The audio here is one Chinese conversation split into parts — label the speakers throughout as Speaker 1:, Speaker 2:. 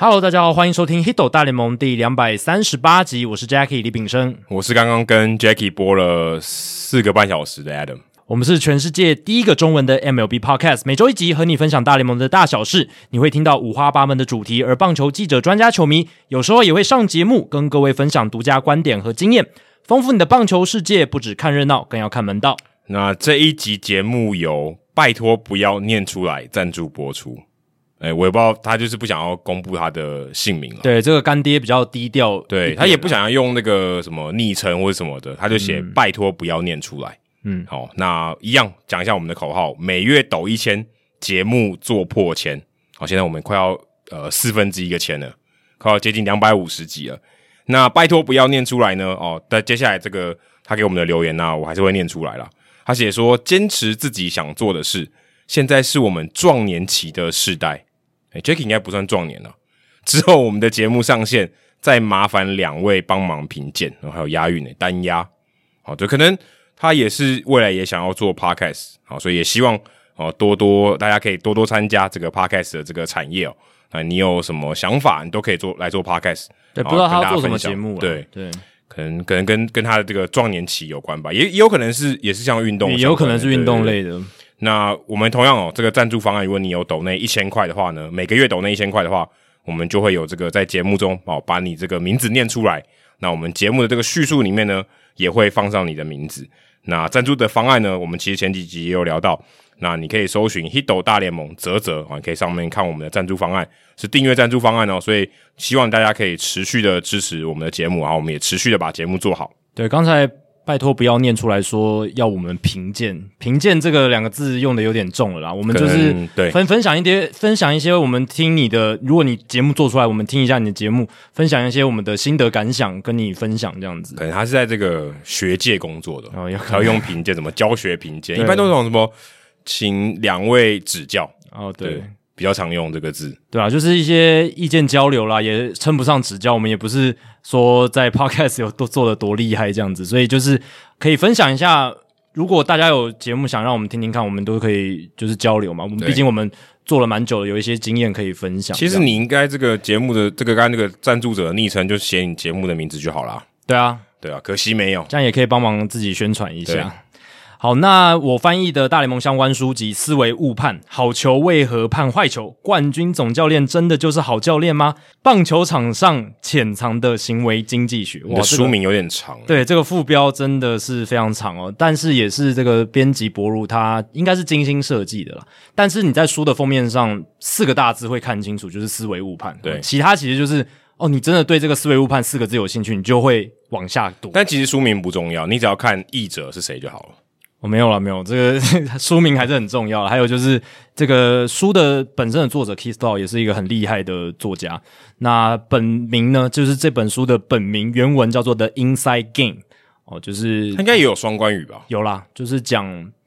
Speaker 1: Hello，大家好，欢迎收听《h i t o 大联盟》第两百三十八集，我是 Jackie 李炳生，
Speaker 2: 我是刚刚跟 Jackie 播了四个半小时的 Adam。
Speaker 1: 我们是全世界第一个中文的 MLB Podcast，每周一集和你分享大联盟的大小事，你会听到五花八门的主题，而棒球记者、专家、球迷有时候也会上节目，跟各位分享独家观点和经验，丰富你的棒球世界。不只看热闹，更要看门道。
Speaker 2: 那这一集节目由拜托不要念出来赞助播出。哎，我也不知道他就是不想要公布他的姓名了。
Speaker 1: 对，这个干爹比较低调，
Speaker 2: 对他也不想要用那个什么昵称或者什么的，他就写拜托不要念出来。
Speaker 1: 嗯，
Speaker 2: 好，那一样讲一下我们的口号：每月抖一千，节目做破千。好，现在我们快要呃四分之一个千了，快要接近两百五十集了。那拜托不要念出来呢哦。但接下来这个他给我们的留言呢、我还是会念出来啦。他写说：坚持自己想做的事，现在是我们壮年期的世代。哎、j a c k i e 应该不算壮年了。之后我们的节目上线，再麻烦两位帮忙评鉴，然后还有押韵呢、单押。好，对，可能他也是未来也想要做 podcast，好，所以也希望哦多多大家可以多多参加这个 podcast 的这个产业哦。啊，你有什么想法，你都可以做来做 podcast。
Speaker 1: 对，
Speaker 2: 好
Speaker 1: 不知道
Speaker 2: 跟
Speaker 1: 他要
Speaker 2: 大家
Speaker 1: 做什么
Speaker 2: 分享
Speaker 1: 节目、啊，
Speaker 2: 对，
Speaker 1: 对，
Speaker 2: 可能可能跟跟他的这个壮年期有关吧，也也有可能是也是像运动相关
Speaker 1: 也
Speaker 2: 的，
Speaker 1: 有可能是运动
Speaker 2: 对对对
Speaker 1: 类的。
Speaker 2: 那我们同样哦，这个赞助方案，如果你有抖那一千块的话呢，每个月抖那一千块的话，我们就会有这个在节目中哦，把你这个名字念出来。那我们节目的这个叙述里面呢，也会放上你的名字。那赞助的方案呢，我们其实前几集也有聊到，那你可以搜寻 Hito 大联盟泽泽啊，你可以上面看我们的赞助方案，是订阅赞助方案哦。所以希望大家可以持续的支持我们的节目，然后我们也持续的把节目做好。
Speaker 1: 对，刚才拜托不要念出来说要我们评鉴，评鉴这个两个字用的有点重了啦。我们就
Speaker 2: 可
Speaker 1: 是
Speaker 2: 能对
Speaker 1: 分分享一些分享一些我们听你的，如果你节目做出来，我们听一下你的节目，分享一些我们的心得感想，跟你分享这样子。
Speaker 2: 可能他是在这个学界工作的，
Speaker 1: 哦有可能
Speaker 2: 还要用评鉴，怎么教学评鉴，
Speaker 1: 对
Speaker 2: 一般都是那种什么，请两位指教，
Speaker 1: 哦，对
Speaker 2: 对，比较常用这个字。
Speaker 1: 对啊，就是一些意见交流啦，也称不上指教，我们也不是说在 podcast 有多做的多厉害这样子，所以就是可以分享一下。如果大家有节目想让我们听听看，我们都可以就是交流嘛。我们
Speaker 2: 对
Speaker 1: 毕竟我们做了蛮久的，有一些经验可以分享。
Speaker 2: 其
Speaker 1: 这
Speaker 2: 实
Speaker 1: 样
Speaker 2: 你应该这个节目的这个刚刚那个赞助者的昵称，就写你节目的名字就好啦。
Speaker 1: 对啊，
Speaker 2: 对啊，可惜没有。
Speaker 1: 这样也可以帮忙自己宣传一
Speaker 2: 对
Speaker 1: 下。好，那我翻译的大联盟相关书籍《思维误判》，好球为何判坏球？冠军总教练真的就是好教练吗？棒球场上潜藏的行为经济学，
Speaker 2: 你
Speaker 1: 哇，
Speaker 2: 的
Speaker 1: 这个
Speaker 2: 书名有点长，
Speaker 1: 对，这个副标真的是非常长哦，但是也是这个编辑博如他应该是精心设计的啦。但是你在书的封面上四个大字会看清楚，就是思维误判。
Speaker 2: 对
Speaker 1: 其他其实就是哦，你真的对这个思维误判四个字有兴趣，你就会往下读。
Speaker 2: 但其实书名不重要，你只要看译者是谁就好了。
Speaker 1: 我、哦没有了，没有这个 书名还是很重要啦。还有就是这个书的本身的作者 k i s t a l 也是一个很厉害的作家。那本名呢，就是这本书的本名原文叫做《The Inside Game》哦，就是
Speaker 2: 他应该也有双关语吧？
Speaker 1: 有啦，就是讲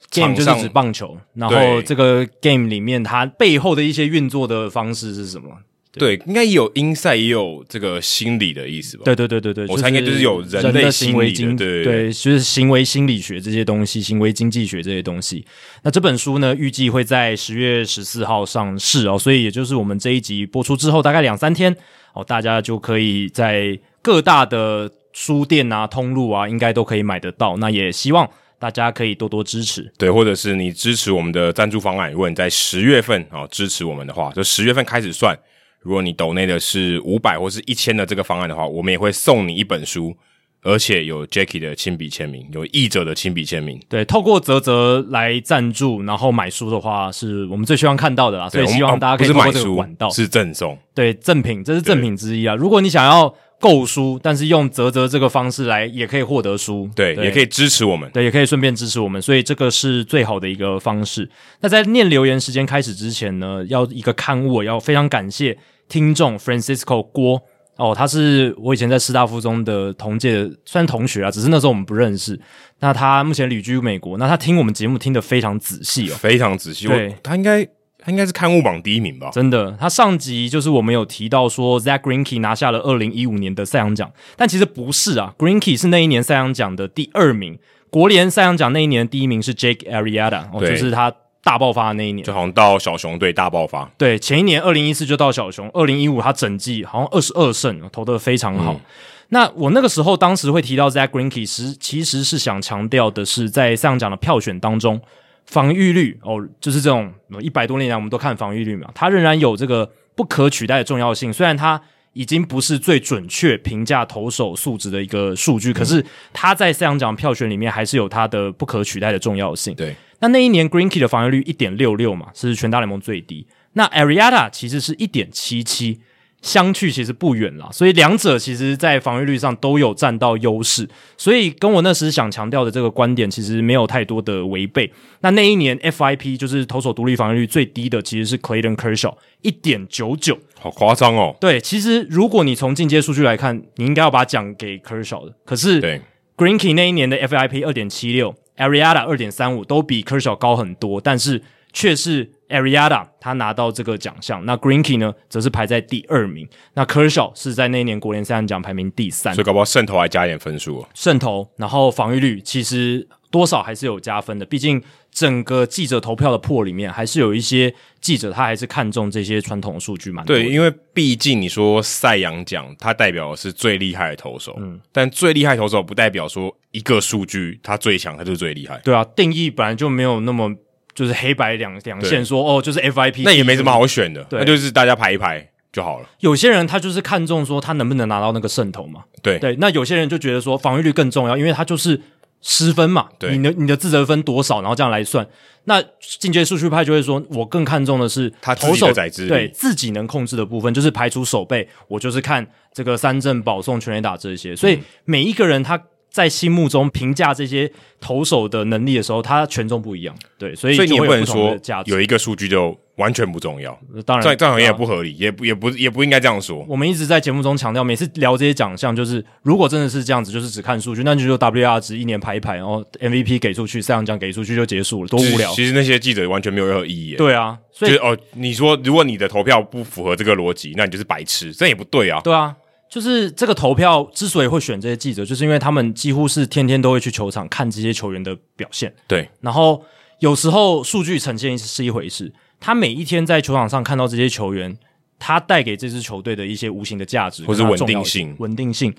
Speaker 2: 场
Speaker 1: game 就是
Speaker 2: 上
Speaker 1: 指棒球，然后
Speaker 2: 对
Speaker 1: 这个 game 里面它背后的一些运作的方式是什么？
Speaker 2: 对，应该也有音赛，也有这个心理的意思吧？
Speaker 1: 对对对对对，
Speaker 2: 我猜应该就是有人类
Speaker 1: 人的行为
Speaker 2: 心
Speaker 1: 经
Speaker 2: 理的对
Speaker 1: 对，就是行为心理学这些东西，行为经济学这些东西。那这本书呢，预计会在十月十四号上市哦，所以也就是我们这一集播出之后大概两三天哦，大家就可以在各大的书店啊、通路啊，应该都可以买得到。那也希望大家可以多多支持。
Speaker 2: 对，或者是你支持我们的赞助方案，如果你在十月份啊、哦支持我们的话，就十月份开始算，如果你抖内的是五百或是一千的这个方案的话，我们也会送你一本书，而且有 Jackie 的亲笔签名，有译者的亲笔签名。
Speaker 1: 对，透过泽泽来赞助，然后买书的话，是我们最希望看到的啦，所以
Speaker 2: 对
Speaker 1: 希
Speaker 2: 我
Speaker 1: 望
Speaker 2: 们哦
Speaker 1: 大家可以
Speaker 2: 不
Speaker 1: 透
Speaker 2: 是
Speaker 1: 过
Speaker 2: 买
Speaker 1: 这个
Speaker 2: 书
Speaker 1: 管道，
Speaker 2: 是赠送，
Speaker 1: 对赠品，这是赠品之一啊。如果你想要购书，但是用泽泽这个方式来，也可以获得书，
Speaker 2: 对，也可以支持我们。
Speaker 1: 对，也可以顺便支持我们，所以这个是最好的一个方式。那在念留言时间开始之前呢，要一个刊物，要非常感谢听众 Francisco 郭哦，他是我以前在师大附中的同届，虽然同学啊，只是那时候我们不认识。那他目前旅居美国，那他听我们节目听得非常仔细哦，
Speaker 2: 非常仔细，我
Speaker 1: 对
Speaker 2: 他应该他应该是刊物榜第一名吧？
Speaker 1: 真的，他上集就是我们有提到说，Zach Greinke 拿下了二零一五年的赛扬奖，但其实不是啊，Greinke 是那一年赛扬奖的第二名，国联赛扬奖那一年的第一名是 Jake Arrieta，哦，
Speaker 2: 对
Speaker 1: 就是他大爆发的那一年
Speaker 2: 就。好像到小熊队大爆发，
Speaker 1: 对，前一年二零一四就到小熊，二零一五他整季好像二十二胜，投的非常好。那我那个时候当时会提到 Zach Greinke，实其实是想强调的是，在上奖的票选当中，防御率哦，就是这种一百多年来我们都看防御率嘛，它仍然有这个不可取代的重要性。虽然它已经不是最准确评价投手素质的一个数据，可是它在赛扬奖票选里面还是有它的不可取代的重要性。
Speaker 2: 对，
Speaker 1: 那那一年 Greenkey 的防御率一点六六嘛，是全大联盟最低。那 Ariada 其实是一点七七，相去其实不远啦。所以两者其实在防御率上都有占到优势。所以跟我那时想强调的这个观点，其实没有太多的违背。那那一年 FIP 就是投手独立防御率最低的，其实是 Clayton Kershaw 一点九九。
Speaker 2: 好夸张哦。
Speaker 1: 对，其实如果你从进阶数据来看，你应该要把奖给 Kershaw 的。可是
Speaker 2: 对，
Speaker 1: Greenkey 那一年的 FIP 二点七六，Ariada 二点三五都比 Kershaw 高很多，但是却是 Ariada 他拿到这个奖项，那 Greenkey 呢则是排在第二名，那 Kershaw 是在那一年国联三奖排名第三
Speaker 2: 所，以搞不好渗透还加一点分数哦。
Speaker 1: 胜投，然后防御率其实多少还是有加分的，毕竟整个记者投票的破里面还是有一些记者他还是看重这些传统的数据蛮多的
Speaker 2: 对，因为毕竟你说赛扬奖，它代表的是最厉害的投手，嗯，但最厉害投手不代表说一个数据它最强，它就是最厉害，
Speaker 1: 对啊，定义本来就没有那么就是黑白两两线
Speaker 2: 对
Speaker 1: 说哦就是 FIP，
Speaker 2: 那也没什么
Speaker 1: 好。
Speaker 2: 好选的，
Speaker 1: 对
Speaker 2: 那就是大家排一排就好了。
Speaker 1: 有些人他就是看重说他能不能拿到那个胜投嘛，
Speaker 2: 对，
Speaker 1: 对，那有些人就觉得说防御率更重要，因为他就是失分嘛，
Speaker 2: 对
Speaker 1: 你的你的自责分多少，然后这样来算。那进阶数据派就会说，我更看重的是
Speaker 2: 他自己
Speaker 1: 投
Speaker 2: 的
Speaker 1: 手
Speaker 2: 宰制力
Speaker 1: 对自己能控制的部分，就是排除手背，我就是看这个三振、保送、全垒打这
Speaker 2: 嗯
Speaker 1: 些。所以每一个人他在心目中评价这些投手的能力的时候，他权重不一样，对，所以
Speaker 2: 所以你
Speaker 1: 就会
Speaker 2: 也不能
Speaker 1: 有不同的
Speaker 2: 说
Speaker 1: 价值。
Speaker 2: 有一个数据就完全不重要，
Speaker 1: 当然，
Speaker 2: 这这好像
Speaker 1: 对啊
Speaker 2: 也不合理，也不也不也不应该这样说。
Speaker 1: 我们一直在节目中强调，每次聊这些奖项，就是如果真的是这样子，就是只看数据，那就就 WR 值一年排一排，然后 MVP 给出去，赛扬奖给出去就结束了，多
Speaker 2: 就是
Speaker 1: 无聊。
Speaker 2: 其实那些记者完全没有任何意义。，
Speaker 1: 对啊，所
Speaker 2: 就
Speaker 1: 以
Speaker 2: 是哦，你说如果你的投票不符合这个逻辑，那你就是白痴，这也不对啊。
Speaker 1: 对啊，就是这个投票之所以会选这些记者，就是因为他们几乎是天天都会去球场看这些球员的表现，
Speaker 2: 对，
Speaker 1: 然后有时候数据呈现是一回事，他每一天在球场上看到这些球员，他带给这支球队的一些无形的价值，
Speaker 2: 或是
Speaker 1: 跟他
Speaker 2: 稳定
Speaker 1: 重要
Speaker 2: 性
Speaker 1: 性稳定性，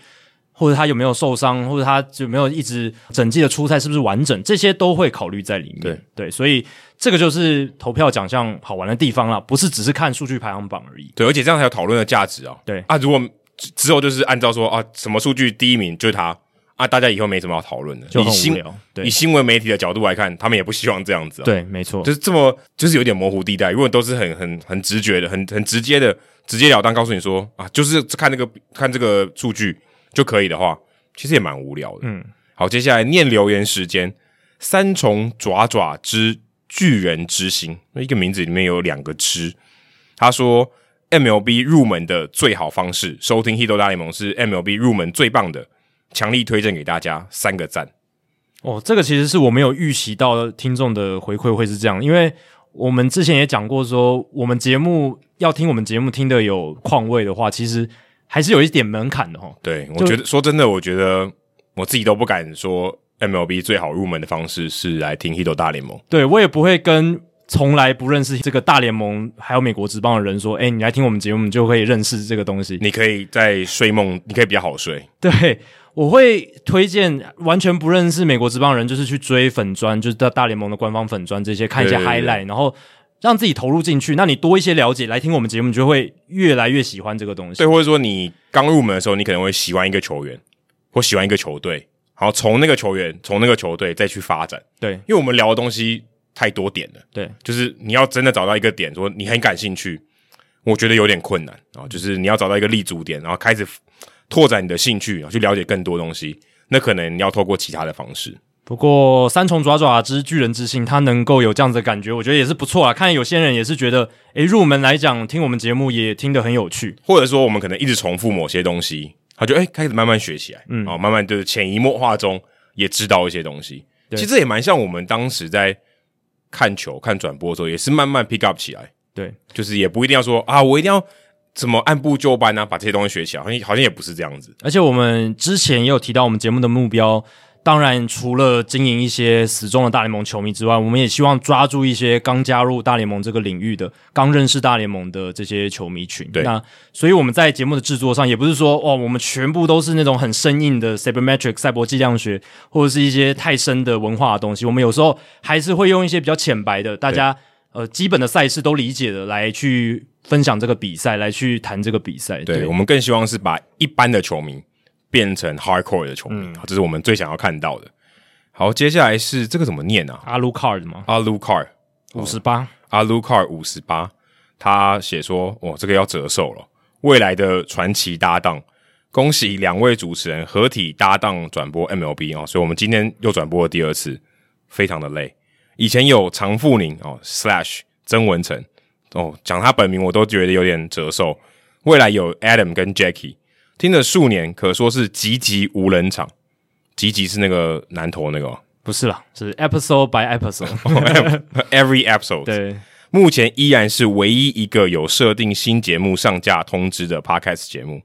Speaker 1: 或者他有没有受伤，或者他有没有一直整季的出赛是不是完整，这些都会考虑在里面。
Speaker 2: 对
Speaker 1: 所以这个就是投票奖项好玩的地方啦，不是只是看数据排行榜而已。
Speaker 2: 对，而且这样才有讨论的价值啊。
Speaker 1: 对
Speaker 2: 啊，如果之之后就是按照说啊，什么数据第一名就是他啊，大家以后没什么好讨论的。
Speaker 1: 就
Speaker 2: 以
Speaker 1: 很无
Speaker 2: 新
Speaker 1: 聊，对
Speaker 2: 以新闻媒体的角度来看，他们也不希望这样子、啊。，
Speaker 1: 对，没错，
Speaker 2: 就是这么，就是有点模糊地带。如果都是很很很直觉的、很很直接的、直截了当告诉你说啊，就是看这个看这个数据就可以的话，其实也蛮无聊的。
Speaker 1: 嗯，
Speaker 2: 好，接下来念留言时间，三重爪爪之巨人之心，那一个名字里面有两个之。他说 MLB 入门的最好方式，收听《h i t 大联盟》是 MLB 入门最棒的，强力推荐给大家，三个赞。
Speaker 1: 哦，这个其实是我没有预习到听众的回馈会是这样，因为我们之前也讲过说，我们节目要听我们节目听的有况味的话，其实还是有一点门槛的哦哈。
Speaker 2: 对，我
Speaker 1: 就
Speaker 2: 觉得说真的，我觉得我自己都不敢说 MLB 最好入门的方式是来听《h i t 大联盟》。
Speaker 1: 对我也不会跟从来不认识这个大联盟还有美国职棒的人说，哎，你来听我们节目，你就可以认识这个东西。
Speaker 2: 你可以在睡梦，你可以比较好睡。
Speaker 1: 对，我会推荐完全不认识美国职棒的人，就是去追粉砖，就是大大联盟的官方粉砖这些，看一些
Speaker 2: 对对
Speaker 1: highlight，
Speaker 2: 对
Speaker 1: 然后让自己投入进去。那你多一些了解，来听我们节目，你就会越来越喜欢这个东西
Speaker 2: 对，。或者说你刚入门的时候，你可能会喜欢一个球员，或喜欢一个球队，然后从那个球员，从那个球队再去发展。
Speaker 1: 对
Speaker 2: 因为我们聊的东西太多点了，
Speaker 1: 对
Speaker 2: 就是你要真的找到一个点，说你很感兴趣，我觉得有点困难啊。就是你要找到一个立足点，然后开始拓展你的兴趣，然后去了解更多东西。那可能你要透过其他的方式。
Speaker 1: 不过三重爪爪之巨人之心，他能够有这样子的感觉，我觉得也是不错啊。看有些人也是觉得，诶，入门来讲，听我们节目也听得很有趣。
Speaker 2: 或者说我们可能一直重复某些东西，他就哎、开始慢慢学起来，嗯，哦，慢慢就是潜移默化中也知道一些东西。
Speaker 1: 对
Speaker 2: 其实这也蛮像我们当时在看球、看转播的时候，也是慢慢 pick up 起来，
Speaker 1: 对，
Speaker 2: 就是也不一定要说啊，我一定要怎么按部就班啊，把这些东西学起来，好像好像也不是这样子。
Speaker 1: 而且我们之前也有提到，我们节目的目标当然，除了经营一些死忠的大联盟球迷之外，我们也希望抓住一些刚加入大联盟这个领域的、刚认识大联盟的这些球迷群。
Speaker 2: 对
Speaker 1: 那所以我们在节目的制作上，也不是说哦，我们全部都是那种很生硬的 sabermetric 赛博计量学，或者是一些太深的文化的东西。我们有时候还是会用一些比较浅白的，大家呃基本的赛事都理解的来去分享这个比赛，来去谈这个比赛。
Speaker 2: 对我们更希望是把一般的球迷变成 hardcore 的球迷，这是我们最想要看到的。好，接下来是这个怎么念啊？
Speaker 1: 阿鲁卡尔嘛，
Speaker 2: 阿卢卡尔，哦
Speaker 1: 五十八。
Speaker 2: 阿卢卡尔五十八，他写说：“哦，这个要折寿了，未来的传奇搭档。”恭喜两位主持人合体搭档转播 MLB 哦，所以我们今天又转播了第二次，非常的累。以前有常富宁哦，slash 曾文成哦，讲他本名我都觉得有点折寿。未来有 Adam 跟 Jackie，听了数年，可说是籍籍无人场。籍籍是那个南投那个、哦、
Speaker 1: 不是啦，是 episode by episode。
Speaker 2: ，every episode
Speaker 1: 对，
Speaker 2: 目前依然是唯一一个有设定新节目上架通知的 podcast 节目。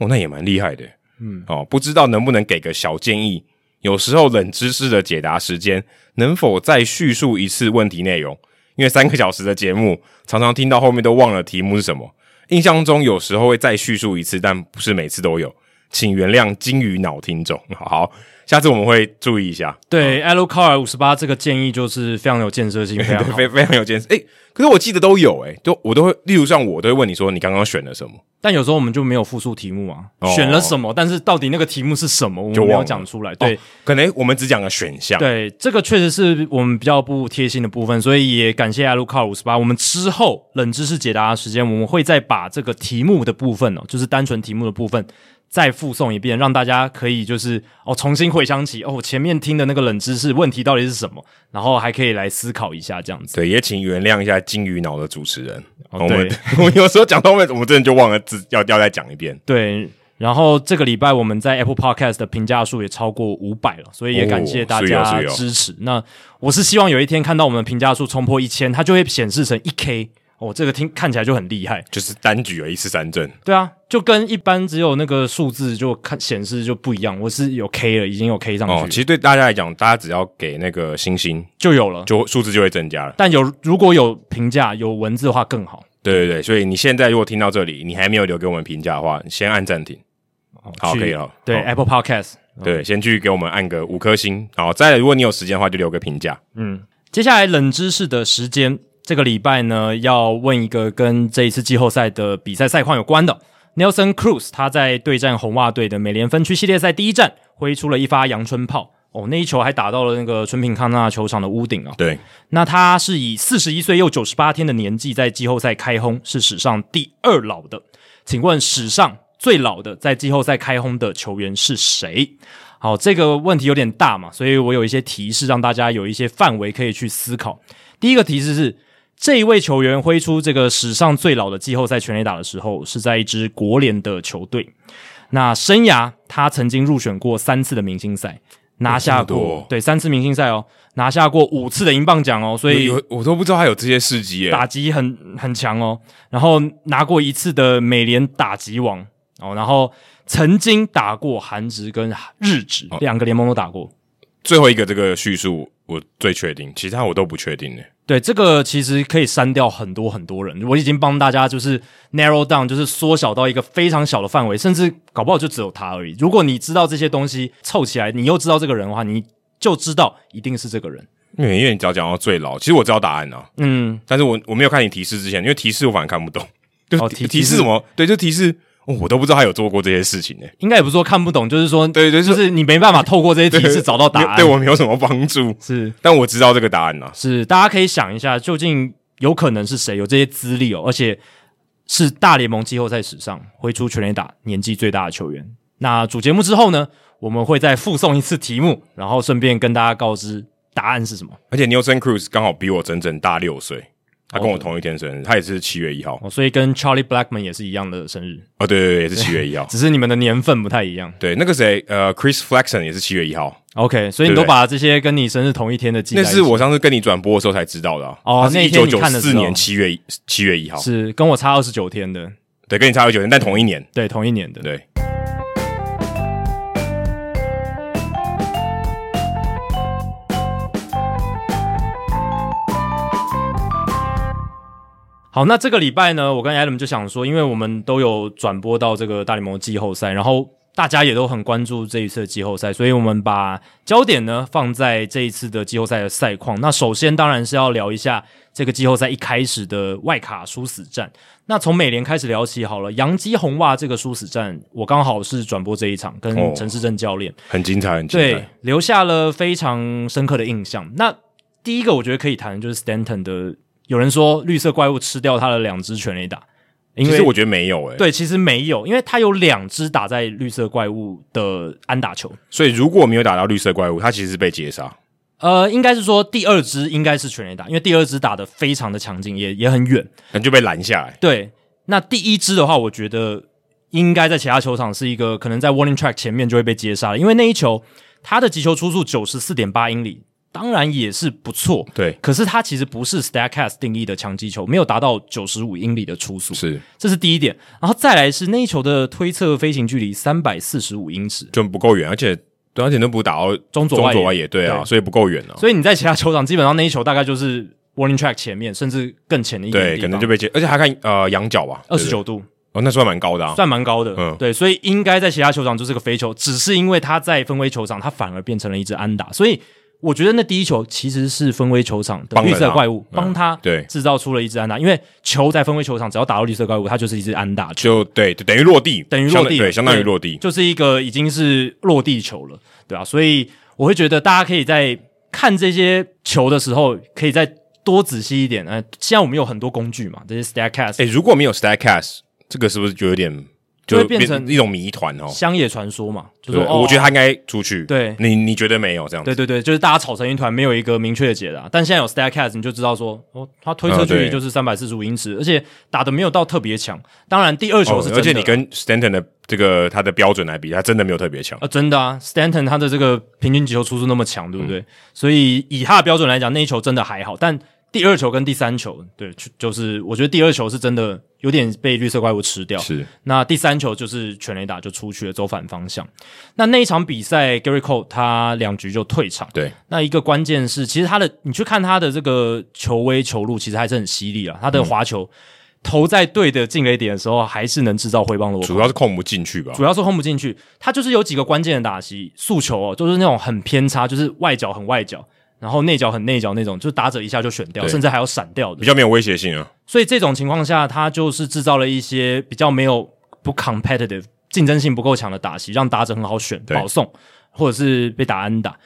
Speaker 2: 哦，那也蛮厉害的。嗯，哦，不知道能不能给个小建议？有时候冷知识的解答时间能否再叙述一次问题内容？因为三个小时的节目，常常听到后面都忘了题目是什么。印象中有时候会再叙述一次，但不是每次都有，请原谅金鱼脑听众。好，下次我们会注意一下。
Speaker 1: 对 a l o Car 五十八这个建议就是非常有建设性，非常
Speaker 2: 对，
Speaker 1: 好。
Speaker 2: 非非常有见识。哎、可是我记得都有哎、都我都会，例如像我都会问你说你刚刚选了什么，
Speaker 1: 但有时候我们就没有复述题目啊，
Speaker 2: 哦
Speaker 1: 选了什么，但是到底那个题目是什么，我
Speaker 2: 就
Speaker 1: 们
Speaker 2: 忘
Speaker 1: 没有
Speaker 2: 了
Speaker 1: 讲出来。对
Speaker 2: 哦，可能我们只讲了选项，，
Speaker 1: 对，这个确实是我们比较不贴心的部分，所以也感谢 a l o Car 五十八。我们之后冷知识解答的时间，我们会再把这个题目的部分哦，就是单纯题目的部分。再附送一遍，让大家可以就是哦重新回想起哦我前面听的那个冷知识问题到底是什么，然后还可以来思考一下这样子。
Speaker 2: 对，也请原谅一下金鱼脑的主持人，
Speaker 1: 哦
Speaker 2: 我们
Speaker 1: 对
Speaker 2: 我们有时候讲到后面，我们真的就忘了自要要再讲一遍。
Speaker 1: 对，然后这个礼拜我们在 Apple Podcast 的评价数也超过五百了，所以也感谢大
Speaker 2: 哦
Speaker 1: 家
Speaker 2: 是有是有
Speaker 1: 支持。那我是希望有一天看到我们的评价数冲破一千，它就会显示成一 K。哦，这个听看起来就很厉害，
Speaker 2: 就是单局有一次三振，
Speaker 1: 对啊，就跟一般只有那个数字就看显示就不一样。我是有 K 了，已经有 K 上去了、
Speaker 2: 哦，其实对大家来讲，大家只要给那个星星，
Speaker 1: 就有了。
Speaker 2: 就数字就会增加了。
Speaker 1: 但有如果有评价有文字的话更好。
Speaker 2: 对对对，所以你现在如果听到这里，你还没有留给我们评价的话，你先按暂停。好
Speaker 1: 哦去
Speaker 2: 可以了
Speaker 1: 对、嗯
Speaker 2: 好
Speaker 1: Apple Podcast，
Speaker 2: 对，先去给我们按个五颗星。好，再来如果你有时间的话，就留个评价。
Speaker 1: 接下来冷知识的时间，这个礼拜呢要问一个跟这一次季后赛的比赛赛况有关的。Nelson Cruz 他在对战红袜队的美联分区系列赛第一战挥出了一发阳春炮，哦，那一球还打到了那个纯品康纳球场的屋顶啊、
Speaker 2: 对，
Speaker 1: 那他是以四十一岁又九十八天的年纪在季后赛开轰，是史上第二老的。请问史上最老的在季后赛开轰的球员是谁？好，这个问题有点大嘛，所以我有一些提示，让大家有一些范围可以去思考。第一个提示是，这一位球员挥出这个史上最老的季后赛全垒打的时候，是在一支国联的球队。那生涯他曾经入选过三次的明星赛，拿下
Speaker 2: 哎这么多
Speaker 1: 过、对三次明星赛哦，拿下过五次的英镑奖哦，所以
Speaker 2: 有有我都不知道他有这些事迹耶。
Speaker 1: 打击很很强哦，然后拿过一次的美联打击王哦，然后曾经打过韩职跟日职、
Speaker 2: 哦
Speaker 1: 两个联盟都打过。
Speaker 2: 最后一个这个叙述我最确定，其他我都不确定呢。
Speaker 1: 对，这个其实可以删掉很多很多人，我已经帮大家就是 narrow down，就是缩小到一个非常小的范围，甚至搞不好就只有他而已。如果你知道这些东西凑起来，你又知道这个人的话，你就知道一定是这个人。
Speaker 2: 因为因为你只要讲到最老，其实我知道答案啊，
Speaker 1: 嗯，
Speaker 2: 但是我我没有看你提示之前，因为提示我反而看不懂。就、
Speaker 1: 哦提
Speaker 2: 提
Speaker 1: 提示
Speaker 2: 示什么？对，就提示、哦，我都不知道他有做过这些事情呢。
Speaker 1: 应该也不是说看不懂，就是说，
Speaker 2: 对对
Speaker 1: 就是是你没办法透过这些提
Speaker 2: 对
Speaker 1: 示找到答案。
Speaker 2: 没有对我没有什么帮助，
Speaker 1: 是
Speaker 2: 但我知道这个答案啊。
Speaker 1: 是，大家可以想一下，究竟有可能是谁有这些资历哦，而且是大联盟季后赛史上挥出全垒打年纪最大的球员。那主节目之后呢，我们会再附送一次题目，然后顺便跟大家告知答案是什么。
Speaker 2: 而且 Nelson Cruz 刚好比我整整大六岁，他
Speaker 1: 哦
Speaker 2: 跟我同一天生日，他也是七月一号。
Speaker 1: 哦，所以跟 Charlie Blackman 也是一样的生日，
Speaker 2: 哦，对对对，也是七月 一号。
Speaker 1: 只是你们的年份不太一样。
Speaker 2: 对，那个谁，呃，Chris Flexon 也是七月一号，
Speaker 1: OK，所以你
Speaker 2: 对
Speaker 1: 都
Speaker 2: 不对
Speaker 1: 把这些跟你生日同一天的记在
Speaker 2: 那
Speaker 1: 一起
Speaker 2: 是我上次跟你转播的时候才知道的、啊。
Speaker 1: 哦
Speaker 2: 他是
Speaker 1: 那
Speaker 2: 一
Speaker 1: 一
Speaker 2: 九
Speaker 1: 天你
Speaker 2: 九
Speaker 1: 看的时
Speaker 2: 四
Speaker 1: 候
Speaker 2: 年七月七月一号，
Speaker 1: 是跟我差二十九天的，
Speaker 2: 对，跟你差有九年，但同一年。
Speaker 1: 对，同一年的。
Speaker 2: 对，
Speaker 1: 好，那这个礼拜呢，我跟 Adam 就想说，因为我们都有转播到这个大联盟季后赛，然后大家也都很关注这一次的季后赛，所以我们把焦点呢放在这一次的季后赛的赛况。那首先当然是要聊一下这个季后赛一开始的外卡殊死战。那从美联开始聊起好了，洋基红袜这个殊死战，我刚好是转播这一场，
Speaker 2: 哦
Speaker 1: 跟陈世正教练。
Speaker 2: 很精彩，很精
Speaker 1: 对
Speaker 2: 彩。，
Speaker 1: 留下了非常深刻的印象。那第一个我觉得可以谈的就是 Stanton 的，有人说绿色怪物吃掉他的两只全垒打，因
Speaker 2: 其
Speaker 1: 为
Speaker 2: 实我觉得没有诶、欸
Speaker 1: 对，其实没有，因为他有两只打在绿色怪物的安打球。
Speaker 2: 所以如果没有打到绿色怪物，他其实是被截杀。
Speaker 1: 呃，应该是说第二只应该是全垒打，因为第二只打的非常的强劲，也也很远。
Speaker 2: 那就被拦下来。
Speaker 1: 对，那第一支的话，我觉得应该在其他球场是一个可能在 warning track 前面就会被接杀了，因为那一球他的击球出速九十四点八英里，当然也是不错。
Speaker 2: 对，
Speaker 1: 可是它其实不是 Statcast 定义的强击球，没有达到九十五英里的初速，
Speaker 2: 是
Speaker 1: 这是第一点。然后再来是那一球的推测飞行距离三百四十五英尺，
Speaker 2: 就不够远，而且对，而且都不打到
Speaker 1: 中左
Speaker 2: 中
Speaker 1: 外
Speaker 2: 左外
Speaker 1: 野
Speaker 2: 野，对啊，
Speaker 1: 对
Speaker 2: 所以不够远啊。
Speaker 1: 所以你在其他球场基本上那一球大概就是 warning track 前面，甚至更前一点的
Speaker 2: 对，
Speaker 1: 地
Speaker 2: 可能
Speaker 1: 方
Speaker 2: 就被截，而且还看呃仰角吧，
Speaker 1: 二十
Speaker 2: 对不对
Speaker 1: 九度，
Speaker 2: 哦，那算蛮高的啊。
Speaker 1: 算蛮高的。
Speaker 2: 嗯
Speaker 1: 对，所以应该在其他球场就是个飞球，只是因为他在分威球场，他反而变成了一支安打，所以。我觉得那第一球其实是分威球场的
Speaker 2: 帮了
Speaker 1: 绿色
Speaker 2: 他
Speaker 1: 怪物
Speaker 2: 嗯
Speaker 1: 帮他
Speaker 2: 对
Speaker 1: 制造出了一支安打，因为球在分威球场只要打到绿色怪物，它就是一支安打球，
Speaker 2: 就对，就等于落地，
Speaker 1: 等于
Speaker 2: 相
Speaker 1: 落地
Speaker 2: 对，
Speaker 1: 了
Speaker 2: 相当于
Speaker 1: 对
Speaker 2: 落地。
Speaker 1: 就是一个已经是落地球了，对吧、啊所以我会觉得大家可以在看这些球的时候，可以再多仔细一点。呃，现在我们有很多工具嘛，这些 Statcast、
Speaker 2: 哎，如果没有 Statcast，这个是不是就有点
Speaker 1: 就会
Speaker 2: 就
Speaker 1: 变成
Speaker 2: 一种谜团哦？
Speaker 1: 乡野传说嘛，就
Speaker 2: 对，
Speaker 1: 说哦，
Speaker 2: 我觉得他应该出去。
Speaker 1: 对
Speaker 2: 你你觉得没有这样子？
Speaker 1: 对对对，就是大家吵成一团，没有一个明确的解答。但现在有 Statcast，你就知道说，哦，他推测距
Speaker 2: 啊对
Speaker 1: 离就是三百四十五英尺，而且打的没有到特别强。当然，第二球
Speaker 2: 哦
Speaker 1: 是真的，
Speaker 2: 而且你跟 Stanton 的这个他的标准来比，他真的没有特别强。
Speaker 1: 啊，真的啊，Stanton 他的这个平均击球出速那么强，对不对？所以以他的标准来讲，那一球真的还好，但第二球跟第三球，对，就就是我觉得第二球是真的有点被绿色怪物吃掉，
Speaker 2: 是
Speaker 1: 那第三球就是全垒打就出去了，走反方向。那那一场比赛，Gary Cole 他两局就退场。
Speaker 2: 对，
Speaker 1: 那一个关键是，其实他的你去看他的这个球威球路，其实还是很犀利啊。他的滑球、投在对的进垒点的时候，还是能制造挥棒落空
Speaker 2: 主要是控不进去吧？
Speaker 1: 主要是轰不进去。他就是有几个关键的打击诉求哦，就是那种很偏差，就是外角很外角，然后内角很内角那种，就是打者一下就选掉，
Speaker 2: 对
Speaker 1: 甚至还有闪掉的
Speaker 2: 比。较没有威胁性啊。
Speaker 1: 所以这种情况下，他就是制造了一些比较没有不 competitive 竞争性不够强的打席，让打者很好选
Speaker 2: 对
Speaker 1: 保送，或者是被打安打。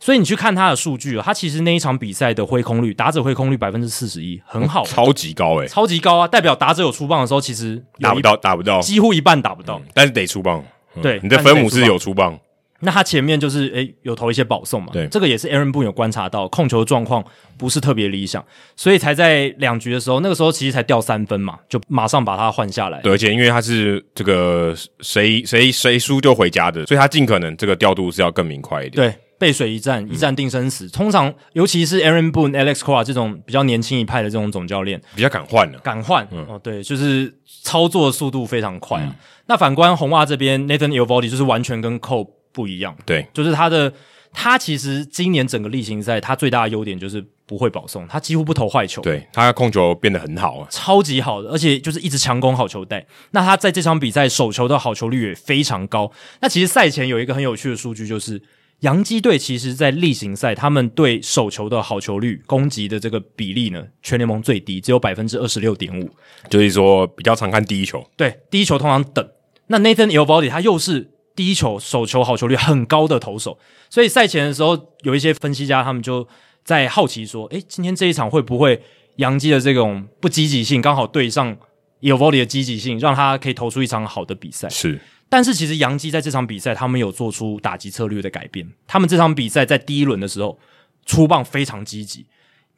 Speaker 1: 所以你去看他的数据、哦，他其实那一场比赛的挥空率，打者挥空率百分之四十一，很好，
Speaker 2: 嗯超级高哎，
Speaker 1: 超级高啊！代表打者有出棒的时候，其实有
Speaker 2: 打
Speaker 1: 一
Speaker 2: 不，到，打不到，
Speaker 1: 几乎一半打不到。
Speaker 2: 但是得出棒。嗯
Speaker 1: 对
Speaker 2: 你的分母是有出棒，
Speaker 1: 那他前面就是诶有投一些保送嘛，
Speaker 2: 对
Speaker 1: 这个也是 Aaron Boone 有观察到控球状况不是特别理想，所以才在两局的时候，那个时候其实才掉三分嘛，就马上把他换下来。
Speaker 2: 对，而且因为他是这个谁谁谁输就回家的，所以他尽可能这个调度是要更明快一点。
Speaker 1: 对，背水一
Speaker 2: 嗯
Speaker 1: 战，一战定生死。通常，尤其是 Aaron Boone、Alex Cora 这种比较年轻一派的这种总教练，
Speaker 2: 比较敢换啊了、
Speaker 1: 敢换、哦，对，就是操作速度非常快啊。
Speaker 2: 嗯
Speaker 1: 那反观红袜这边，Nathan e l v o d y 就是完全跟 Cole 不一样，
Speaker 2: 对，
Speaker 1: 就是他的他其实今年整个例行赛，他最大的优点就是不会保送，他几乎不投坏球，
Speaker 2: 对他控球变得很好啊，
Speaker 1: 超级好的，而且就是一直强攻好球带。那他在这场比赛手球的好球率也非常高。那其实赛前有一个很有趣的数据，就是洋基队其实在例行赛他们对手球的好球率、攻击的这个比例呢，全联盟最低，只有百分之二十六点五。
Speaker 2: 就是说比较常看第一球，
Speaker 1: 对，第一球通常等。那 Nathan e l v o d y 他又是第一球手球好球率很高的投手，所以赛前的时候有一些分析家他们就在好奇说，诶，今天这一场会不会杨基的这种不积极性刚好对上 e l v o d y 的积极性，让他可以投出一场好的比赛？
Speaker 2: 是
Speaker 1: 但是其实杨基在这场比赛他们有做出打击策略的改变，他们这场比赛在第一轮的时候出棒非常积极，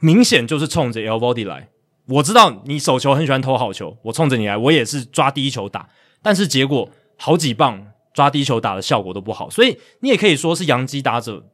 Speaker 1: 明显就是冲着 L body 来。我知道你手球很喜欢投好球，我冲着你来，我也是抓第一球打，但是结果好几棒抓第一球打的效果都不好，所以你也可以说是杨基打者。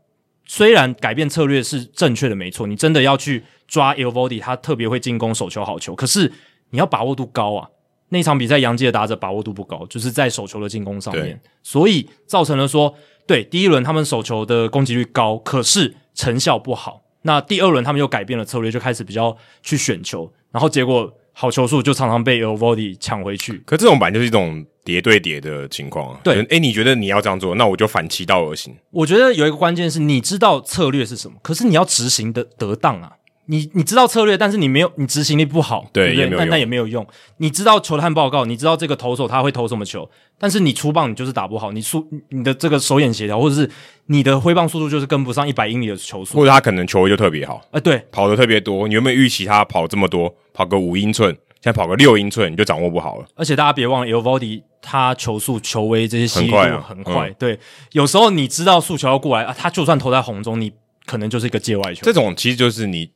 Speaker 1: 虽然改变策略是正确的，没错，你真的要去抓 L body，他特别会进攻手球好球，可是你要把握度高啊。那场比赛杨基的打者把握度不高，就是在手球的进攻上面
Speaker 2: 对，
Speaker 1: 所以造成了说，对第一轮他们手球的攻击率高，可是成效不好。那第二轮他们又改变了策略，就开始比较去选球，然后结果好球数就常常被 o v o d y 抢回去。
Speaker 2: 可这种版就是一种叠对叠的情况啊。
Speaker 1: 对
Speaker 2: 哎、诶你觉得你要这样做，那我就反其道而行。
Speaker 1: 我觉得有一个关键是你知道策略是什么，可是你要执行的得当啊。你你知道策略，但是你没有你执行力不好，
Speaker 2: 对
Speaker 1: 不对
Speaker 2: 也没有
Speaker 1: 那
Speaker 2: 用
Speaker 1: 那也没有用。你知道球探报告，你知道这个投手他会投什么球，但是你出棒你就是打不好，你速你的这个手眼协调，或者是你的挥棒速度就是跟不上一百英里的球速。
Speaker 2: 或者他可能球威就特别好，
Speaker 1: 啊、对，
Speaker 2: 跑的特别多。你有没有预期他跑这么多，跑个五英寸，现在跑个六英寸，你就掌握不好了。
Speaker 1: 而且大家别忘了 e v o d y 他球速、球威这些吸引度
Speaker 2: 很快啊
Speaker 1: 很快对，有时候你知道速球要过来啊，他就算投在红中，你可能就是一个界外球。
Speaker 2: 这种其实就是你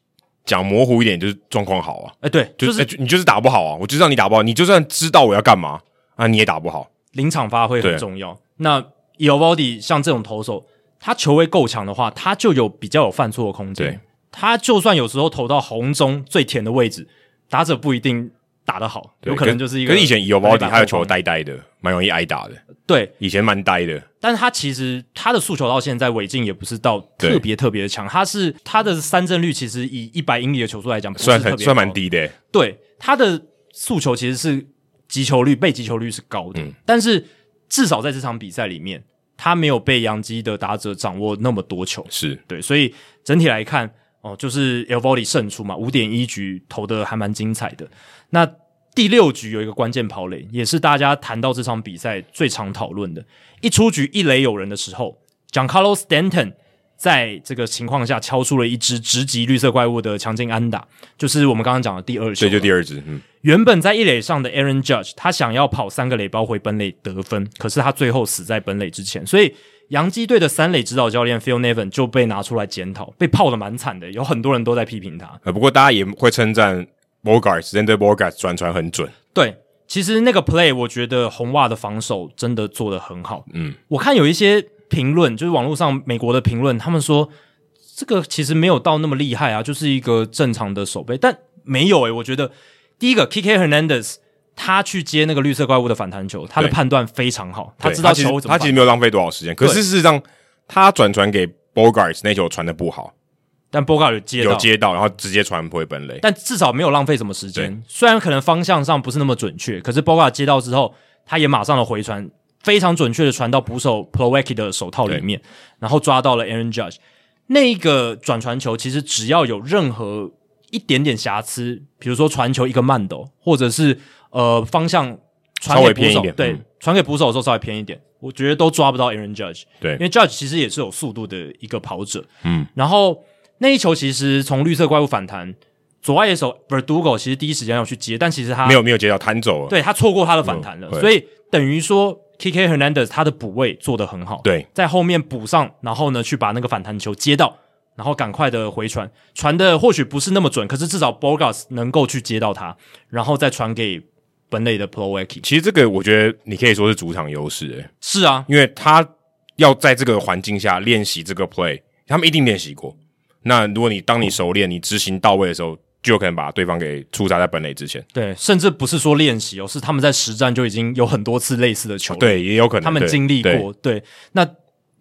Speaker 2: 讲模糊一点，就是状况好啊，
Speaker 1: 哎，对，
Speaker 2: 就、
Speaker 1: 就是是
Speaker 2: 诶就你就是打不好啊。我就让你打不好，你就算知道我要干嘛啊，你也打不好。
Speaker 1: 临场发挥很
Speaker 2: 对
Speaker 1: 重要。那 e v o d y 像这种投手，他球威够强的话，他就有比较有犯错的空间
Speaker 2: 对。
Speaker 1: 他就算有时候投到红中最甜的位置，打者不一定打得好，
Speaker 2: 对
Speaker 1: 有可能就是一个。
Speaker 2: 可是以前有包底，他的球
Speaker 1: 带
Speaker 2: 呆呆的，蛮容易挨打的。
Speaker 1: 对，
Speaker 2: 以前蛮呆的，
Speaker 1: 但是他其实他的诉求到现在尾劲也不是到特别特别的强，他是他的三振率其实以一百英里的球速来讲，不是
Speaker 2: 虽然
Speaker 1: 特
Speaker 2: 很
Speaker 1: 别
Speaker 2: 虽然
Speaker 1: 高
Speaker 2: 蛮
Speaker 1: 的，
Speaker 2: 低的、诶
Speaker 1: 对他的诉求其实是击球率被击球率是高的，
Speaker 2: 嗯
Speaker 1: 但是至少在这场比赛里面，他没有被杨基的打者掌握那么多球，
Speaker 2: 是
Speaker 1: 对，所以整体来看，哦，就是 e l v o d y 胜出嘛，五点一局投的还蛮精彩的。那第六局有一个关键跑垒，也是大家谈到这场比赛最常讨论的。一出局一垒有人的时候，Giancarlo Stanton 在这个情况下敲出了一支直击绿色怪物的强劲安打，就是我们刚刚讲的第二球
Speaker 2: 对，
Speaker 1: 嘛。
Speaker 2: 就第二支，嗯，
Speaker 1: 原本在一垒上的 Aaron Judge，他想要跑三个垒包回本垒得分，可是他最后死在本垒之前，所以洋基队的三垒指导教练 Phil Nevin 就被拿出来检讨，被泡的蛮惨的，有很多人都在批评他。
Speaker 2: 呃，不过大家也会称赞 Bogarts，针对 Bogarts 转传很准，
Speaker 1: 对，其实那个 play 我觉得红袜的防守真的做得很好。
Speaker 2: 嗯，
Speaker 1: 我看有一些评论，就是网络上美国的评论，他们说这个其实没有到那么厉害啊，就是一个正常的手背，但没有诶、欸我觉得第一个 K K Hernandez。他去接那个绿色怪物的反弹球，他的
Speaker 2: 对
Speaker 1: 判断非常好，他
Speaker 2: 对
Speaker 1: 知道
Speaker 2: 其实
Speaker 1: 球怎么
Speaker 2: 他其实
Speaker 1: 反，
Speaker 2: 没有浪费多少时间，可
Speaker 1: 对
Speaker 2: 是事实上他转传给 Bogarts 那球传的不好，
Speaker 1: 但 b o g a 有接
Speaker 2: 有
Speaker 1: 到，
Speaker 2: 接到，然后直接传回本垒，
Speaker 1: 但至少没有浪费什么时间。虽然可能方向上不是那么准确，可是 b o g a 接到之后，他也马上的回传，非常准确的传到捕手 p l o w e c k i 的手套里面，然后抓到了 Aaron Judge。那个转传球其实只要有任何一点点瑕疵，比如说传球一个慢抖，或者是呃方向传
Speaker 2: 稍
Speaker 1: 给
Speaker 2: 微
Speaker 1: 捕
Speaker 2: 偏一
Speaker 1: 手，
Speaker 2: 点
Speaker 1: 对
Speaker 2: 嗯，
Speaker 1: 传给捕手的时候稍微偏一点，我觉得都抓不到 Aaron Judge。因
Speaker 2: 对，
Speaker 1: 为 Judge 其实也是有速度的一个跑者，
Speaker 2: 嗯，
Speaker 1: 然后那一球其实从绿色怪物反弹，左外野手 Verdugo 其实第一时间要去接，但其实他
Speaker 2: 没有没有接到，弹走了，
Speaker 1: 对他错过他的反弹了，
Speaker 2: 嗯对
Speaker 1: 所以等于说 K K Hernandez 他的补位做得很好，，
Speaker 2: 对，
Speaker 1: 在后面补上，然后呢去把那个反弹球接到，然后赶快的回传，传的或许不是那么准，可是至少 Borgas 能够去接到他，然后再传给本垒的 p l o w e c k i
Speaker 2: 其实这个我觉得你可以说是主场优势、诶
Speaker 1: 是啊，
Speaker 2: 因为他要在这个环境下练习这个 play，他们一定练习过。那如果你当你熟练，你执行到位的时候，就有可能把对方给出杀在本垒之前。
Speaker 1: 对，甚至不是说练习哦，是他们在实战就已经有很多次类似的球了，
Speaker 2: 对，也有可能
Speaker 1: 他们
Speaker 2: 对
Speaker 1: 经历
Speaker 2: 嗯对
Speaker 1: 过。对，那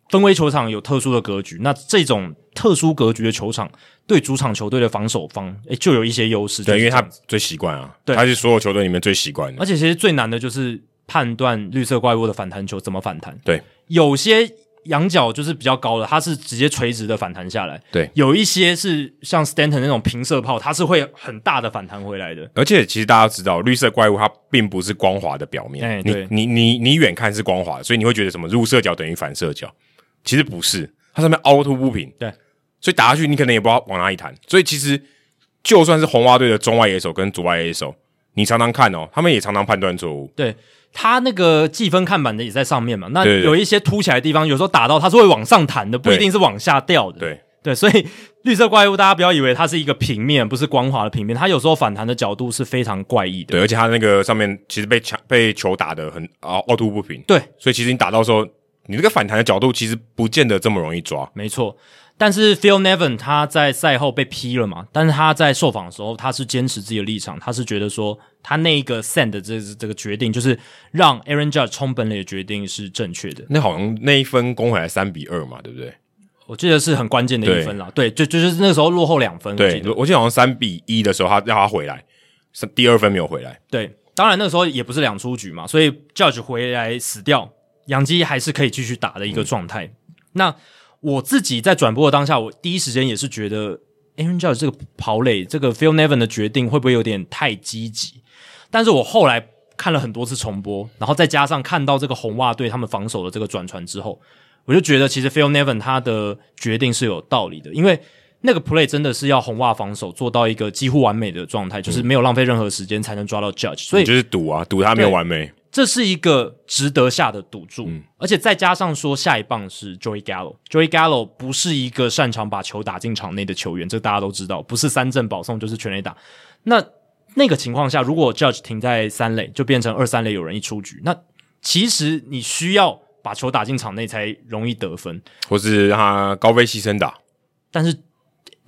Speaker 1: 分威球场有特殊的格局，那这种特殊格局的球场对主场球队的防守方，诶、就有一些优势。就是
Speaker 2: 对，因为
Speaker 1: 这
Speaker 2: 他
Speaker 1: 样子
Speaker 2: 最习惯啊，
Speaker 1: 对
Speaker 2: 他是所有球队里面最习惯的
Speaker 1: 而。且其实最难的就是判断绿色怪物的反弹球怎么反弹。
Speaker 2: 对，
Speaker 1: 有些仰角就是比较高的，它是直接垂直的反弹下来。
Speaker 2: 对，
Speaker 1: 有一些是像 Stanton 那种平射炮，它是会很大的反弹回来的。
Speaker 2: 而且其实大家知道，绿色怪物它并不是光滑的表面，
Speaker 1: 哎
Speaker 2: 你
Speaker 1: 对
Speaker 2: 你你你远看是光滑的，所以你会觉得什么入射角等于反射角，其实不是，它上面凹凸不平，
Speaker 1: 对，
Speaker 2: 所以打下去你可能也不知道往哪里弹，所以其实就算是红袜队的中外野手跟左外野手，你常常看哦，他们也常常判断错误，
Speaker 1: 对，它那个计分看板的也在上面嘛，那
Speaker 2: 对对对
Speaker 1: 有一些凸起来的地方，有时候打到它是会往上弹的，不一
Speaker 2: 对
Speaker 1: 定是往下掉的。
Speaker 2: 对
Speaker 1: 对，所以绿色怪物大家不要以为它是一个平面，不是光滑的平面，它有时候反弹的角度是非常怪异的。
Speaker 2: 对，而且它那个上面其实被抢被球打的很凹凹凸不平，
Speaker 1: 对，
Speaker 2: 所以其实你打到的时候，你那个反弹的角度其实不见得这么容易抓，
Speaker 1: 没错。但是 Phil Nevin 他在赛后被批了嘛，但是他在受访的时候，他是坚持自己的立场，他是觉得说他那一个 send 的这这个决定，就是让 Aaron Judge 冲本垒的决定是正确的。
Speaker 2: 那好像那一分攻回来三比二嘛，对不对？
Speaker 1: 我记得是很关键的一
Speaker 2: 对
Speaker 1: 分啦，对，就就是那时候落后两分，我记
Speaker 2: 对
Speaker 1: 得，
Speaker 2: 我记得好像三比一的时候，他让他回来，是第二分没有回来，
Speaker 1: 对，当然那个时候也不是两出局嘛，所以 Judge 回来死掉，杨基还是可以继续打的一个状态。那我自己在转播的当下，我第一时间也是觉得 Aaron Judge 这个跑垒，这个 Phil Nevin 的决定会不会有点太积极？但是我后来看了很多次重播，然后再加上看到这个红袜队他们防守的这个转传之后，我就觉得其实 Phil Nevin 他的决定是有道理的，因为那个 play 真的是要红袜防守做到一个几乎完美的状态，就是没有浪费任何时间才能抓到 Judge，所以
Speaker 2: 你就是赌啊，赌他没有完美，
Speaker 1: 这是一个值得下的赌注，
Speaker 2: 嗯
Speaker 1: 而且再加上说下一棒是 Joey Gallo，Joey Gallo 不是一个擅长把球打进场内的球员，这大家都知道，不是三振保送就是全垒打。那那个情况下，如果 Judge 停在三垒，就变成二三垒有人一出局，那其实你需要把球打进场内才容易得分。
Speaker 2: 或是让他高飞牺牲打，
Speaker 1: 但是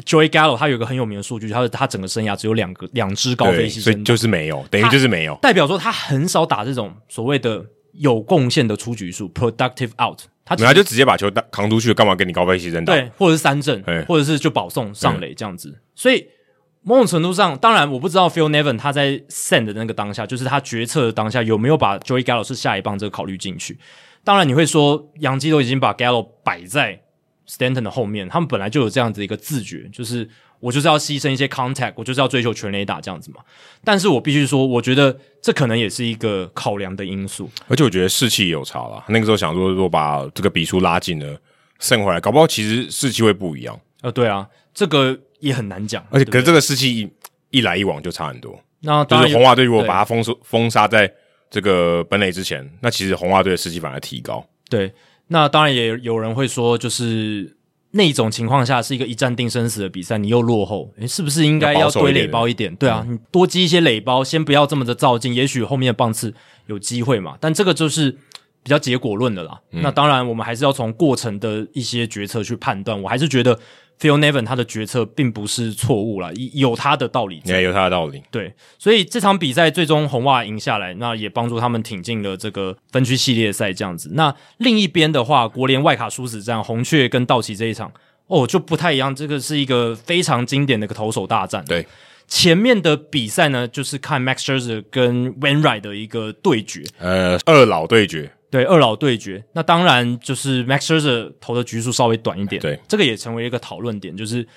Speaker 1: Joey Gallo 他有一个很有名的数据，他的他整个生涯只有两个两支高飞
Speaker 2: 对，
Speaker 1: 牺
Speaker 2: 所以
Speaker 1: 牲打
Speaker 2: 就是没有，等于就是没有，
Speaker 1: 代表说他很少打这种所谓的有贡献的出局数 （productive out），他只
Speaker 2: 没有他就直接把球打扛出去，干嘛跟你高飞牺牲打？
Speaker 1: 对，或者是三振
Speaker 2: 哎，
Speaker 1: 或者是就保送上垒这样子。所以某种程度上，当然我不知道 Phil Nevin 他在 send 的那个当下，就是他决策的当下有没有把 Joey Gallo 是下一棒这个考虑进去。当然你会说，杨基都已经把 Gallo 摆在 Stanton 的后面，他们本来就有这样子一个自觉，就是我就是要牺牲一些 contact，我就是要追求全垒打这样子嘛。但是我必须说，我觉得这可能也是一个考量的因素。
Speaker 2: 而且我觉得士气也有差了。那个时候想说，如果把这个比数拉近了，胜回来，搞不好其实士气会不一样。
Speaker 1: 呃，对啊，这个也很难讲。
Speaker 2: 而
Speaker 1: 对
Speaker 2: 且，
Speaker 1: 不
Speaker 2: 可是
Speaker 1: 对
Speaker 2: 这个士气一一来一往就差很多。
Speaker 1: 那当
Speaker 2: 就
Speaker 1: 然
Speaker 2: 是
Speaker 1: 有
Speaker 2: 红袜队如果
Speaker 1: 对
Speaker 2: 把它封锁封杀在这个本垒之前，那其实红袜队的士气反而提高。
Speaker 1: 对，那当然也有人会说，就是那种情况下是一个一战定生死的比赛，你又落后，诶是不是应该
Speaker 2: 要
Speaker 1: 要
Speaker 2: 保守
Speaker 1: 堆
Speaker 2: 一点嗯
Speaker 1: 垒包一点？对啊，你多积一些垒包，先不要这么的照进，也许后面的棒次有机会嘛。但这个就是比较结果论的啦。
Speaker 2: 嗯
Speaker 1: 那当然，我们还是要从过程的一些决策去判断。我还是觉得 Phil Nevin 他的决策并不是错误啦，有他的道理在。
Speaker 2: 你看有他的道理，
Speaker 1: 对，所以这场比赛最终红袜赢下来，那也帮助他们挺进了这个分区系列赛这样子。那另一边的话，国联外卡殊死战，红雀跟道奇这一场哦就不太一样，这个是一个非常经典的一个投手大战。
Speaker 2: 对，
Speaker 1: 前面的比赛呢，就是看 Max Scherzer 跟 Wainwright 的一个对决，
Speaker 2: 呃，二老对决，
Speaker 1: 对二老对决。那当然就是 Max Scherzer 投的局数稍微短一点，
Speaker 2: 对，
Speaker 1: 这个也成为一个讨论点，就是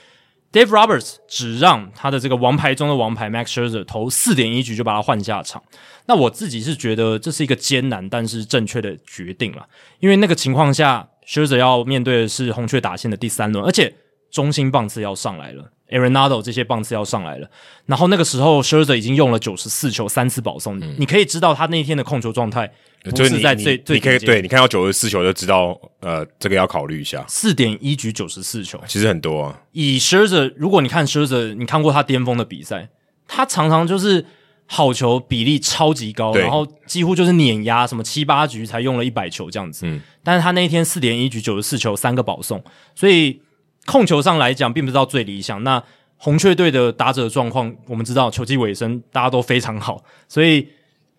Speaker 1: Dave Roberts 只让他的这个王牌中的王牌 Max Scherzer 投四点一局就把他换下场。那我自己是觉得这是一个艰难但是正确的决定了，因为那个情况下，Scherzer 要面对的是红雀打线的第三轮，而且中心棒次要上来了。Arenado 这些棒次要上来了，然后那个时候 Scherzer 已经用了九十四球三次保送，你可以知道他那一天的控球状态不
Speaker 2: 嗯呃就是你
Speaker 1: 在
Speaker 2: 你
Speaker 1: 最最
Speaker 2: 你可以
Speaker 1: 顶尖
Speaker 2: 对，你看到九十四球就知道，呃，这个要考虑一下，
Speaker 1: 四点一局九十四球，
Speaker 2: 其实很多啊，
Speaker 1: 以 Scherzer，如果你看 Scherzer，你看过他巅峰的比赛，他常常就是好球比例超级高，
Speaker 2: 对
Speaker 1: 然后几乎就是碾压什么七八局才用了一百球这样子。
Speaker 2: 嗯
Speaker 1: 但是他那一天四点一局九十四球三个保送，所以控球上来讲并不是到最理想。那红雀队的打者状况，我们知道球季尾声大家都非常好，所以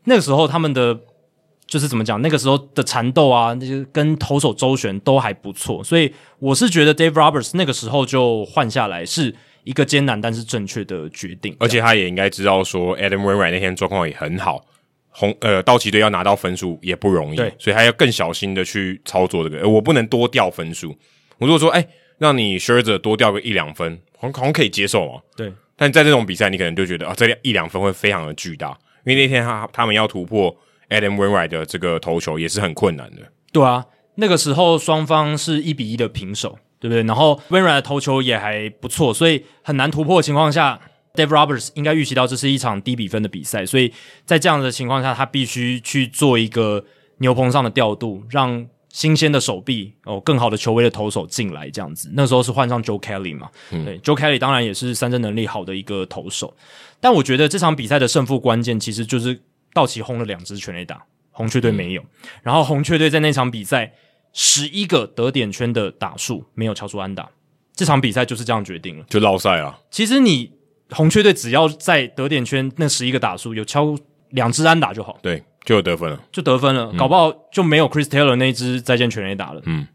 Speaker 1: 那个时候他们的就是怎么讲，那个时候的缠斗啊，那些跟投手周旋都还不错，所以我是觉得 Dave Roberts 那个时候就换下来是一个艰难但是正确的决定，
Speaker 2: 而且他也应该知道说，Adam Wainwright 那天状况也很好，红呃道奇队要拿到分数也不容易
Speaker 1: 对，
Speaker 2: 所以他要更小心的去操作这个。呃我不能多掉分数，我如果说哎、让你 Scherzer 多掉个一两分，好像好像可以接受嘛。
Speaker 1: 对
Speaker 2: 但在这种比赛，你可能就觉得啊，这一两分会非常的巨大，因为那天他他们要突破 Adam Wainwright 的这个投球也是很困难的。
Speaker 1: 对啊，那个时候双方是一比一的平手，对不对？然后微软的投球也还不错，所以很难突破的情况下，Dave Roberts 应该预期到这是一场低比分的比赛，所以在这样的情况下，他必须去做一个牛棚上的调度，让新鲜的手臂哦，更好的球威的投手进来，这样子。那时候是换上 Joe Kelly 嘛，对，Joe Kelly 当然也是三振能力好的一个投手，但我觉得这场比赛的胜负关键其实就是道奇轰了两支全垒打，红雀队没有。然后红雀队在那场比赛十一个得点圈的打数没有敲出安打，这场比赛就是这样决定了。
Speaker 2: 就落赛啊，
Speaker 1: 其实你红雀队只要在得点圈那十一个打数有敲两支安打就好，
Speaker 2: 对，就有得分了。
Speaker 1: 就得分了，搞不好就没有 Chris Taylor 那一支再见全垒打了。
Speaker 2: 嗯，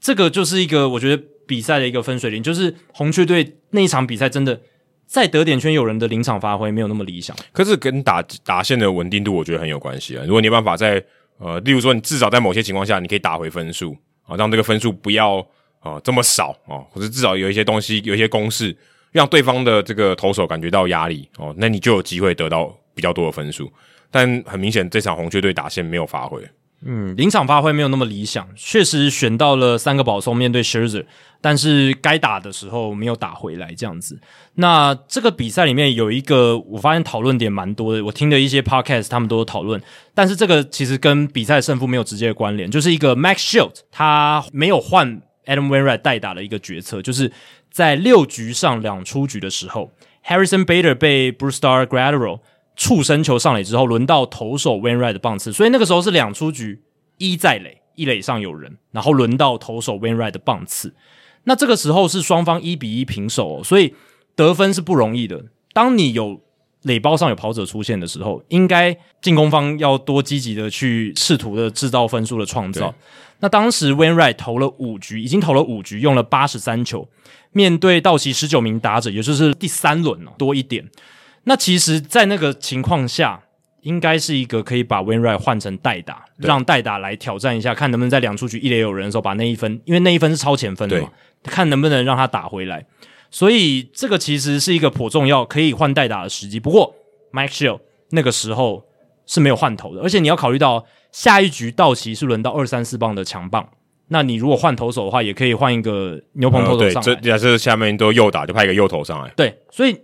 Speaker 1: 这个就是一个我觉得比赛的一个分水岭，就是红雀队那一场比赛真的在得点圈有人的临场发挥没有那么理想。
Speaker 2: 可是跟打打线的稳定度，我觉得很有关系啊。如果你有办法在呃，例如说你至少在某些情况下，你可以打回分数啊，让这个分数不要啊、这么少啊，或者至少有一些东西，有一些公式，让对方的这个投手感觉到压力哦，那你就有机会得到比较多的分数。但很明显，这场红雀队打线没有发挥，
Speaker 1: 嗯，临场发挥没有那么理想，确实选到了三个保送面对 Scherzer，但是该打的时候没有打回来这样子。那这个比赛里面有一个我发现讨论点蛮多的，我听的一些 podcast 他们都有讨论，但是这个其实跟比赛胜负没有直接的关联，就是一个 Max Shield 他没有换 Adam Wainwright 代打的一个决策，就是在六局上两出局的时候，Harrison Bader 被 Bruce Star Gradero。触身球上垒之后，轮到投手 Wainwright 的棒次，所以那个时候是两出局，一在垒，一垒上有人，然后轮到投手 Wainwright 的棒次。那这个时候是双方一比一平手、哦，所以得分是不容易的。当你有垒包上有跑者出现的时候，应该进攻方要多积极的去试图的制造分数的创造
Speaker 2: 对。
Speaker 1: 那当时 Wainwright 投了五局，已经投了五局，用了八十三球，面对道奇十九名打者，也就是第三轮哦，多一点。那其实，在那个情况下，应该是一个可以把 Wainwright 换成代打，
Speaker 2: 对
Speaker 1: 让代打来挑战一下，看能不能在两出局一垒有人的时候把那一分，因为那一分是超前分的嘛，看能不能让他打回来。所以这个其实是一个颇重要可以换代打的时机。不过 Mike Shield 那个时候是没有换头的，而且你要考虑到下一局道奇是轮到二三四棒的强棒，那你如果换投手的话，也可以换一个牛棚
Speaker 2: 呃
Speaker 1: 投手
Speaker 2: 对，
Speaker 1: 上来。
Speaker 2: 这假设下面都右打，就派一个右投上来，
Speaker 1: 对，所以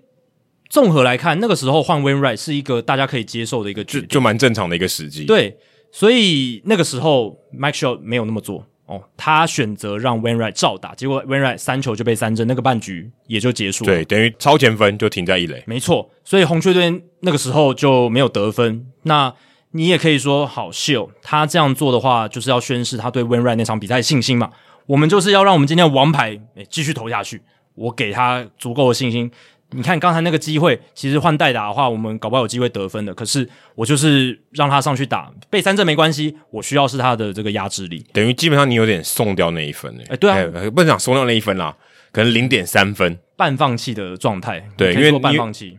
Speaker 1: 综合来看，那个时候换 Wainwright 是一个大家可以接受的一个
Speaker 2: 就
Speaker 1: 决定。
Speaker 2: 就蛮正常的一个时机。
Speaker 1: 对，所以那个时候 Mike Shaw 没有那么做哦，他选择让 Wainwright 照打，结果 Wainwright 三球就被三振，那个半局也就结束了。
Speaker 2: 对，等于超前分就停在一垒。
Speaker 1: 没错，所以红雀队那个时候就没有得分。那你也可以说，好秀，他这样做的话，就是要宣示他对 Win Right 那场比赛的信心嘛。我们就是要让我们今天的王牌诶继续投下去，我给他足够的信心。你看刚才那个机会，其实换代打的话，我们搞不好有机会得分的。可是我就是让他上去打，被三振没关系，我需要是他的这个压制力。
Speaker 2: 等于基本上你有点送掉那一分诶、
Speaker 1: 哎对啊
Speaker 2: 哎不能讲送掉那一分啦，可能零点三分，
Speaker 1: 半放弃的状态，
Speaker 2: 对
Speaker 1: 你可以
Speaker 2: 因为
Speaker 1: 说半
Speaker 2: 你
Speaker 1: 放弃，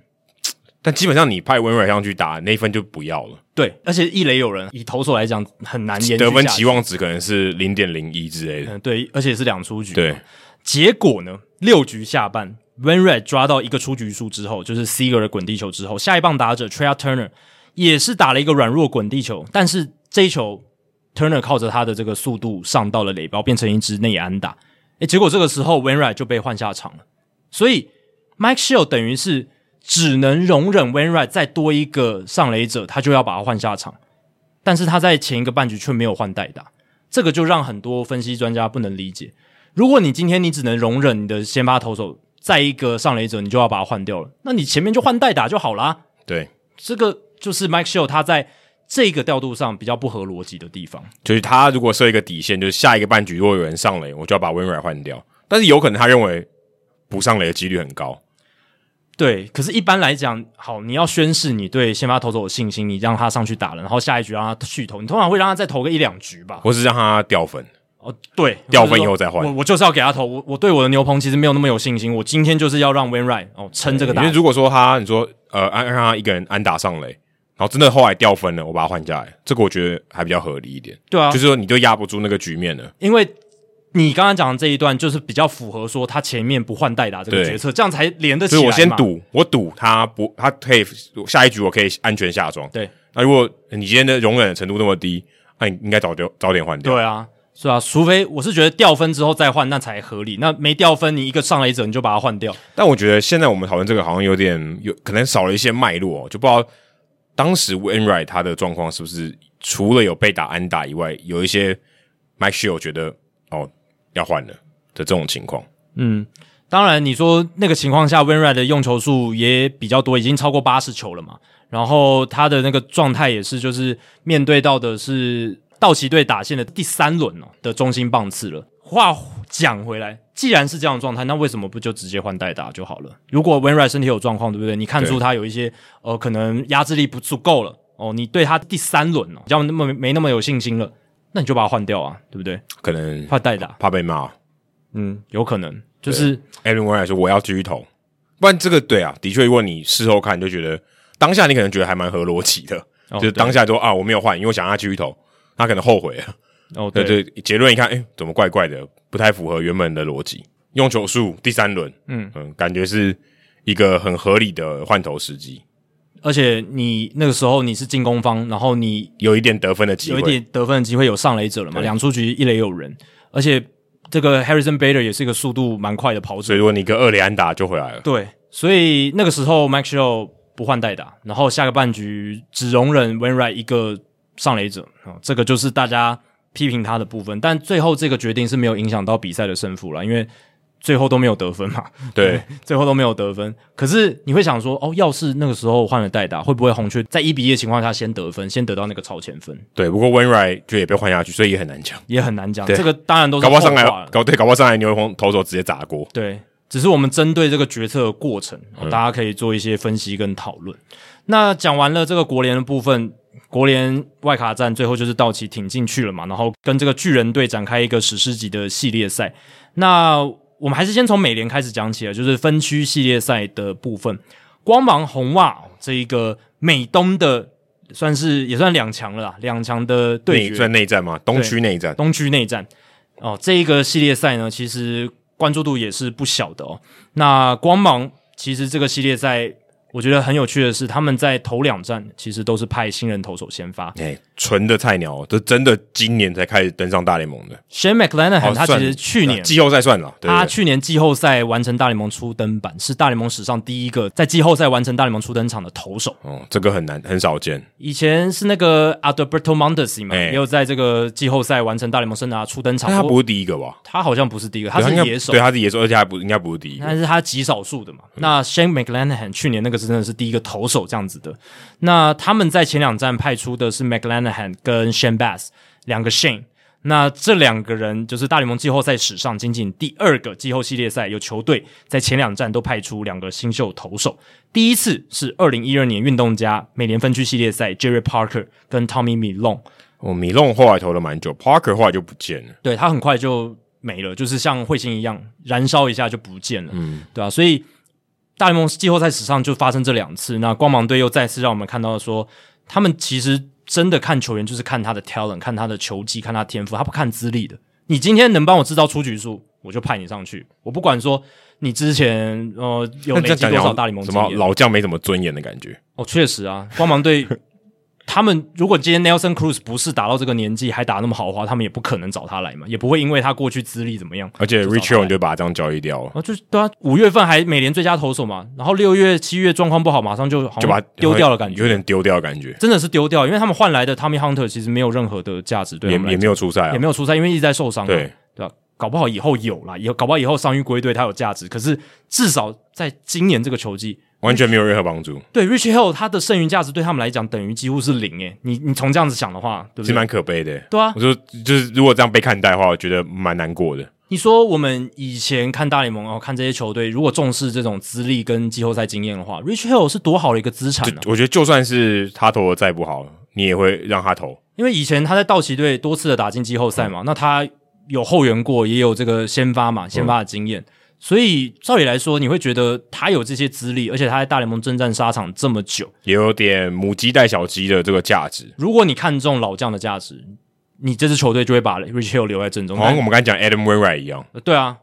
Speaker 2: 但基本上你派温瑞上去打那一分就不要了，
Speaker 1: 对，而且一垒有人，以投手来讲很难延续
Speaker 2: 得分
Speaker 1: 下去
Speaker 2: 期望值可能是零点零一之类的。
Speaker 1: 嗯，对，而且是两出局。
Speaker 2: 对，
Speaker 1: 结果呢，六局下半 w a i n r i g h t 抓到一个出局数之后，就是 Seager 的滚地球之后，下一棒打者 Trey Turner 也是打了一个软弱滚地球，但是这一球 Turner 靠着他的这个速度上到了垒包，变成一支内野安打。诶，结果这个时候 w a i n r i g h t 就被换下场了，所以 Mike Shield 等于是只能容忍 w a i n r i g h t 再多一个上垒者，他就要把他换下场。但是他在前一个半局却没有换代打，这个就让很多分析专家不能理解。如果你今天你只能容忍你的先发投手在一个上垒者，你就要把它换掉了，那你前面就换代打就好啦。
Speaker 2: 对，
Speaker 1: 这个就是 Mike Shield 他在这个调度上比较不合逻辑的地方。
Speaker 2: 就是他如果设一个底线，就是下一个半局如果有人上垒，我就要把温瑞换掉。但是有可能他认为不上垒的几率很高，
Speaker 1: 对，可是，一般来讲，好，你要宣示你对先发投手有信心，你让他上去打了，然后下一局让他续投，你通常会让他再投个一两局吧。
Speaker 2: 或是让他掉分。
Speaker 1: 哦，对，
Speaker 2: 掉分以后再换
Speaker 1: 我我就是要给他投，我我对我的牛棚其实没有那么有信心，我今天就是要让 Winright 哦撑这个
Speaker 2: 因
Speaker 1: 打
Speaker 2: 为。如果说他你说呃安让他一个人安打上垒，然后真的后来掉分了，我把他换下来，这个我觉得还比较合理一点。
Speaker 1: 对啊，
Speaker 2: 就是说你就压不住那个局面了。
Speaker 1: 因为你刚刚讲的这一段就是比较符合说他前面不换代打这个
Speaker 2: 对
Speaker 1: 决策，这样才连得起
Speaker 2: 所以
Speaker 1: 来
Speaker 2: 我先
Speaker 1: 嘛。
Speaker 2: 赌，我赌他不，他可以下一局我可以安全下庄。
Speaker 1: 对，
Speaker 2: 那如果呃你今天的容忍程度那么低，那你应该早就早点换掉。
Speaker 1: 对啊，是啊，除非我是觉得掉分之后再换那才合理，那没掉分你一个上来者你就把它换掉，
Speaker 2: 但我觉得现在我们讨论这个好像有点有可能少了一些脉络、哦，就不知道当时 Wainwright 他的状况是不是除了有被打安打以外，有一些 Mike Shield 觉得哦要换了的这种情况。
Speaker 1: 嗯。当然，你说那个情况下 w i n r i 的用球数也比较多，已经超过八十球了嘛。然后他的那个状态也是，就是面对到的是道奇队打线的第三轮哦的中心棒次了。话讲回来，既然是这样的状态，那为什么不就直接换代打就好了？如果 w i n r i 身体有状况，对不对？你看出
Speaker 2: 对
Speaker 1: 他有一些呃，可能压制力不足够了哦，你对他第三轮哦，比较那么没那么有信心了，那你就把他换掉啊，对不对？
Speaker 2: 可能
Speaker 1: 换代打，
Speaker 2: 怕被骂
Speaker 1: 嗯，有可能就是。
Speaker 2: ，Aaron Wainwright 说我要继续投，不然这个对啊，的确，如果你事后看，你就觉得当下你可能觉得还蛮合逻辑的，
Speaker 1: 哦
Speaker 2: 就
Speaker 1: 对
Speaker 2: 是当下就啊我没有换，因为我想让他继续投，他可能后悔了。
Speaker 1: 哦，
Speaker 2: 对
Speaker 1: 对
Speaker 2: 对，结论一看，哎、怎么怪怪的，不太符合原本的逻辑。用球数第三轮，
Speaker 1: 嗯
Speaker 2: 嗯，感觉是一个很合理的换头时机，
Speaker 1: 而且你那个时候你是进攻方，然后你
Speaker 2: 有一点得分的机
Speaker 1: 有
Speaker 2: 会。
Speaker 1: 一点得分的机会，有上垒者了嘛，
Speaker 2: 对
Speaker 1: 两出局一垒有人，而且这个 Harrison Bader 也是一个速度蛮快的跑
Speaker 2: 所
Speaker 1: 者，
Speaker 2: 以如果你跟二雷安打就回来了，
Speaker 1: 对，所以那个时候 Max Shaw 不换代打，然后下个半局只容忍 Wainwright 一个上垒者、哦，这个就是大家批评他的部分，但最后这个决定是没有影响到比赛的胜负了，因为最后都没有得分嘛，
Speaker 2: 对，
Speaker 1: 最后都没有得分。可是你会想说，哦，要是那个时候换了代打，会不会红雀在一比一的情况下先得分，先得到那个超前分，
Speaker 2: 对。不过 w i n r i g h 就也被换下去，所以也很难讲。
Speaker 1: 也很难讲。
Speaker 2: 对
Speaker 1: 这个当然都是
Speaker 2: 搞不好上来
Speaker 1: 后话了，
Speaker 2: 搞对，搞不好上来牛棚投手直接砸锅。
Speaker 1: 对，只是我们针对这个决策的过程，哦大家可以做一些分析跟讨论。那讲完了这个国联的部分，国联外卡战最后就是道奇挺进去了嘛，然后跟这个巨人队展开一个史诗级的系列赛。那我们还是先从美联开始讲起啊，就是分区系列赛的部分。光芒红袜哦这一个美东的算是也算两强了啦，两强的对
Speaker 2: 内
Speaker 1: 决
Speaker 2: 算内战吗？东区内战，
Speaker 1: 东区内战哦，这一个系列赛呢，其实关注度也是不小的哦。那光芒其实这个系列赛，我觉得很有趣的是，他们在头两战其实都是派新人投手先发。
Speaker 2: 哎、纯的菜鸟，这真的今年才开始登上大联盟的。
Speaker 1: Shane McLenahan
Speaker 2: 哦
Speaker 1: 他其
Speaker 2: 算
Speaker 1: 实去年
Speaker 2: 季后赛算了，对对
Speaker 1: 他
Speaker 2: 对
Speaker 1: 去年季后赛完成大联盟初登板，是大联盟史上第一个在季后赛完成大联盟初登场的投手。
Speaker 2: 哦，这个很难，很少见。
Speaker 1: 以前是那个 Adalberto Mondesi 嘛，
Speaker 2: 哎
Speaker 1: 也有在这个季后赛完成大联盟生涯初登场。
Speaker 2: 但他
Speaker 1: 不
Speaker 2: 不
Speaker 1: 过
Speaker 2: 是第一个吧？
Speaker 1: 他好像不是第一个，他
Speaker 2: 对
Speaker 1: 是
Speaker 2: 应该
Speaker 1: 野手
Speaker 2: 对，。他是野手，而且他不应该不是第一个。
Speaker 1: 但是他极少数的嘛。那 Shane McLanahan 去年那个真的是第一个投手这样子的。那他们在前两站派出的是 McLanahan 跟 Shane Bass 两个 Shane。那这两个人就是大联盟季后赛史上仅仅第二个季后系列赛有球队在前两站都派出两个新秀投手。第一次是二零一二年运动家美联分区系列赛 Jerry Parker 跟 Tommy Milone，
Speaker 2: 哦，米弄后来投了蛮久，Parker 后来就不见了。
Speaker 1: 对他很快就没了，就是像彗星一样燃烧一下就不见了，嗯，对啊，所以大联盟季后赛史上就发生这两次，那光芒队又再次让我们看到说，他们其实真的看球员就是看他的 talent，看他的球技，看他天赋，他不看资历的。你今天能帮我制造出局数，我就派你上去，我不管说你之前呃有累
Speaker 2: 那这样
Speaker 1: 积
Speaker 2: 讲
Speaker 1: 多
Speaker 2: 讲
Speaker 1: 少
Speaker 2: 好
Speaker 1: 大联盟
Speaker 2: 什
Speaker 1: 经
Speaker 2: 么
Speaker 1: 验
Speaker 2: 老将没什么尊严的感觉。
Speaker 1: 哦，确实啊，光芒队他们如果今天 Nelson Cruz 不是打到这个年纪还打那么豪华，他们也不可能找他来嘛，也不会因为他过去资历怎么样。
Speaker 2: 而且
Speaker 1: 就找
Speaker 2: r i
Speaker 1: 他
Speaker 2: c h o n 就把他这样交易掉了，
Speaker 1: 啊，就是对啊，五月份还美联最佳投手嘛，然后六月、七月状况不好，马上就好
Speaker 2: 就把
Speaker 1: 像哦丢掉了，感觉
Speaker 2: 有点丢掉的感觉，
Speaker 1: 真的是丢掉，因为他们换来的 Tommy Hunter 其实没有任何的价值，对
Speaker 2: 也
Speaker 1: 他们来
Speaker 2: 也没有出赛
Speaker 1: 讲
Speaker 2: 啊
Speaker 1: 也。没有出赛，因为一直在受伤嘛，啊
Speaker 2: 对，
Speaker 1: 对吧、搞不好以后有啦，以后搞不好以后伤愈归队，他有价值，可是至少在今年这个球季，
Speaker 2: 完全没有任何帮助，
Speaker 1: 对 Rich Hill 他的剩余价值对他们来讲等于几乎是零诶，你你从这样子想的话，对不
Speaker 2: 是
Speaker 1: 对？
Speaker 2: 蛮可悲的。
Speaker 1: 对啊
Speaker 2: 我，说就是如果这样被看待的话，我觉得蛮难过的。
Speaker 1: 你说我们以前看大联盟哦，看这些球队，如果重视这种资历跟季后赛经验的话，Rich Hill 是多好的一个资产啊呢、
Speaker 2: 我觉得就算是他投的再不好，你也会让他投。
Speaker 1: 因为以前他在道奇队多次的打进季后
Speaker 2: 嗯
Speaker 1: 赛嘛，那他有后援过，也有这个先发嘛，先发的经验，所以照理来说，你会觉得他有这些资历，而且他在大联盟征战沙场这么久，
Speaker 2: 也有点母鸡带小鸡的这个价值。
Speaker 1: 如果你看中老将的价值，你这支球队就会把 Rich Hill 留在正中。
Speaker 2: 好像啊我们刚才讲 Adam Wainwright 一样，
Speaker 1: 呃对啊，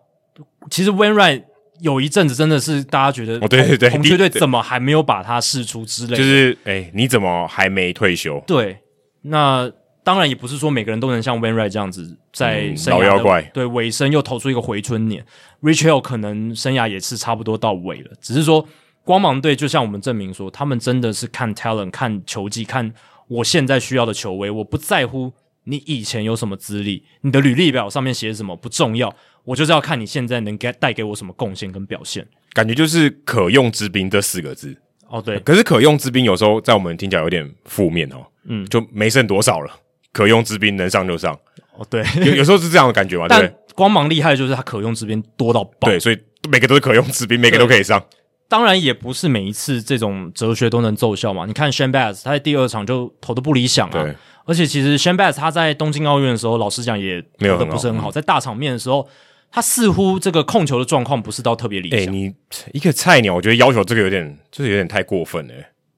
Speaker 1: 其实 Wainwright 有一阵子真的是大家觉得，
Speaker 2: 哦对对对
Speaker 1: 红
Speaker 2: 第一
Speaker 1: 雀队
Speaker 2: 对
Speaker 1: 怎么还没有把他释出之类的，
Speaker 2: 就是哎、你怎么还没退休？
Speaker 1: 对，那当然也不是说每个人都能像 Wainwright 这样子在
Speaker 2: 嗯
Speaker 1: 生涯的
Speaker 2: 老妖怪
Speaker 1: 对尾声又投出一个回春年。Rich Hill 可能生涯也是差不多到尾了，只是说光芒队就像我们证明说，他们真的是看 talent、看球技、看我现在需要的球威，我不在乎你以前有什么资历，你的履历表上面写什么不重要，我就是要看你现在能给带给我什么贡献跟表现。
Speaker 2: 感觉就是“可用之兵”这四个字。
Speaker 1: 哦，对，
Speaker 2: 可是“可用之兵”有时候在我们听起来有点负面哦，
Speaker 1: 嗯
Speaker 2: 就没剩多少了。可用之兵能上就 上，
Speaker 1: 哦对，
Speaker 2: 有有时候是这样的感觉嘛，对不
Speaker 1: 但
Speaker 2: 对？
Speaker 1: 光芒厉害的就是他可用之边多到爆。
Speaker 2: 对，所以每个都是可用之兵，每个都可以上。
Speaker 1: 当然也不是每一次这种哲学都能奏效嘛。你看 Shan Bass，他在第二场就投的不理想啊
Speaker 2: 对，
Speaker 1: 而且其实 Shan Bass 他在东京奥运的时候，老实讲也
Speaker 2: 没有
Speaker 1: 投的
Speaker 2: 很
Speaker 1: 不
Speaker 2: 好
Speaker 1: 是很好，在大场面的时候，他似乎这个控球的状况不是到特别理
Speaker 2: 哎、
Speaker 1: 想。
Speaker 2: 你一个菜鸟，我觉得要求这个有点，就是有点太过分了、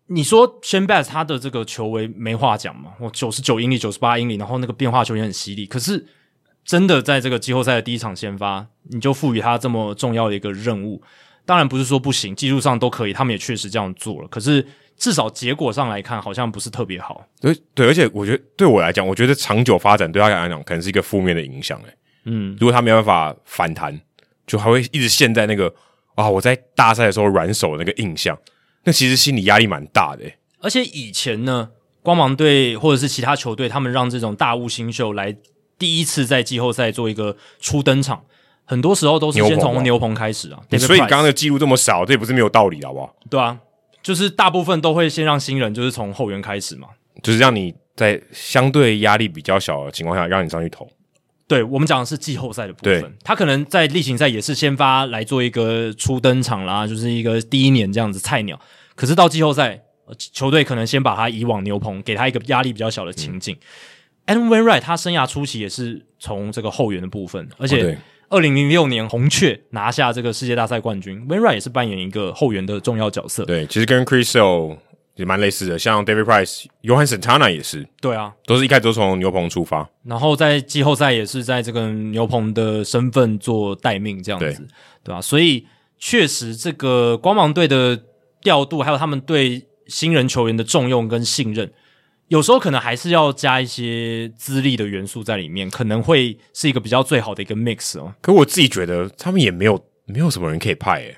Speaker 1: 你说 s h a n b a s 他的这个球围没话讲嘛？我九十九英里、九十八英里，然后那个变化球也很犀利。可是真的在这个季后赛的第一场先发，你就赋予他这么重要的一个任务，当然不是说不行，技术上都可以，他们也确实这样做了。可是至少结果上来看，好像不是特别好。
Speaker 2: 对对，而且我觉得对我来讲，我觉得长久发展对他来讲可能是一个负面的影响、欸。
Speaker 1: 嗯，
Speaker 2: 如果他没办法反弹，就还会一直陷在那个啊，我在大赛的时候软手的那个印象，那其实心理压力蛮大的、欸。
Speaker 1: 而且以前呢，光芒队或者是其他球队，他们让这种大物新秀来第一次在季后赛做一个初登场，很多时候都是
Speaker 2: 牛
Speaker 1: 先
Speaker 2: 棚
Speaker 1: 从
Speaker 2: 吧
Speaker 1: 牛棚开始啊。David
Speaker 2: 所以刚
Speaker 1: Price
Speaker 2: 刚的记录这么少，这也不是没有道理，好不好？
Speaker 1: 对啊，就是大部分都会先让新人就是从后援开始嘛。
Speaker 2: 就是让你在相对压力比较小的情况下，让你上去投。
Speaker 1: 对我们讲的是季后赛的部
Speaker 2: 对
Speaker 1: 分，他可能在例行赛也是先发来做一个初登场啦，就是一个第一年这样子菜鸟。可是到季后赛，呃球队可能先把他移往牛棚，给他一个压力比较小的情境。Adam
Speaker 2: 嗯
Speaker 1: Wainwright 他生涯初期也是从这个后援的部分，而
Speaker 2: 哦
Speaker 1: 且
Speaker 2: 对
Speaker 1: 二零零六年红雀拿下这个世界大赛冠军，Wainwright 也是扮演一个后援的重要角色。
Speaker 2: 对，其实跟 Chris Sale 也蛮类似的，像 David Price、Johan Santana 也是，
Speaker 1: 对啊，
Speaker 2: 都是一开始都从牛棚出发。
Speaker 1: 然后在季后赛也是在这个牛棚的身份做待命这样子，对吧、所以确实，这个光芒队的调度，还有他们对新人球员的重用跟信任，有时候可能还是要加一些资历的元素在里面，可能会是一个比较最好的一个 mix 哦。
Speaker 2: 可我自己觉得他们也没有没有什么人可以派诶、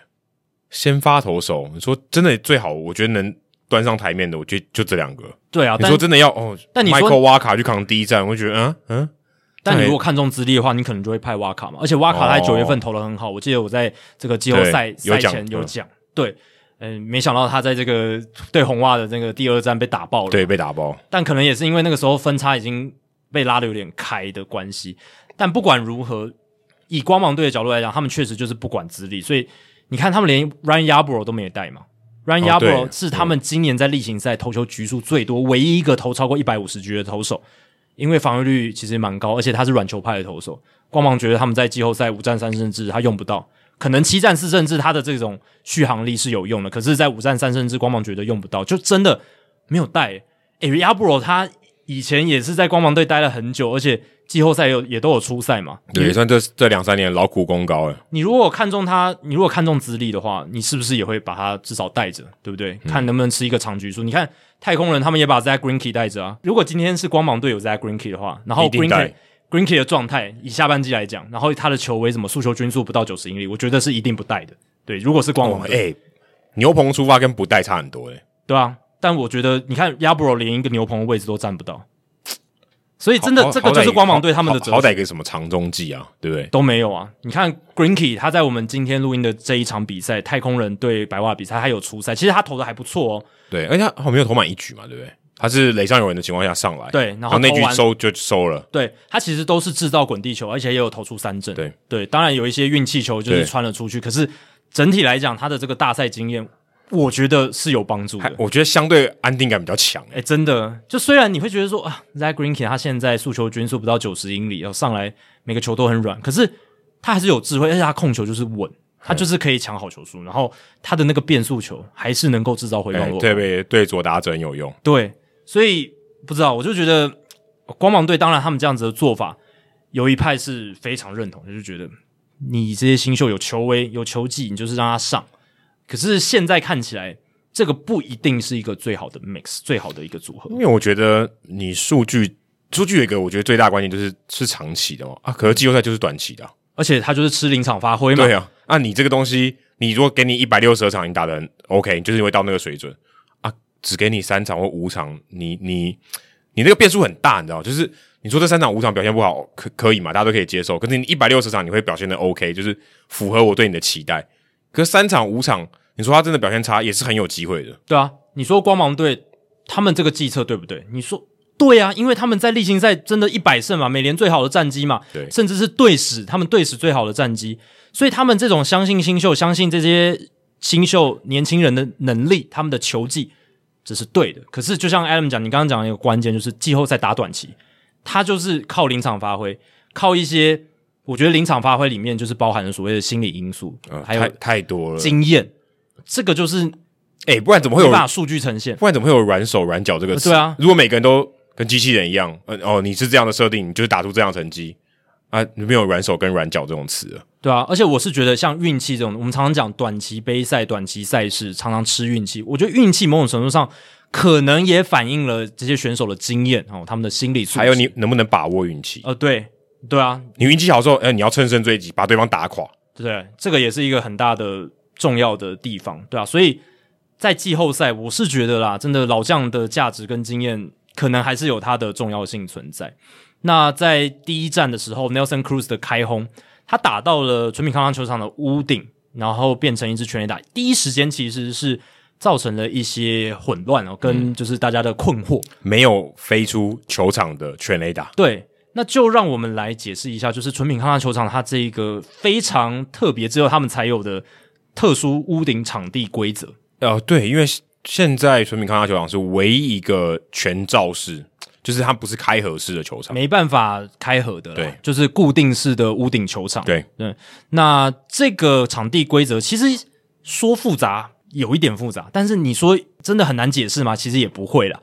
Speaker 2: 先发投手，你说真的最好，我觉得能端上台面的，我觉得就这两个。
Speaker 1: 对啊，
Speaker 2: 你
Speaker 1: 但
Speaker 2: 说真的要哦？
Speaker 1: 但你说
Speaker 2: Michael 瓦卡去扛第一站，我就觉得嗯嗯，
Speaker 1: 但你如果看重资历的话，你可能就会派瓦卡嘛。而且瓦卡他在
Speaker 2: 哦
Speaker 1: 九月份投的很好，我记得我在这个季后赛
Speaker 2: 对有
Speaker 1: 赛
Speaker 2: 讲
Speaker 1: 前有
Speaker 2: 嗯
Speaker 1: 讲，对，嗯，没想到他在这个对红袜的那个第二战被打爆了，
Speaker 2: 对，被打爆。
Speaker 1: 但可能也是因为那个时候分差已经被拉的有点开的关系。但不管如何，以光芒队的角度来讲，他们确实就是不管资历，所以你看他们连 Ryan Yarbrough 都没有带嘛。Ryan
Speaker 2: 哦对
Speaker 1: Yarbrough、是他们今年在例行赛投球局数最多，唯一一个投超过一百五十局的投手，因为防御率其实蛮高，而且他是软球派的投手。光芒觉得他们在季后赛五战三胜制他用不到，可能七战四胜制他的这种续航力是有用的，可是，在五战三胜制光芒觉得用不到，就真的没有带、欸。诶 y a b r o 他以前也是在光芒队待了很久，而且季后赛有也都有出赛嘛。
Speaker 2: 对，也算这这两三年劳苦功高欸了。
Speaker 1: 你如果看中他，你如果看中资历的话，你是不是也会把他至少带着，对不对？
Speaker 2: 嗯
Speaker 1: 看能不能吃一个长局数。你看太空人他们也把 Zach Greinke 带着啊。如果今天是光芒队有 Zach Greinke 的话，然后
Speaker 2: 一定带
Speaker 1: Greinke Greinke 的状态，以下半季来讲，然后他的球为什么速球均速不到九十英里，我觉得是一定不带的。对，如果是光
Speaker 2: 哦
Speaker 1: 芒，欸
Speaker 2: 哎、
Speaker 1: 队，
Speaker 2: 牛棚出发跟不带差很多哎、
Speaker 1: 对啊。但我觉得你看 Yabro 连一个牛棚的位置都占不到，所以真的
Speaker 2: 好
Speaker 1: 这个
Speaker 2: 好
Speaker 1: 就是
Speaker 2: 歹
Speaker 1: 光芒队他们的
Speaker 2: 好
Speaker 1: 哲
Speaker 2: 好
Speaker 1: 学
Speaker 2: 歹一个什么长中计啊，对不对？
Speaker 1: 都没有啊！你看 Greenkey 他在我们今天录音的这一场比赛，太空人对白袜比赛，他有出赛，其实他投的还不错哦。
Speaker 2: 对，而且他好没有投满一局嘛，对不对？他是垒上有人的情况下上来，
Speaker 1: 对然
Speaker 2: 然
Speaker 1: 后
Speaker 2: 那
Speaker 1: 投
Speaker 2: 局
Speaker 1: 完
Speaker 2: 收就收了，
Speaker 1: 对他其实都是制造滚地球，而且也有投出三振。
Speaker 2: 对
Speaker 1: 对，当然有一些运气球就是
Speaker 2: 对
Speaker 1: 穿了出去，可是整体来讲，他的这个大赛经验，我觉得是有帮助
Speaker 2: 还
Speaker 1: 的。
Speaker 2: 我觉得相对安定感比较强、哎
Speaker 1: 哎、真的，就虽然你会觉得说啊，Zach Greinke 他现在速球均速不到九十英里，要上来每个球都很软，可是他还是有智慧，而且他控球就是稳，他就是可以抢好球数，然后他的那个变速球还是能够制造回
Speaker 2: 哎
Speaker 1: 网络。
Speaker 2: 对对对，左打者很有用。
Speaker 1: 对，所以不知道，我就觉得呃光芒队当然他们这样子的做法，有一派是非常认同，就是觉得你这些新秀有球威有球技，你就是让他上。可是现在看起来，这个不一定是一个最好的 mix，最好的一个组合。
Speaker 2: 因为我觉得你数据数据有一个我觉得最大关键就是是长期的嘛啊，可是季后赛就是短期的啊、
Speaker 1: 而且他就是吃临场发挥嘛，
Speaker 2: 对啊，啊你这个东西，你如果给你一百六十场，你打的很 OK，你就是会到那个水准啊，只给你三场或五场，你你你那个变数很大，你知道吗，就是你说这三场五场表现不好，可可以嘛，大家都可以接受，可是你一百六十场你会表现的 OK，就是符合我对你的期待，可是三场五场，你说他真的表现差也是很有机会的，
Speaker 1: 对啊，你说光芒队他们这个计策对不对？你说对啊，因为他们在例行赛真的一百胜嘛，美联最好的战绩嘛，
Speaker 2: 对
Speaker 1: 甚至是队史他们队史最好的战绩，所以他们这种相信新秀、相信这些新秀年轻人的能力，他们的球技这是对的。可是就像 Adam 讲，你刚刚讲的一个关键就是季后赛打短期，他就是靠临场发挥，靠一些我觉得临场发挥里面就是包含了所谓的心理因素，
Speaker 2: 呃
Speaker 1: 还有
Speaker 2: 太太多了。
Speaker 1: 经验，这个就是没
Speaker 2: 哎、不然怎么会有
Speaker 1: 办法数据呈现。
Speaker 2: 不然怎么会有软手软脚这个词？
Speaker 1: 对啊
Speaker 2: 如果每个人都跟机器人一样，呃，哦，你是这样的设定，你就是打出这样的成绩啊，你没有软手跟软脚这种词了。
Speaker 1: 对啊，而且我是觉得像运气这种，我们常常讲短期杯赛、短期赛事，常常吃运气。我觉得运气某种程度上可能也反映了这些选手的经验哦，他们的心理素质。
Speaker 2: 还有你能不能把握运气？
Speaker 1: 呃，对对啊，
Speaker 2: 你运气好的时候，呃，你要乘胜追击，把对方打垮。
Speaker 1: 对，这个也是一个很大的重要的地方，对啊，所以在季后赛，我是觉得啦，真的老将的价值跟经验，可能还是有它的重要性存在。那在第一站的时候，Nelson Cruz 的开轰，他打到了纯品康康球场的屋顶，然后变成一支全垒打，第一时间其实是造成了一些混乱哦，跟就是大家的困惑。
Speaker 2: 没有飞出球场的全垒打，
Speaker 1: 对，那就让我们来解释一下，就是纯品康纳球场它这一个非常特别，只有他们才有的特殊屋顶场地规则。
Speaker 2: 呃，对，因为现在纯品康纳球场是唯一一个全罩式，就是它不是开合式的球场。
Speaker 1: 没办法开合的啦，
Speaker 2: 对
Speaker 1: 就是固定式的屋顶球场。
Speaker 2: 对
Speaker 1: 对，那这个场地规则其实说复杂有一点复杂，但是你说真的很难解释吗？其实也不会啦。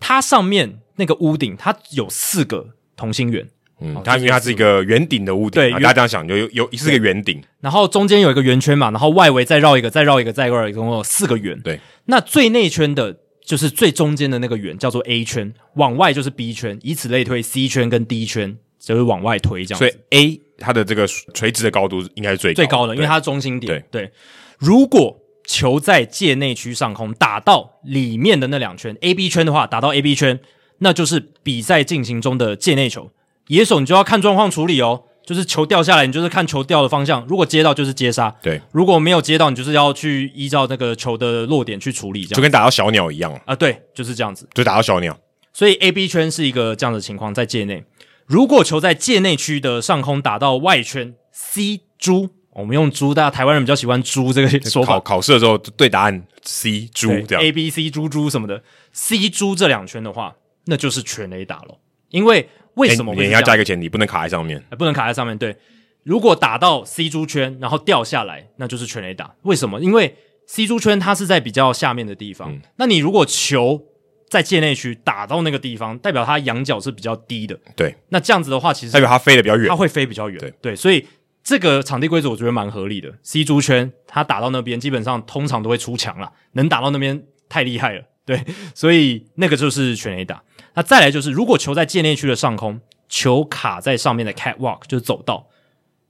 Speaker 1: 它上面那个屋顶，它有四个同心圆，
Speaker 2: 嗯
Speaker 1: 哦，
Speaker 2: 它
Speaker 1: 这
Speaker 2: 因为它
Speaker 1: 就是
Speaker 2: 是一个圆顶的屋顶，
Speaker 1: 对
Speaker 2: 啊
Speaker 1: 圆
Speaker 2: 大家这样想就有有是个圆顶，
Speaker 1: 然后中间有一个圆圈嘛，然后外围再绕一个，再绕一个，再绕一个，总共有四个圆。
Speaker 2: 对，
Speaker 1: 那最内圈的就是最中间的那个圆，叫做 A 圈，往外就是 B 圈，以此类推，C 圈跟 D 圈就是往外推这样子。
Speaker 2: 所以 A 它的这个垂直的高度应该是最
Speaker 1: 最高的，因为
Speaker 2: 对
Speaker 1: 它是中心点。对，如果球在界内区上空打到里面的那两圈 A、B 圈的话，打到 A、B 圈，那就是比赛进行中的界内球。野手你就要看状况处理哦，就是球掉下来，你就是看球掉的方向，如果接到就是接杀，
Speaker 2: 对，
Speaker 1: 如果没有接到，你就是要去依照那个球的落点去处理，这
Speaker 2: 就
Speaker 1: 样
Speaker 2: 跟打到小鸟一样，
Speaker 1: 啊、对，就是这样子。
Speaker 2: 就打到小鸟。
Speaker 1: 所以 A、B 圈是一个这样的情况，在界内。如果球在界内区的上空打到外圈 C 猪，我们用猪，大家台湾人比较喜欢猪这个说
Speaker 2: 考
Speaker 1: 法，
Speaker 2: 考试的时候对答案 C 猪
Speaker 1: 对
Speaker 2: 这
Speaker 1: A、
Speaker 2: 样，
Speaker 1: B、C 猪猪什么的，C 猪这两圈的话，那就是全垒打了。因为为什么
Speaker 2: 哎
Speaker 1: 会
Speaker 2: 你
Speaker 1: 是
Speaker 2: 要
Speaker 1: 这
Speaker 2: 加
Speaker 1: 样
Speaker 2: 一个前提，不能卡在上面。
Speaker 1: 呃不能卡在上面？对，如果打到 C 猪圈，然后掉下来，那就是全垒打。为什么？因为 C 猪圈它是在比较下面的地方，那你如果球在界内区打到那个地方，代表它仰角是比较低的。
Speaker 2: 对，
Speaker 1: 那这样子的话，其实
Speaker 2: 代表它飞得比较远
Speaker 1: 它。会飞比较远。
Speaker 2: 对
Speaker 1: 所以这个场地规则我觉得蛮合理的。C 猪圈它打到那边，基本上通常都会出墙啦，能打到那边太厉害了。 对，所以那个就是全 A 打。那再来就是，如果球在界内区的上空，球卡在上面的 catwalk 就是走道，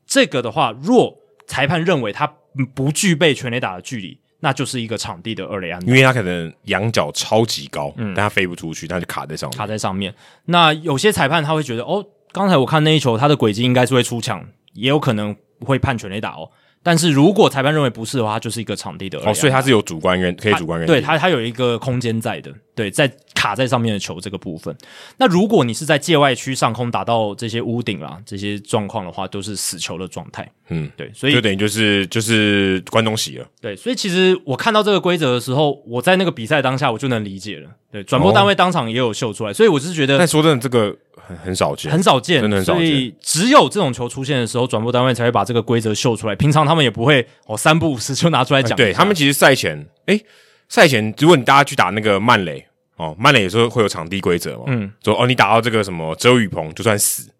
Speaker 1: 这个的话，若裁判认为它不具备全垒打的距离，那就是一个场地的二垒安打
Speaker 2: 因为它可能仰角超级高，但它飞不出去，它就卡在上面。
Speaker 1: 嗯卡在上面。那有些裁判他会觉得，哦，刚才我看那一球，他的轨迹应该是会出墙，也有可能会判全垒打哦。但是如果裁判认为不是的话，它就是一个场地的
Speaker 2: 哦，所以
Speaker 1: 他
Speaker 2: 它是有主观认，可以主观认定。
Speaker 1: 对他他有一个空间在的，对，在卡在上面的球这个部分。那如果你是在界外区上空打到这些屋顶啦，这些状况的话，都是死球的状态。
Speaker 2: 嗯，
Speaker 1: 对，所以
Speaker 2: 就等于就是就是关东洗了。
Speaker 1: 对，所以其实我看到这个规则的时候，我在那个比赛当下我就能理解了。对，转播
Speaker 2: 哦
Speaker 1: 单位当场也有秀出来，所以我是觉得
Speaker 2: 但说真的，这个很很少见，
Speaker 1: 很少见，
Speaker 2: 真的很少见
Speaker 1: 所以只有这种球出现的时候，转播单位才会把这个规则秀出来。平常他们也不会哦，三不五时就拿出来讲一下、
Speaker 2: 呃对他们其实赛前，哎，赛前如果你大家去打那个慢垒，哦，慢垒有时候会有场地规则嘛，
Speaker 1: 嗯，
Speaker 2: 说哦，你打到这个什么遮雨棚就算死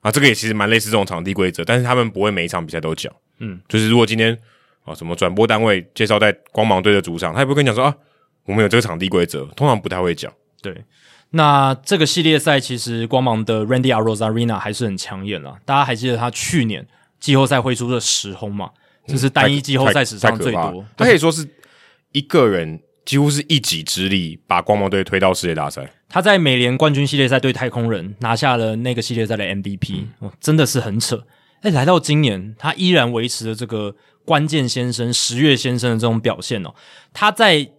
Speaker 2: 啊，这个也其实蛮类似这种场地规则，但是他们不会每一场比赛都讲，
Speaker 1: 嗯，
Speaker 2: 就是如果今天啊什么转播单位介绍在光芒队的主场，他也不会跟你讲说啊，我们有这个场地规则，通常不太会讲，
Speaker 1: 对。那这个系列赛其实光芒的 Randy a r o z a r e n a 还是很抢眼了。大家还记得他去年季后赛挥出的十轰嘛？这是单一季后赛史上最
Speaker 2: 太太
Speaker 1: 多
Speaker 2: 可怕了。他可以说是一个人几乎是一己之力把光芒队推到世界大赛，
Speaker 1: 他在美联冠军系列赛对太空人拿下了那个系列赛的 MVP，、哦、真的是很扯。哎，来到今年，他依然维持了这个关键先生、十月先生的这种表现哦。他在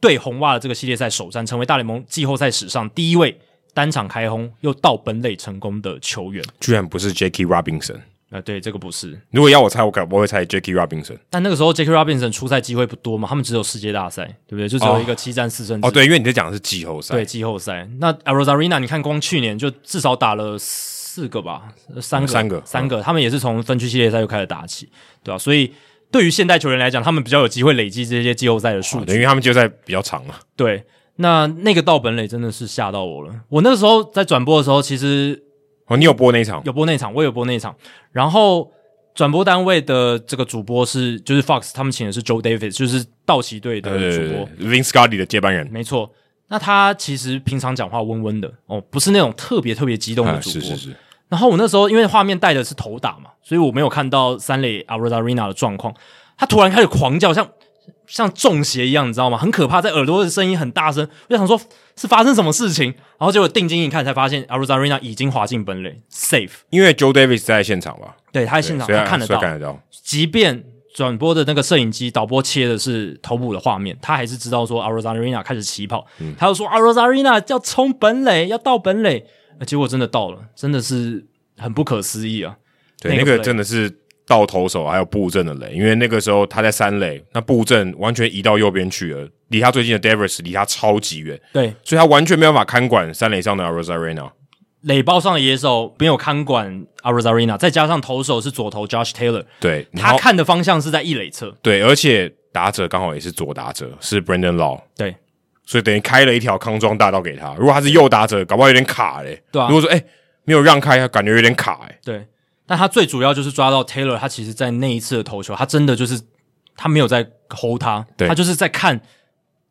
Speaker 1: 对红袜的这个系列赛首战，成为大联盟季后赛史上第一位单场开轰又到本垒成功的球员。
Speaker 2: 居然不是 Jackie Robinson。
Speaker 1: 啊、对，这个不是。
Speaker 2: 如果要我猜，我可我会猜 Jackie Robinson。
Speaker 1: 但那个时候 j a c k Robinson 出赛机会不多嘛，他们只有世界大赛，对不对？就只有
Speaker 2: 哦
Speaker 1: 一个七战四胜制
Speaker 2: 哦，对，因为你在讲的是季后赛，
Speaker 1: 啊对季后赛。那 a r o z a r e n a 你看光去年就至少打了四四个吧，呃三个，
Speaker 2: 三个嗯
Speaker 1: 三个，他们也是从分区系列赛就开始打起，对吧、所以对于现代球员来讲，他们比较有机会累积这些季后赛的数
Speaker 2: 哦
Speaker 1: 据。
Speaker 2: 因为他们就在比较长嘛，
Speaker 1: 对，那那个盗本垒真的是吓到我了。我那时候在转播的时候，其实
Speaker 2: 哦，你有播那一场？
Speaker 1: 有播那场，我有播那场。然后转播单位的这个主播是就是 Fox，他们请的是 Joe Davis，就是道奇队的
Speaker 2: 对对
Speaker 1: 主
Speaker 2: 对
Speaker 1: 播。
Speaker 2: 对，Vin Scully 的接班人，
Speaker 1: 没错，那他其实平常讲话温温的哦，不是那种特别特别激动的
Speaker 2: 啊，
Speaker 1: 主
Speaker 2: 是
Speaker 1: 播。
Speaker 2: 是是，
Speaker 1: 然后我那时候因为画面带的是头打嘛，所以我没有看到三垒 a r o z a r e n a 的状况。他突然开始狂叫，像像中邪一样，你知道吗？很可怕，在耳朵的声音很大声。我就想说，是发生什么事情？然后结果定睛一看，才发现 a r o z a r e n a 已经滑进本垒，safe。
Speaker 2: 因为 Joe Davis 在现场吧，
Speaker 1: 对，他在
Speaker 2: 对
Speaker 1: 现场，
Speaker 2: 所以
Speaker 1: 他看得
Speaker 2: 所以
Speaker 1: 到。
Speaker 2: 看得到，
Speaker 1: 即便转播的那个摄影机导播切的是头部的画面，他还是知道说 a r o z a r e n a 开始起跑，
Speaker 2: 嗯
Speaker 1: 他就说 a r o z a r e n a 要冲本垒，要到本垒，呃结果真的到了，真的是很不可思议啊！
Speaker 2: 对，
Speaker 1: 那
Speaker 2: 那
Speaker 1: 个
Speaker 2: 个
Speaker 1: play
Speaker 2: 真的是到投手还有布阵的垒，因为那个时候他在三垒，那布阵完全移到右边去了，离他最近的 Davis 离他超级远，
Speaker 1: 对，
Speaker 2: 所以他完全没有办法看管三垒上的 a r o z a r e n a
Speaker 1: 垒包上的野手没有看管 a r o z a r e n a 再加上投手是左投 Josh Taylor，
Speaker 2: 对，然
Speaker 1: 他
Speaker 2: 后
Speaker 1: 看的方向是在一垒侧，
Speaker 2: 对，而且打者刚好也是左打者，是 Brandon Law，
Speaker 1: 对
Speaker 2: 所以等于开了一条康庄大道给他。如果他是右打者，搞不好有点卡嘞、
Speaker 1: 对啊
Speaker 2: 如果说哎、没有让开，他感觉有点卡哎、
Speaker 1: 对。但他最主要就是抓到 Taylor，他其实在那一次的投球，他真的就是他没有在 hold 他，
Speaker 2: 对
Speaker 1: 他就是在看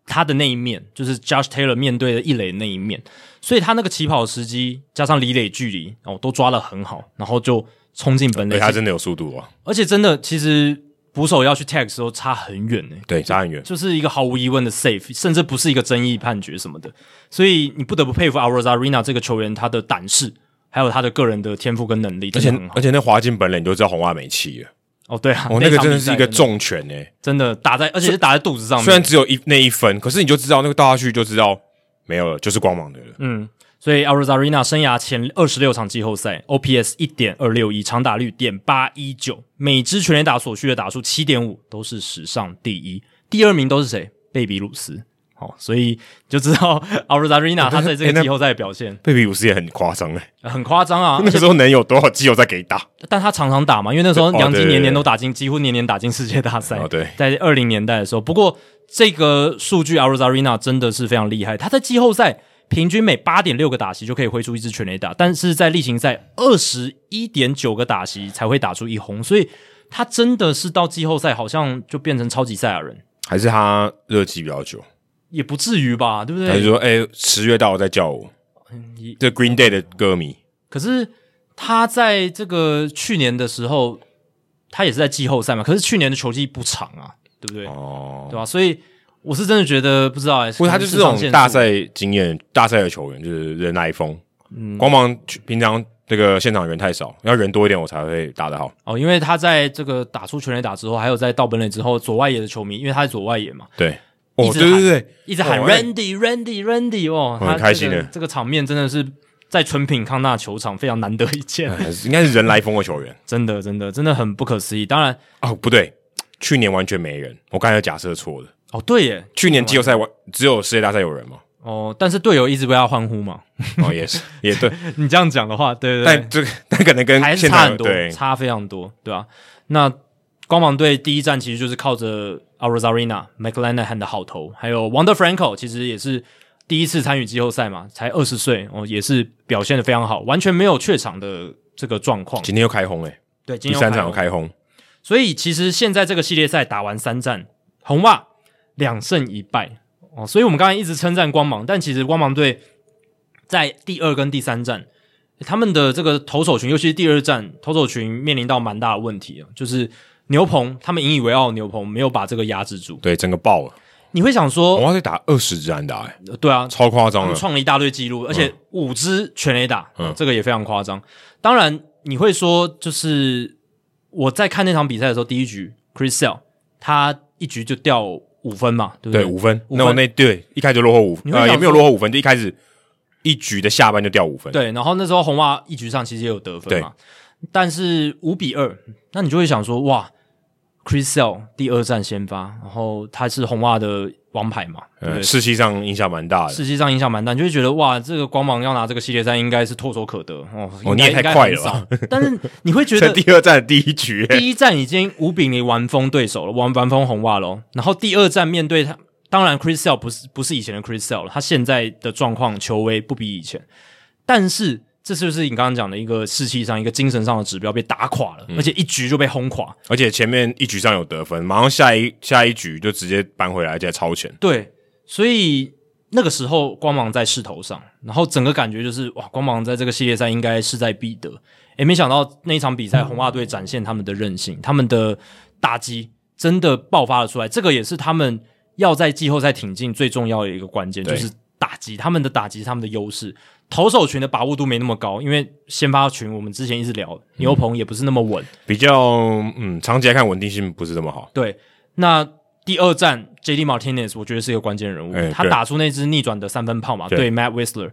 Speaker 1: 他的那一面，就是 Josh Taylor 面对的一垒那一面，所以他那个起跑时机加上离垒距离，然、哦、后都抓的很好，然后就冲进本垒
Speaker 2: 而且，他真的有速度哦，
Speaker 1: 而且真的其实捕手要去 tag 的时候差很远呢、
Speaker 2: 对，差很远。
Speaker 1: 就是一个毫无疑问的 safe，甚至不是一个争议判决什么的，所以你不得不佩服 a r o z a r e n a 这个球员他的胆识，还有他的个人的天赋跟能力，真
Speaker 2: 而且
Speaker 1: 的很好
Speaker 2: 而。且那滑进本垒你就知道红袜没气了，
Speaker 1: 哦，对啊，
Speaker 2: 嗯哦，那个
Speaker 1: 场
Speaker 2: 真的
Speaker 1: 比
Speaker 2: 是
Speaker 1: 赛
Speaker 2: 一个，重拳哎、
Speaker 1: 真的打在，而且是打在肚子上面。
Speaker 2: 虽然只有一那一分，可是你就知道那个倒下去就知道没有了，就是光芒的了。
Speaker 1: 嗯，所以 a r o z a r e n a 生涯前二十六场季后赛，OPS 一点二六一，长打率点八一九，每支全垒打所需的打数七点五，都是史上第一。第二名都是谁？贝比鲁斯。好，所以你就知道 a r o z a r e n a 他在这
Speaker 2: 哦诶
Speaker 1: 个
Speaker 2: 那
Speaker 1: 季后赛的表现
Speaker 2: 贝比鲁斯也很夸张哎，
Speaker 1: 呃很夸张啊
Speaker 2: 那，个时候能有多少季后赛给打？
Speaker 1: 但他常常打嘛，因为那时候
Speaker 2: 对哦
Speaker 1: 杨基
Speaker 2: 对对
Speaker 1: 年年
Speaker 2: 对
Speaker 1: 都打进，几乎年年打进世界大赛。
Speaker 2: 哦对
Speaker 1: 在二零年代的时候，不过这个数据 a r o z a r e n a 真的是非常厉害，他在季后赛平均每八点六个打席就可以挥出一支全垒打，但是在例行赛二十一点九个打席才会打出一轰，所以他真的是到季后赛好像就变成超级赛亚人，
Speaker 2: 还是他热气比较久？
Speaker 1: 也不至于吧，对不
Speaker 2: 他就
Speaker 1: 对？
Speaker 2: 说：“哎、十月到了再叫我。”这 Green Day 的歌迷，
Speaker 1: 可是他在这个去年的时候，他也是在季后赛嘛，可是去年的球季不长啊，对不对？
Speaker 2: 哦，
Speaker 1: 对吧、所以我是真的觉得不知道哎、欸，
Speaker 2: 不过他就是这种大
Speaker 1: 可能是上限
Speaker 2: 赛经验、大赛的球员，就是人来疯。
Speaker 1: 嗯
Speaker 2: 光芒去平常这个现场人太少，要人多一点我才会打得好。
Speaker 1: 数哦，因为他在这个打出全垒打之后，还有在到本垒之后，左外野的球迷，因为他是左外野嘛，
Speaker 2: 对，哦
Speaker 1: 一，直
Speaker 2: 对
Speaker 1: 喊
Speaker 2: 对对，
Speaker 1: 一直喊
Speaker 2: 哦哎
Speaker 1: Randy、Randy Randy 哦，
Speaker 2: 我
Speaker 1: 他
Speaker 2: 很开心
Speaker 1: 这个
Speaker 2: 耶
Speaker 1: 这个场面真的是在纯品康纳球场非常难得一见，
Speaker 2: 哎应该是人来疯的球员
Speaker 1: 真的真的真的很不可思议。当然
Speaker 2: 哦，不对，去年完全没人，我刚才假设错了。
Speaker 1: 哦，对耶
Speaker 2: 去年季后 赛完只有世界大赛有人嘛？
Speaker 1: 哦，但是队友一直为他欢呼嘛，
Speaker 2: 哦，也是，也对，
Speaker 1: 你这样讲的话，对对对，
Speaker 2: 但这个 但可能跟
Speaker 1: 还是
Speaker 2: 现
Speaker 1: 差
Speaker 2: 场
Speaker 1: 很
Speaker 2: 有
Speaker 1: 多，
Speaker 2: 对
Speaker 1: 差非常多，对吧、那光芒队第一站其实就是靠着 a r o z a r e n a McLenahan 的好投，还有 Wander Franco，其实也是第一次参与季后赛嘛，才二十岁哦，也是表现的非常好，完全没有怯场的这个状况。
Speaker 2: 今天又开轰哎、
Speaker 1: 对，今
Speaker 2: 第
Speaker 1: 天
Speaker 2: 三场又
Speaker 1: 有
Speaker 2: 开轰，
Speaker 1: 所以其实现在这个系列赛打完三战，红袜两胜一败哦，所以我们刚才一直称赞光芒，但其实光芒队在第二跟第三战，他们的这个投手群，尤其是第二战，投手群面临到蛮大的问题啊，就是牛棚，他们引以为傲的牛棚没有把这个压制住。
Speaker 2: 对，整个爆了。
Speaker 1: 你会想
Speaker 2: 红
Speaker 1: 说，
Speaker 2: 袜队打二十支安打、欸，
Speaker 1: 呃对啊，
Speaker 2: 超夸
Speaker 1: 他
Speaker 2: 张
Speaker 1: 们
Speaker 2: 了。
Speaker 1: 创了一大堆记录，而且五支全垒打，
Speaker 2: 嗯
Speaker 1: 这个也非常夸张。当然，你会说，就是我在看那场比赛的时候，第一局 Chris Sale 他一局就掉五分嘛，对不
Speaker 2: 对，五分。
Speaker 1: 五
Speaker 2: 那我
Speaker 1: 分
Speaker 2: 那对一开始就落后五，
Speaker 1: 你会
Speaker 2: 呃，
Speaker 1: 想
Speaker 2: 也没有
Speaker 1: 说
Speaker 2: 落后五分，就一开始一局的下半就掉五分。，
Speaker 1: 对，然后那时候红袜一局上其实也有得分嘛，但是五比二，那你就会想说，哇 Chris Sale 第二战先发，然后他是红袜的王牌嘛，对不对
Speaker 2: 呃，？士气上影响蛮大的。
Speaker 1: 实际上影响蛮大，你就会觉得哇，这个光芒要拿这个系列赛应该是唾手可得哦。
Speaker 2: 哦
Speaker 1: 应
Speaker 2: 你
Speaker 1: 该
Speaker 2: 也太快了，
Speaker 1: 应
Speaker 2: 吧
Speaker 1: 该很少但是你会觉
Speaker 2: 在
Speaker 1: 得
Speaker 2: 第二战第一局，欸
Speaker 1: 第一站已经五比零完封对手了，完完封红袜喽。然后第二站面对他，当然 Chris Sale 不是不是以前的 Chris Sale 了，他现在的状况球威不比以前，但是这就是你刚刚讲的一个士气上、一个精神上的指标被打垮了，而且一局就被轰垮。
Speaker 2: 而且前面一局上有得分，马上下一下一局就直接扳回来，而且还超前。
Speaker 1: 对，所以那个时候光芒在势头上，然后整个感觉就是哇，光芒在这个系列赛应该势在必得。诶，没想到那一场比赛，红袜队展现他们的韧性，他们的打击真的爆发了出来。这个也是他们要在季后赛挺进最重要的一个关键，就
Speaker 2: 对
Speaker 1: 是打击。他们的打击，是他们的优势，投手群的把握度没那么高，因为先发群我们之前一直聊，牛棚也不是那么稳。
Speaker 2: 比较嗯，长期来看稳定性不是这么好。
Speaker 1: 对，那第二战 J.D. Martinez 我觉得是一个关键人物，
Speaker 2: 哎
Speaker 1: 他
Speaker 2: 对
Speaker 1: 打出那支逆转的三分炮嘛，对
Speaker 2: 对
Speaker 1: Matt Whistler，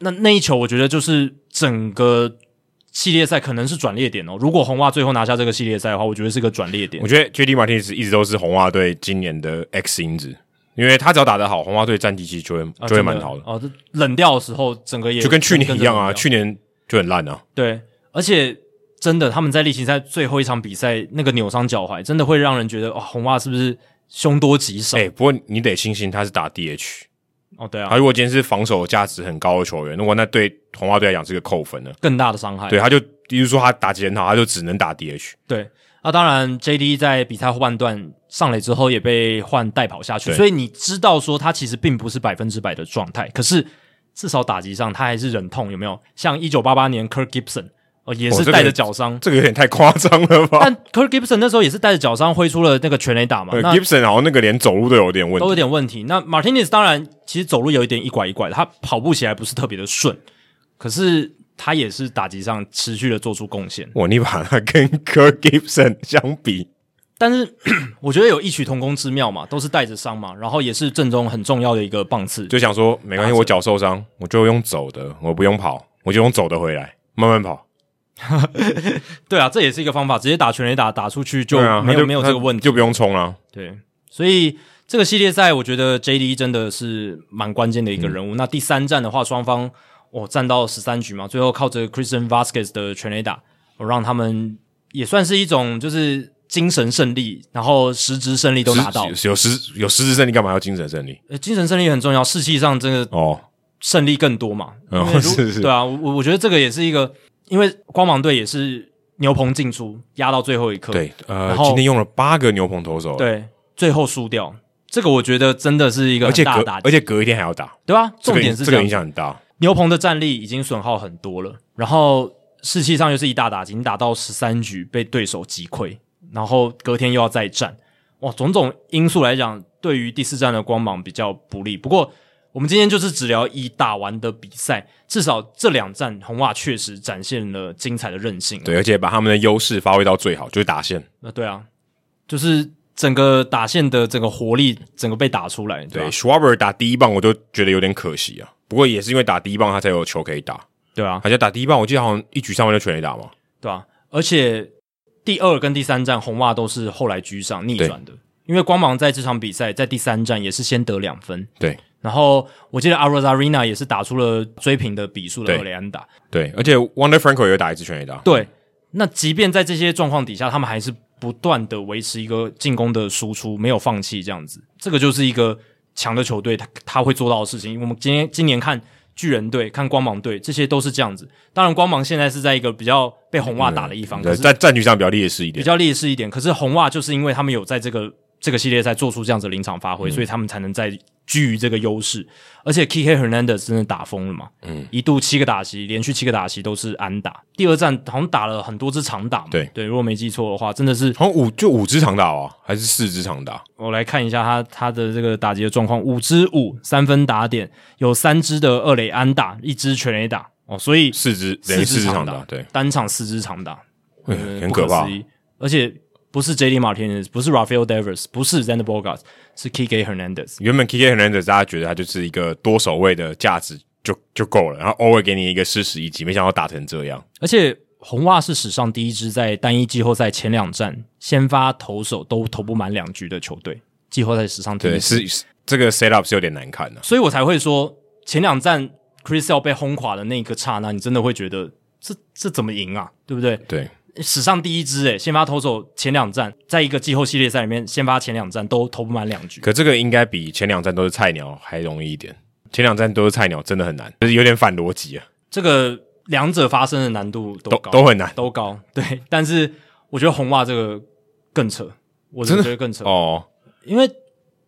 Speaker 1: 那那一球我觉得就是整个系列赛可能是转捩点哦。如果红袜最后拿下这个系列赛的话，我觉得是个转捩点
Speaker 2: 我。觉得 J.D. 马 i 斯一直都是红袜队今年的 X 因子，因为他只要打得好，红袜队战绩其实就会、
Speaker 1: 啊
Speaker 2: 就会
Speaker 1: 真
Speaker 2: 蛮好的，
Speaker 1: 哦，这冷掉的时候，整个也
Speaker 2: 就跟去年一样啊，
Speaker 1: 冷掉
Speaker 2: 去年就很烂啊。
Speaker 1: 对，而且真的他们在例行赛最后一场比赛那个扭伤脚踝，真的会让人觉得哇、红袜是不是凶多吉少？
Speaker 2: 哎、不过你得庆幸他是打 DH，
Speaker 1: 哦，对
Speaker 2: 他
Speaker 1: 啊，
Speaker 2: 如果今天是防守价值很高的球员，如果那对红袜队来讲是个扣分呢？
Speaker 1: 更大的伤害。
Speaker 2: 对，他就比如说他打击很好，他就只能打 DH。
Speaker 1: 对，那、当然，JD 在比赛后半段上垒之后也被换代跑下去，
Speaker 2: 对
Speaker 1: 所以你知道说他其实并不是百分之百的状态，可是至少打击上他还是忍痛，有没有？像一九八八年 Kirk Gibson 哦，也
Speaker 2: 哦
Speaker 1: 是
Speaker 2: 这个
Speaker 1: 带着脚伤，
Speaker 2: 这个有点太夸张了吧？
Speaker 1: 但 Kirk Gibson 那时候也是带着脚伤挥出了那个全垒打嘛，
Speaker 2: 呃
Speaker 1: 那
Speaker 2: Gibson 好像那个连走路都有点问
Speaker 1: 都
Speaker 2: 题
Speaker 1: 有，点问题。那 Martinez 当然其实走路有一点一拐一拐的，他跑步起来不是特别的顺，可是他也是打击上持续的做出贡献。
Speaker 2: 哇，你把他跟 Kirk Gibson 相比，
Speaker 1: 但是 我觉得有异曲同工之妙嘛，都是带着伤嘛，然后也是正中很重要的一个棒次。
Speaker 2: 就想说没
Speaker 1: 打
Speaker 2: 关系，
Speaker 1: 折
Speaker 2: 我脚受伤，我就用走的，我不用跑，我就用走的回来，慢慢跑。
Speaker 1: 对啊，这也是一个方法，直接打全垒打打出去就
Speaker 2: 对啊，
Speaker 1: 没
Speaker 2: 他
Speaker 1: 有、
Speaker 2: 就
Speaker 1: 没有这个问
Speaker 2: 他
Speaker 1: 题。
Speaker 2: 就不用冲了。
Speaker 1: 对，所以这个系列赛我觉得 JD 真的是蛮关键的
Speaker 2: 嗯
Speaker 1: 一个人物。那第三战的话，双方哦战到十三局嘛，最后靠着 Christian Vasquez 的全垒打，哦、让他们也算是一种就是精神胜利，然后实质胜利都拿到
Speaker 2: 实。有实有实质胜利，干嘛要精神胜利？
Speaker 1: 呃精神胜利很重要，士气上真的
Speaker 2: 哦，
Speaker 1: 胜利更多嘛。
Speaker 2: 嗯
Speaker 1: 因为如
Speaker 2: 是是
Speaker 1: 对啊，我我觉得这个也是一个，因为光芒队也是牛棚进出，压到最后一刻，
Speaker 2: 对，呃
Speaker 1: 然，后
Speaker 2: 今天用了八个牛棚投手，，
Speaker 1: 对最后输掉，这个我觉得真的是一个
Speaker 2: 而
Speaker 1: 很
Speaker 2: 且
Speaker 1: 大
Speaker 2: 隔
Speaker 1: 的打击，
Speaker 2: 而且隔一天还要打，
Speaker 1: 对啊，
Speaker 2: 这
Speaker 1: 重
Speaker 2: 个
Speaker 1: 点是
Speaker 2: 这
Speaker 1: 这
Speaker 2: 个
Speaker 1: 样，
Speaker 2: 影响很大。
Speaker 1: 牛棚的战力已经损耗很多了，然后士气上又是一大打击，你打到十三局被对手击溃，然后隔天又要再战，哇，种种因素来讲，对于第四站的光芒比较不利。不过我们今天就是只聊已打完的比赛，至少这两站红袜确实展现了精彩的韧性。啊
Speaker 2: 对，而且把他们的优势发挥到最好，就是打线。
Speaker 1: 那对啊，就是整个打线的整个活力，整个被打出来，对啊
Speaker 2: 对
Speaker 1: 吧？
Speaker 2: ，Schwaber 打第一棒我都觉得有点可惜啊，不过也是因为打第一棒他才有球可以打，
Speaker 1: 对啊，
Speaker 2: 而且打第一棒我记得好像一局上半就全垒打嘛。
Speaker 1: 对啊，而且第二跟第三站红袜都是后来居上逆转的，因为光芒在这场比赛在第三站也是先得两分，
Speaker 2: 对
Speaker 1: 然后我记得 a r o z a r e n a 也是打出了追平的比数的
Speaker 2: 对
Speaker 1: 二雷安打，
Speaker 2: 对，而且 Wonder Franco 也有打一次全垒打。
Speaker 1: 对，那即便在这些状况底下，他们还是不断的维持一个进攻的输出，没有放弃这样子。这个就是一个强的球队他他会做到的事情。我们今天今年看巨人队、看光芒队，这些都是这样子。当然，光芒现在是在一个比较被红袜打的一方，可
Speaker 2: 嗯对，
Speaker 1: 是
Speaker 2: 在战局上比较劣势一
Speaker 1: 比
Speaker 2: 点。
Speaker 1: 较劣势一点。可是红袜就是因为他们有在这个这个系列赛做出这样子的临场发挥，所以他们才能在居于这个优势。而且 K K Hernandez 真的打疯了嘛，嗯，一度七个打席，连续七个打席都是安打。第二战好像打了很多支长打嘛，
Speaker 2: 对
Speaker 1: 对，如果没记错的话，真的是
Speaker 2: 好像五就五支长打哦，还是四支长打？
Speaker 1: 我来看一下他他的这个打击的状况，五支五三分打点，有三支的二垒安打，一支全垒打哦，所以
Speaker 2: 四支
Speaker 1: 四
Speaker 2: 连
Speaker 1: 支
Speaker 2: 四支
Speaker 1: 长
Speaker 2: 长
Speaker 1: 打
Speaker 2: 打，对，
Speaker 1: 单场四支长打，
Speaker 2: 嗯很
Speaker 1: 不可
Speaker 2: 可怕
Speaker 1: 思。议。而且不是 J.D. Martinez，不是 Rafael Devers，不是 Zander Bogarts，是 Kike Hernandez。
Speaker 2: 原本 KK Hernandez 大家觉得他就是一个多守卫的价值就就够了，然后偶尔给你一个四十一级，没想到打成这样。
Speaker 1: 而且红袜是史上第一支在单一季后赛前两战先发投手都投不满两局的球队，季后赛史上第一
Speaker 2: 对，
Speaker 1: 支，
Speaker 2: 是是这个 set up 是有点难看的、
Speaker 1: 所以我才会说前两战 Chris Sale 被轰垮的那个刹那，你真的会觉得这这怎么赢啊，对不对？
Speaker 2: 对，
Speaker 1: 史上第一支诶、先发投手前两战，在一个季后系列赛里面，先发前两战都投不满两局。
Speaker 2: 可这个应该比前两站都是菜鸟还容易一点。前两站都是菜鸟，真的很难，就是有点反逻辑啊，
Speaker 1: 这个两者发生的难度都
Speaker 2: 都
Speaker 1: 高，
Speaker 2: 都很难
Speaker 1: 都高。对，但是我觉得红袜这个更扯，我真的觉得更扯，
Speaker 2: 哦
Speaker 1: 因为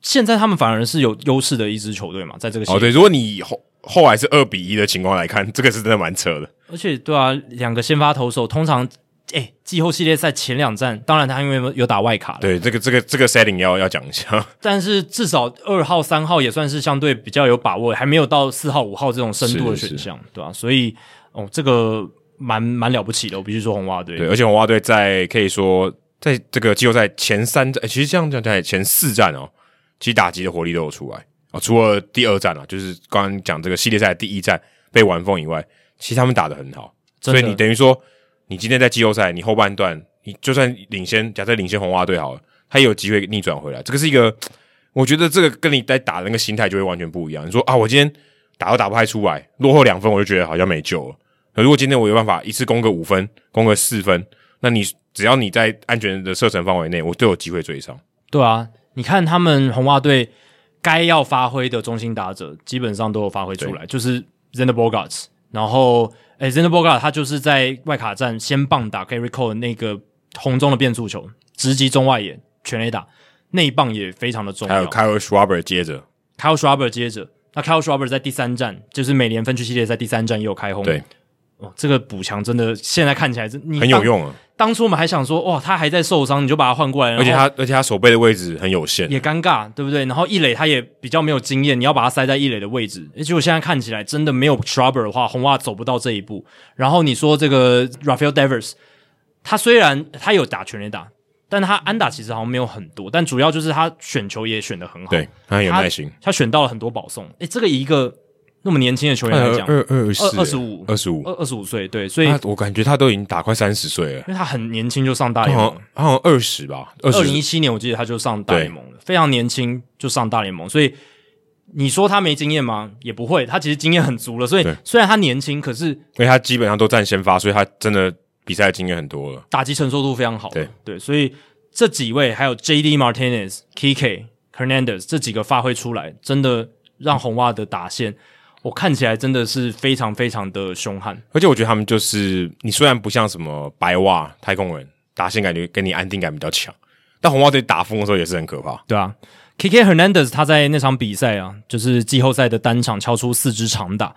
Speaker 1: 现在他们反而是有优势的一支球队嘛，在这个系
Speaker 2: 哦，
Speaker 1: 列，
Speaker 2: 对，如果你后后来是二比一的情况来看，这个是真的蛮扯的。
Speaker 1: 而且对啊，两个先发投手通常，哎，季后系列赛前两战，当然他因为有有打外卡了，
Speaker 2: 对，这个这个这个 setting 要要讲一 下，
Speaker 1: 但是至少二号、三号也算是相对比较有把握，还没有到四号、五号这种深度的
Speaker 2: 是
Speaker 1: 选项，对吧、啊所以哦，这个蛮蛮了不起的，我必须说红袜队
Speaker 2: 对，而且红袜队在可以说在这个季后赛前三战，诶其实这样讲起来前四战哦，其实打击的火力都有出来哦，除了第二战啊，就是刚刚讲这个系列赛的第一战被玩疯以外，其实他们打的很好，
Speaker 1: 真
Speaker 2: 所
Speaker 1: 的
Speaker 2: 以你等于说你今天在季后赛，你后半段你就算领先，假设领先红袜队好了，他也有机会逆转回来，这个是一个。我觉得这个跟你在打的那个心态就会完全不一样。你说啊，我今天打都打不太出来，落后两分，我就觉得好像没救了。那如果今天我有办法一次攻个五分，攻个四分，那你只要你在安全的射程范围内，我都有机会追上。
Speaker 1: 对啊，你看他们红袜队该要发挥的中心打者，基本上都有发挥出来，就是 Zander Bogarts，然后诶 Zander Bogarts 他就是在外卡站先棒打 Gary Cole 那个红中的变速球，直击中外野全垒打，内棒也非常的重
Speaker 2: 还
Speaker 1: 要
Speaker 2: 有。Kyle Schwarber 接着，
Speaker 1: Kyle Schwarber 接着，那 Kyle Schwarber 在第三站，就是美联分区系列赛第三站也有开轰，
Speaker 2: 对，
Speaker 1: 哦，这个补强真的现在看起来真你
Speaker 2: 很有
Speaker 1: 当。
Speaker 2: 用啊。
Speaker 1: 当初我们还想说，哇，他还在受伤，你就把他换过来，然后
Speaker 2: 而且他而且他手背的位置很有限，
Speaker 1: 也尴尬，对不对？然后一垒他也比较没有经验，你要把他塞在一垒的位置，诶结果现在看起来真的没有 Trouble 的话，红袜走不到这一步。然后你说这个 Rafael Devers，他虽然他有打全垒打，但他安打其实好像没有很多，但主要就是他选球也选的很好，
Speaker 2: 对他很有耐心。
Speaker 1: 他选到了很多保送。诶，这个以一个那么年轻的球员来讲，
Speaker 2: 二二四
Speaker 1: 二十五啊
Speaker 2: 二十五，
Speaker 1: 二二十五岁，对，所以
Speaker 2: 他我感觉他都已经打快三十岁了，
Speaker 1: 因为他很年轻就上大
Speaker 2: 他
Speaker 1: 联
Speaker 2: 好
Speaker 1: 盟
Speaker 2: 像，他好像二十吧，二
Speaker 1: 哎二零
Speaker 2: 十
Speaker 1: 一七年我记得他就上大联盟了，非常年轻就上大联盟，所以你说他没经验吗？也不会，他其实经验很足了。所以
Speaker 2: 对
Speaker 1: 虽然他年轻，可是
Speaker 2: 因为他基本上都占先发，所以他真的比赛经验很多了。
Speaker 1: 打击承受度非常好。
Speaker 2: 对
Speaker 1: 所以这几位还有 J.D. Martinez、Kike、Hernandez 这几个发挥出来，真的让红袜的打线，我看起来真的是非常非常的凶悍。
Speaker 2: 而且我觉得他们就是，你虽然不像什么白袜、太空人打线，感觉跟你安定感比较强，但红袜队打疯的时候也是很可怕。
Speaker 1: 对啊，K.K. Hernandez 他在那场比赛啊，就是季后赛的单场敲出四支长打。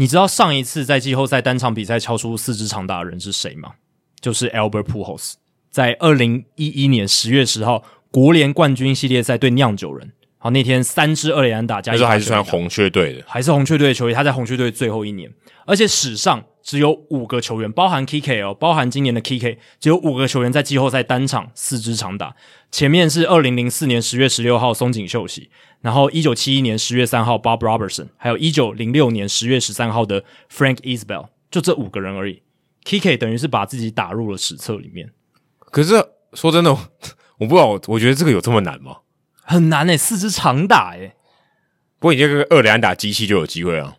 Speaker 1: 你知道上一次在季后赛单场比赛敲出四支长打的人是谁吗？就是 Albert Pujols，在二零一一年十月十号国联冠军系列赛对酿酒人。好，那天三支二垒安打加
Speaker 2: 那
Speaker 1: 一
Speaker 2: 时候还
Speaker 1: 打全
Speaker 2: 是穿
Speaker 1: 垒打
Speaker 2: 红雀队的，
Speaker 1: 还是红雀队的球员，他在红雀队最后一年，而且史上只有五个球员，包含 Kike 哦，包含今年的 Kike，只有五个球员在季后赛单场四支长打。前面是二零零四年十月十六号松井秀喜，然后一九七一年十月三号 Bob Robertson，还有一九零六年十月十三号的 Frank Isbell，就这五个人而已。Kike 等于是把自己打入了史册里面，
Speaker 2: 可是说真的， 我我不知道，我我觉得这个有这么难吗？
Speaker 1: 很难诶、欸四支长打欸诶、
Speaker 2: 不过你这个二连打机器就有机会啊，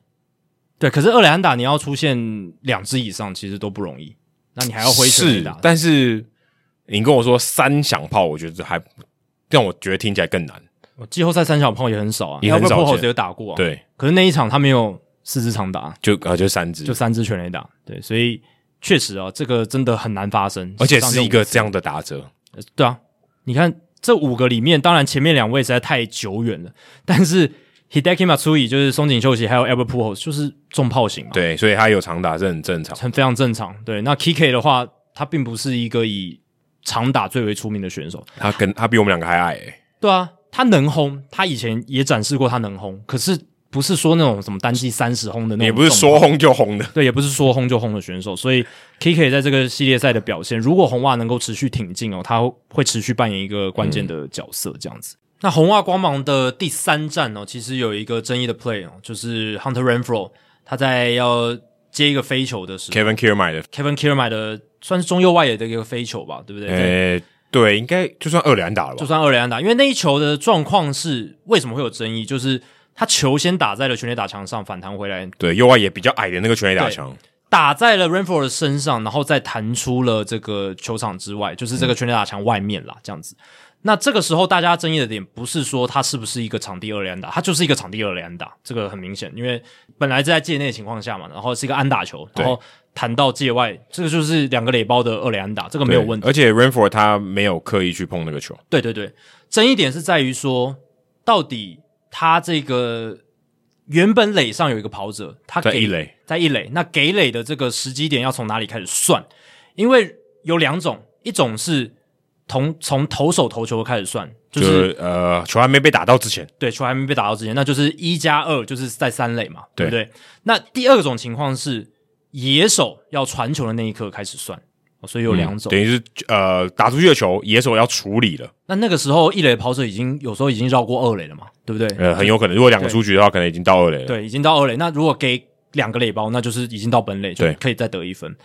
Speaker 1: 对，可是二垒安打你要出现两支以上，其实都不容易。那你还要挥全垒
Speaker 2: 是
Speaker 1: 打，，
Speaker 2: 但是你跟我说三响炮，我觉得还让我觉得听起来更难。
Speaker 1: 季后赛三小炮也很少啊，
Speaker 2: 也很
Speaker 1: Albert
Speaker 2: 少见
Speaker 1: Pujols 有打过啊。，
Speaker 2: 对，
Speaker 1: 可是那一场他没有四支长打，
Speaker 2: 就啊、就三支
Speaker 1: 就，三支全垒打。对，所以确实啊，这个真的很难发生，
Speaker 2: 而且
Speaker 1: 史上就是
Speaker 2: 一个这样的打折，
Speaker 1: 对啊。你看这五个里面，当然前面两位实在太久远了，但是 Hideki Matsui 就是松井秀喜还有 Albert Pujols 就是重炮型嘛，，啊
Speaker 2: 对，所以他有长打是很正常。
Speaker 1: 很非常正常。对，那 Kike 的话，他并不是一个以长打最为出名的选手，
Speaker 2: 他跟他比我们两个还矮、欸，
Speaker 1: 对啊，他能轰，他以前也展示过他能轰，可是不是说那种什么单季三十轰的那种，
Speaker 2: 也不是说轰 就轰的。
Speaker 1: 对，也不是说轰就轰的选手，所以 Kiki 在这个系列赛的表现，如果红袜能够持续挺进哦，他会持续扮演一个关键的角色，这
Speaker 2: 嗯
Speaker 1: 样子。那红袜光芒的第三战哦，其实有一个争议的 play 哦，就是 Hunter Renfro 他在要接一个飞球的时候
Speaker 2: Kevin Kier 买的，
Speaker 1: ，Kevin Kier 买的算是中右外野的一个飞球吧，对不对？对
Speaker 2: 呃，对，应该就算二连打了吧
Speaker 1: 就？算二垒安打，因为那一球的状况是为什么会有争议，就是他球先打在了全垒打墙上，反弹回来
Speaker 2: 对，右外野比较矮的那个全垒打墙，
Speaker 1: 打在了 Rainford 的身上，然后再弹出了这个球场之外，就是这个全垒打墙外面啦，这样子。那这个时候大家争议的点不是说它是不是一个场地二垒安打，它就是一个场地二垒安打，这个很明显，因为本来是在界内的情况下嘛，然后是一个安打球，
Speaker 2: 对
Speaker 1: 然后弹到界外，这个就是两个垒包的二垒安打，这个没有问题。
Speaker 2: 而且 Rainford 他没有刻意去碰那个球，
Speaker 1: 对对对，争议点是在于说，到底他这个原本垒上有一个跑者，他
Speaker 2: 在
Speaker 1: 给
Speaker 2: 一垒，
Speaker 1: 在一垒，那给垒的这个时机点要从哪里开始算？因为有两种，一种是从从投手投球开始算，就
Speaker 2: 就是是呃，球还没被打到之前，
Speaker 1: 对球还没被打到之前，那就是一加二，就是在三垒嘛，对
Speaker 2: 对
Speaker 1: 不对？那第二种情况是野手要传球的那一刻开始算，哦所以有两种。
Speaker 2: 等于是呃打出去的球，野手要处理了，
Speaker 1: 那那个时候一垒跑者已经有时候已经绕过二垒了嘛，对不对？
Speaker 2: 呃，很有可能，如果两个
Speaker 1: 对
Speaker 2: 出局的话，可能已经到二垒了。
Speaker 1: 对，已经到二垒。那如果给两个垒包，那就是已经到本垒，就
Speaker 2: 对
Speaker 1: 可以再得一分。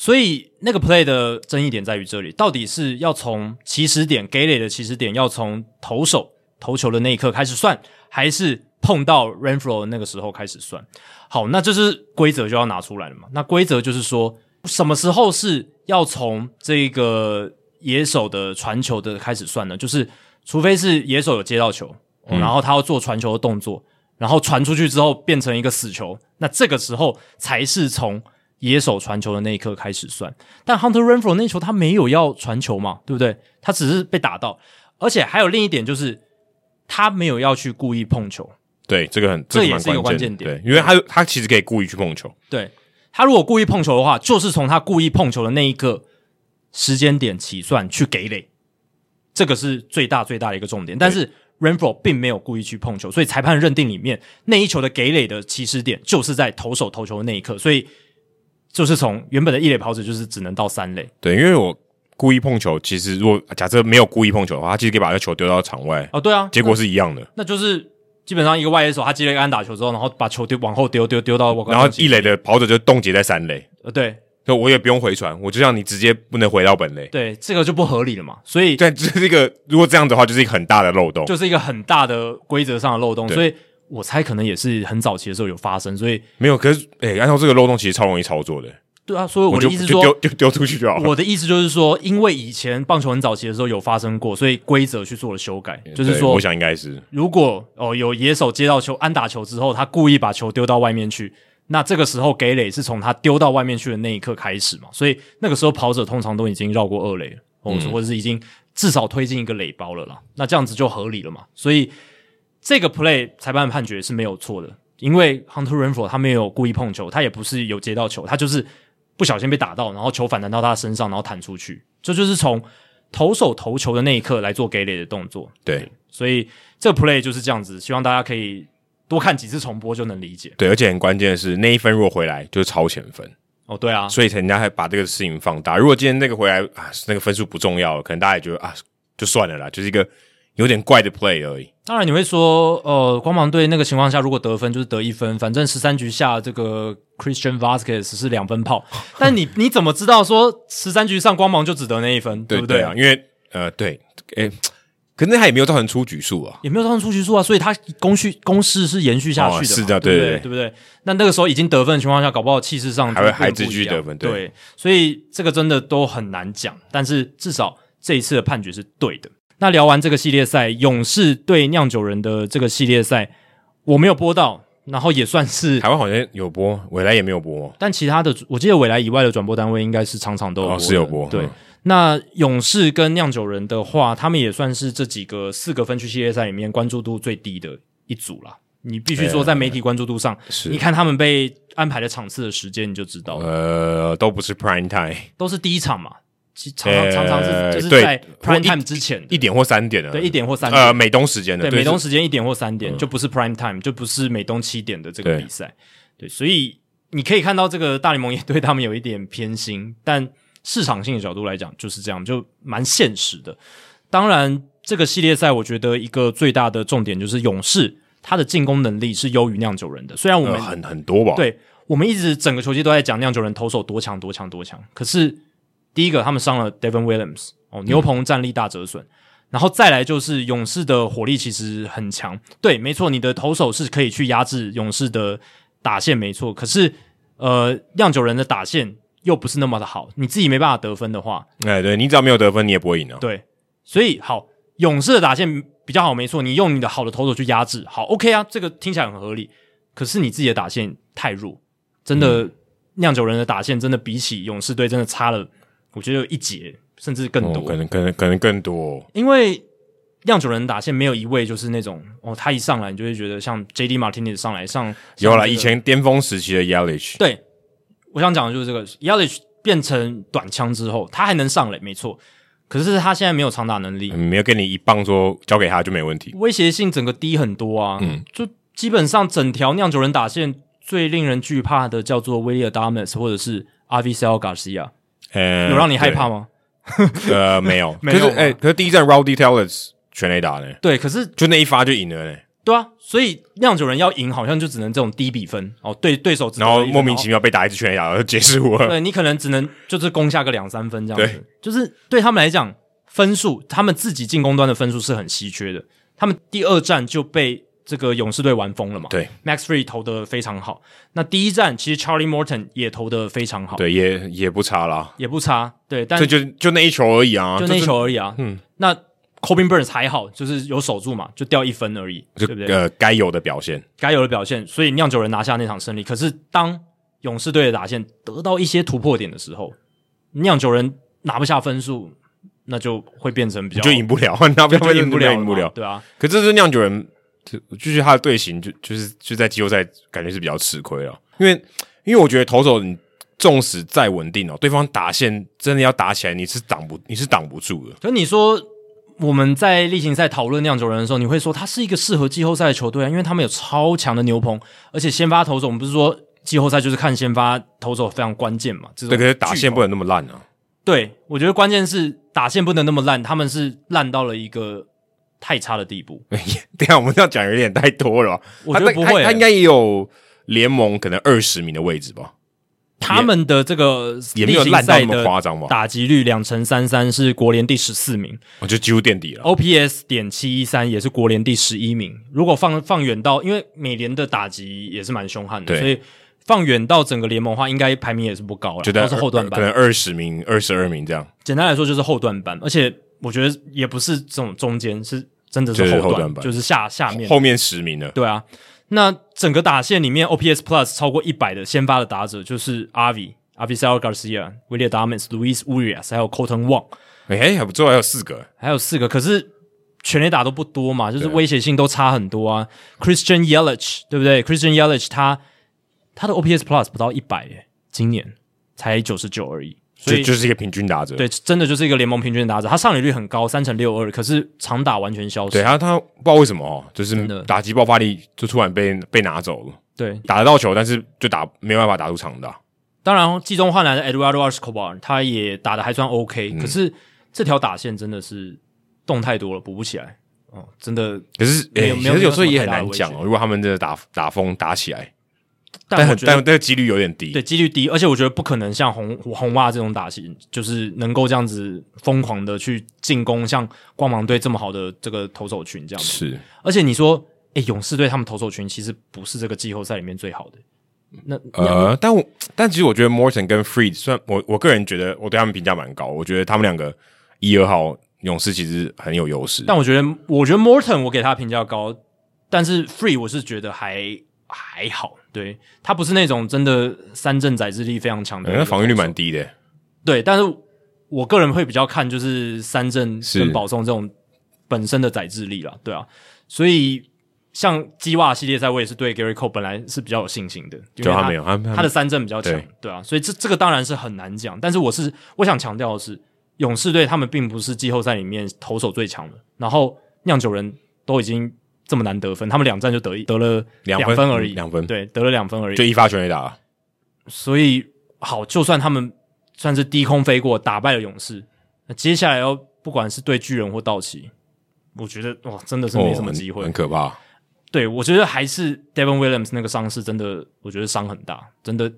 Speaker 1: 所以那个 play 的争议点在于这里，到底是要从起始点给垒的起始点要从投手投球的那一刻开始算，还是碰到 Renfro 那个时候开始算？好，那这是规则就要拿出来了嘛。那规则就是说，什么时候是要从这个野手的传球的开始算呢？就是除非是野手有接到球，哦然后他要做传球的动作，然后传出去之后变成一个死球，那这个时候才是从野手传球的那一刻开始算。但 Hunter Renfro 那球他没有要传球嘛，对不对？他只是被打到，而且还有另一点就是他没有要去故意碰球。
Speaker 2: 对，这个很
Speaker 1: 这
Speaker 2: 个
Speaker 1: 也
Speaker 2: 蛮
Speaker 1: 是一个关
Speaker 2: 键
Speaker 1: 键点
Speaker 2: 对，因为他他其实可以故意去碰球，
Speaker 1: 对他如果故意碰球的话，就是从他故意碰球的那一个时间点起算去给垒，这个是最大最大的一个重点。但是 Renfro 并没有故意去碰球，所以裁判认定里面那一球的给垒的起始点就是在投手投球的那一刻，所以就是从原本的一垒跑者就是只能到三垒。
Speaker 2: 对，因为我故意碰球，其实如果假设没有故意碰球的话，他其实可以把那球丢到场外，
Speaker 1: 哦，对啊，
Speaker 2: 结果是一样的。
Speaker 1: 那就是基本上一个外野手他接了一个安打球之后，然后把球丢往后丢丢丢到我
Speaker 2: 然后一垒的跑者就冻结在三垒，
Speaker 1: 呃对
Speaker 2: 就我也不用回传，我就让你直接不能回到本垒。
Speaker 1: 对，这个就不合理了嘛，所以
Speaker 2: 但这是一个，如果这样的话，就是一个很大的漏洞。
Speaker 1: 就是一个很大的规则上的漏洞，
Speaker 2: 对
Speaker 1: 所以我猜可能也是很早期的时候有发生，所以
Speaker 2: 没有，可是哎、按照这个漏洞，其实超容易操作的。
Speaker 1: 对啊，所以我的
Speaker 2: 就
Speaker 1: 意思是
Speaker 2: 就丢
Speaker 1: 说，
Speaker 2: 就丢出去就好了。
Speaker 1: 我的意思就是说，因为以前棒球很早期的时候有发生过，所以规则去做了修改，就是
Speaker 2: 对
Speaker 1: 说
Speaker 2: 我，想应该是
Speaker 1: 如果哦有野手接到球安打球之后，他故意把球丢到外面去。那这个时候给垒是从他丢到外面去的那一刻开始嘛，所以那个时候跑者通常都已经绕过二垒了，或者、或者是已经至少推进一个垒包了啦。那这样子就合理了嘛，所以这个 play 裁判判决是没有错的，因为 Hunter Renfro 他没有故意碰球，他也不是有接到球，他就是不小心被打到，然后球反弹到他身上，然后弹出去，这就是从投手投球的那一刻来做给垒的动作。
Speaker 2: 对
Speaker 1: 所以这个 play 就是这样子，希望大家可以多看几次重播就能理解。
Speaker 2: 对，而且很关键的是，那一分如果回来就是超前分，
Speaker 1: 哦，对啊，
Speaker 2: 所以人家还把这个事情放大。如果今天那个回来啊，那个分数不重要了，可能大家也觉得啊，就算了啦，就是一个有点怪的 play 而已。
Speaker 1: 当然你会说，呃，光芒队那个情况下如果得分就是得一分，反正十三局下这个 Christian Vasquez 是两分炮， 但你你怎么知道说十三局上光芒就只得那一分，
Speaker 2: 对
Speaker 1: 不
Speaker 2: 对啊，？因为呃，对，诶，可是那他也没有造成出局数啊。
Speaker 1: 也没有造成出局数啊，所以他攻序攻势是延续下去的嘛、
Speaker 2: 哦是的
Speaker 1: 对不
Speaker 2: 对对对
Speaker 1: 对不对？那那个时候已经得分的情况下，搞不好气势上
Speaker 2: 还
Speaker 1: 就
Speaker 2: 会
Speaker 1: 变
Speaker 2: 还
Speaker 1: 不一
Speaker 2: 继续
Speaker 1: 样
Speaker 2: 得分
Speaker 1: 对
Speaker 2: 对
Speaker 1: 所以这个真的都很难讲。但是至少这一次的判决是对的。那聊完这个系列赛，勇士对酿酒人的这个系列赛，我没有播到，然后也算是
Speaker 2: 台，湾好像有播，未来也没有播。
Speaker 1: 但其他的我记得未来以外的转播单位应该是场场都有播
Speaker 2: 哦
Speaker 1: 的、
Speaker 2: 是有播
Speaker 1: 对。
Speaker 2: 嗯
Speaker 1: 那勇士跟酿酒人的话，他们也算是这几个四个分区系列赛里面关注度最低的一组啦。你必须说，在媒体关注度上，
Speaker 2: 是
Speaker 1: 你看他们被安排的场次的时间，你就知道了，
Speaker 2: 呃，都不是 prime time，
Speaker 1: 都是第一场嘛，其常常
Speaker 2: 呃
Speaker 1: 常常是就是
Speaker 2: 对
Speaker 1: 在
Speaker 2: 或
Speaker 1: prime
Speaker 2: 一
Speaker 1: time 之前的
Speaker 2: 一点或三点的，
Speaker 1: 对一点或三点
Speaker 2: 呃，美东时间的，
Speaker 1: 对，美东
Speaker 2: 是嗯
Speaker 1: 时间一点或三点，就不是 prime time，就不是美东七点的这个
Speaker 2: 对
Speaker 1: 比赛。对，所以你可以看到这个大联盟也对他们有一点偏心，但市场性的角度来讲就是这样，就蛮现实的。当然，这个系列赛我觉得一个最大的重点就是勇士他的进攻能力是优于酿酒人的，虽然我
Speaker 2: 呃
Speaker 1: 们、
Speaker 2: 很很多吧？，
Speaker 1: 对我们一直整个球季都在讲酿酒人投手多强多强多强，可是第一个他们伤了 Devon Williams，哦，牛棚战力大折损。然后再来就是勇士的火力其实很强，对，没错，你的投手是可以去压制勇士的打线，没错。可是，呃，酿酒人的打线又不是那么的好，你自己没办法得分的话，
Speaker 2: 哎，对你只要没有得分，你也不会赢啊。
Speaker 1: 对，所以好，勇士的打线比较好，没错，你用你的好的投手去压制，好，OK 啊，这个听起来很合理。可是你自己的打线太弱，真的，
Speaker 2: 嗯
Speaker 1: 酿酒人的打线真的比起勇士队真的差了，我觉得有一截甚至更多。
Speaker 2: 哦可能可能可能更多哦、
Speaker 1: 因为酿酒人打线没有一位就是那种哦，他一上来你就会觉得像 J.D. Martinez 上来上
Speaker 2: 有啦，
Speaker 1: 像这个
Speaker 2: 以前巅峰时期的 Yelich，
Speaker 1: 对，我想讲的就是这个 Yelich 变成短枪之后，他还能上垒，没错，可是他现在没有长打能力，
Speaker 2: 嗯没有给你一棒说交给他就没问题。
Speaker 1: 威胁性整个低很多啊。嗯，就基本上整条酿酒人打线最令人惧怕的叫做威利 d a m e s 或者是 Avicel Garcia，
Speaker 2: 呃，
Speaker 1: 有让你害怕吗？
Speaker 2: 对？呃，没有，
Speaker 1: 没有
Speaker 2: 可是
Speaker 1: 吗
Speaker 2: 哎、可是第一站 Rowdy Tellers 全垒打呢，
Speaker 1: 对，可是
Speaker 2: 就那一发就赢了呢，
Speaker 1: 对啊，所以酿酒人要赢，好像就只能这种低比分哦，对对手只
Speaker 2: 然
Speaker 1: 能
Speaker 2: 后
Speaker 1: 一分
Speaker 2: 莫名其妙被打一支全垒打，然 后就结束了。
Speaker 1: 对你可能只能就是攻下个两三分这样
Speaker 2: 对
Speaker 1: 子，就是对他们来讲，分数他们自己进攻端的分数是很稀缺的。他们第二战就被这个勇士队玩疯了嘛？
Speaker 2: 对
Speaker 1: ，Max Free 投的非常好。那第一战其实 Charlie Morton 也投的非常好，，
Speaker 2: 对，也也不差啦，
Speaker 1: 也不差，对，但
Speaker 2: 这就就那一球而已啊，
Speaker 1: 就
Speaker 2: 这
Speaker 1: 那
Speaker 2: 是
Speaker 1: 球而已啊。嗯，那 Cobin Burns 还好，就是有守住嘛，就掉一分而已，对不对？
Speaker 2: 呃该有的表现。
Speaker 1: 该有的表现，所以酿酒人拿下那场胜利。可是当勇士队的打线得到一些突破点的时候，酿酒人拿不下分数，那就会变成比较
Speaker 2: 就赢不了， 那不
Speaker 1: 就赢不了嘛，
Speaker 2: 赢不了。
Speaker 1: 对啊，
Speaker 2: 可这是酿酒人，就就是他的队形，就就是就在季后赛感觉是比较吃亏了，因为因为我觉得投手你纵使再稳定哦，对方打线真的要打起来，你是挡不你是挡不住的。
Speaker 1: 可你说我们在例行赛讨论酿酒人的时候，你会说他是一个适合季后赛的球队啊，因为他们有超强的牛棚，而且先发投手，我们不是说季后赛就是看先发投手非常关键嘛？这种
Speaker 2: 对，可是打
Speaker 1: 巨
Speaker 2: 线不能那么烂啊。
Speaker 1: 对，我觉得关键是打线不能那么烂，他们是烂到了一个太差的地步。
Speaker 2: 等一下我们这样讲有点太多了吧，
Speaker 1: 我觉得
Speaker 2: 他
Speaker 1: 不会
Speaker 2: 他他应该也有联盟可能二十名的位置吧，
Speaker 1: 他们的这个
Speaker 2: 也没有
Speaker 1: 例行
Speaker 2: 烂到
Speaker 1: 赛
Speaker 2: 那么
Speaker 1: 的
Speaker 2: 夸张吧，
Speaker 1: 打击率两成三三是国联第十四名
Speaker 2: 我就几乎垫底了。
Speaker 1: ，OPS 点七一三也是国联第十一名。如果放放远到，因为美联的打击也是蛮凶悍的，
Speaker 2: 对
Speaker 1: 所以放远到整个联盟的话，应该排名也是不高了，
Speaker 2: 就在
Speaker 1: 都是后段
Speaker 2: 呃可能
Speaker 1: 班。
Speaker 2: 二十名、二十二名这样，
Speaker 1: 简单来说就是后段班，而且我觉得也不是这种中间，是真的是
Speaker 2: 就是
Speaker 1: 后
Speaker 2: 后段班
Speaker 1: 就是下下面
Speaker 2: 后面十名了。
Speaker 1: 对啊，那整个打线里面，OPS Plus 超过一百的先发的打者就是 Avi、Avicel Garcia、w i l l i a Damas、Luis Urias，还有 Colton Wong，
Speaker 2: 哎、还不错，还有四个。
Speaker 1: 还有四个。可是全垒打都不多嘛，
Speaker 2: 啊
Speaker 1: 就是威胁性都差很多啊。Christian Yelich 对不对？Christian Yelich 他他的 OPS Plus 不到一百耶，今年才九十九而已。所
Speaker 2: 就
Speaker 1: 以
Speaker 2: 就是一个平均打者。
Speaker 1: 对，真的就是一个联盟平均的打者，他上垒率很高，三成六二，可是长打完全消
Speaker 2: 对
Speaker 1: 失。
Speaker 2: 他，他不知道为什么哦，就
Speaker 1: 的
Speaker 2: 是打击爆发力就突然被被拿走了，
Speaker 1: 对，
Speaker 2: 打得到球，但是就打没有办法打出长打。
Speaker 1: 当然，季中换来的 Eduardo Escobar 他也打的还算 OK，、可
Speaker 2: 嗯
Speaker 1: 是这条打线真的是动太多了，补不起来哦，真的。
Speaker 2: 可是，
Speaker 1: 没
Speaker 2: 哎、
Speaker 1: 有
Speaker 2: 其
Speaker 1: 没有
Speaker 2: 实有时候
Speaker 1: 没
Speaker 2: 也
Speaker 1: 有什么太大
Speaker 2: 很
Speaker 1: 的
Speaker 2: 难
Speaker 1: 威
Speaker 2: 讲
Speaker 1: 胁
Speaker 2: 哦。如果他们真的打打风打起来，
Speaker 1: 但
Speaker 2: 但
Speaker 1: 我
Speaker 2: 很
Speaker 1: 觉
Speaker 2: 但
Speaker 1: 得
Speaker 2: 这个几率有点低。
Speaker 1: 对几率低，而且我觉得不可能像红红袜这种打线，就是能够这样子疯狂的去进攻，像光芒队这么好的这个投手群这样子。
Speaker 2: 是
Speaker 1: 而且你说，哎，勇士队他们投手群其实不是这个季后赛里面最好的。那
Speaker 2: 呃，但我但其实我觉得 Morton 跟 Freed，虽然我我个人觉得我对他们评价蛮高，我觉得他们两个一二号勇士其实很有优势。
Speaker 1: 但我觉得，我觉得 Morton 我给他评价高，但是 Free 我是觉得还还好，对他不是那种真的三阵宰制力非常强的
Speaker 2: 嗯
Speaker 1: 那
Speaker 2: 那
Speaker 1: 种，
Speaker 2: 防御率蛮低的，
Speaker 1: 对，但是我个人会比较看就是三阵
Speaker 2: 是
Speaker 1: 跟保送这种本身的宰制力啦，对啊，所以像鸡袜系列赛，我也是对 Gary Cole 本来是比较有信心的，因
Speaker 2: 就
Speaker 1: 为
Speaker 2: 他没有，他们
Speaker 1: 他的三振比较强
Speaker 2: 嗯对，
Speaker 1: 对啊，所以这这个当然是很难讲。但是我是我想强调的是，勇士队他们并不是季后赛里面投手最强的，然后酿酒人都已经这么难得分，他们两战就得一得了
Speaker 2: 两分
Speaker 1: 分而已，
Speaker 2: 嗯两分
Speaker 1: 对，得了两分而
Speaker 2: 就
Speaker 1: 已。
Speaker 2: 一发全垒打，啊
Speaker 1: 所以好，就算他们算是低空飞过，打败了勇士，那接下来要不管是对巨人或道奇，我觉得哇，真的是没什么机
Speaker 2: 哦
Speaker 1: 会
Speaker 2: 很很。可怕。
Speaker 1: 对我觉得还是 Devon Williams 那个伤势真的，我觉得伤很大，真的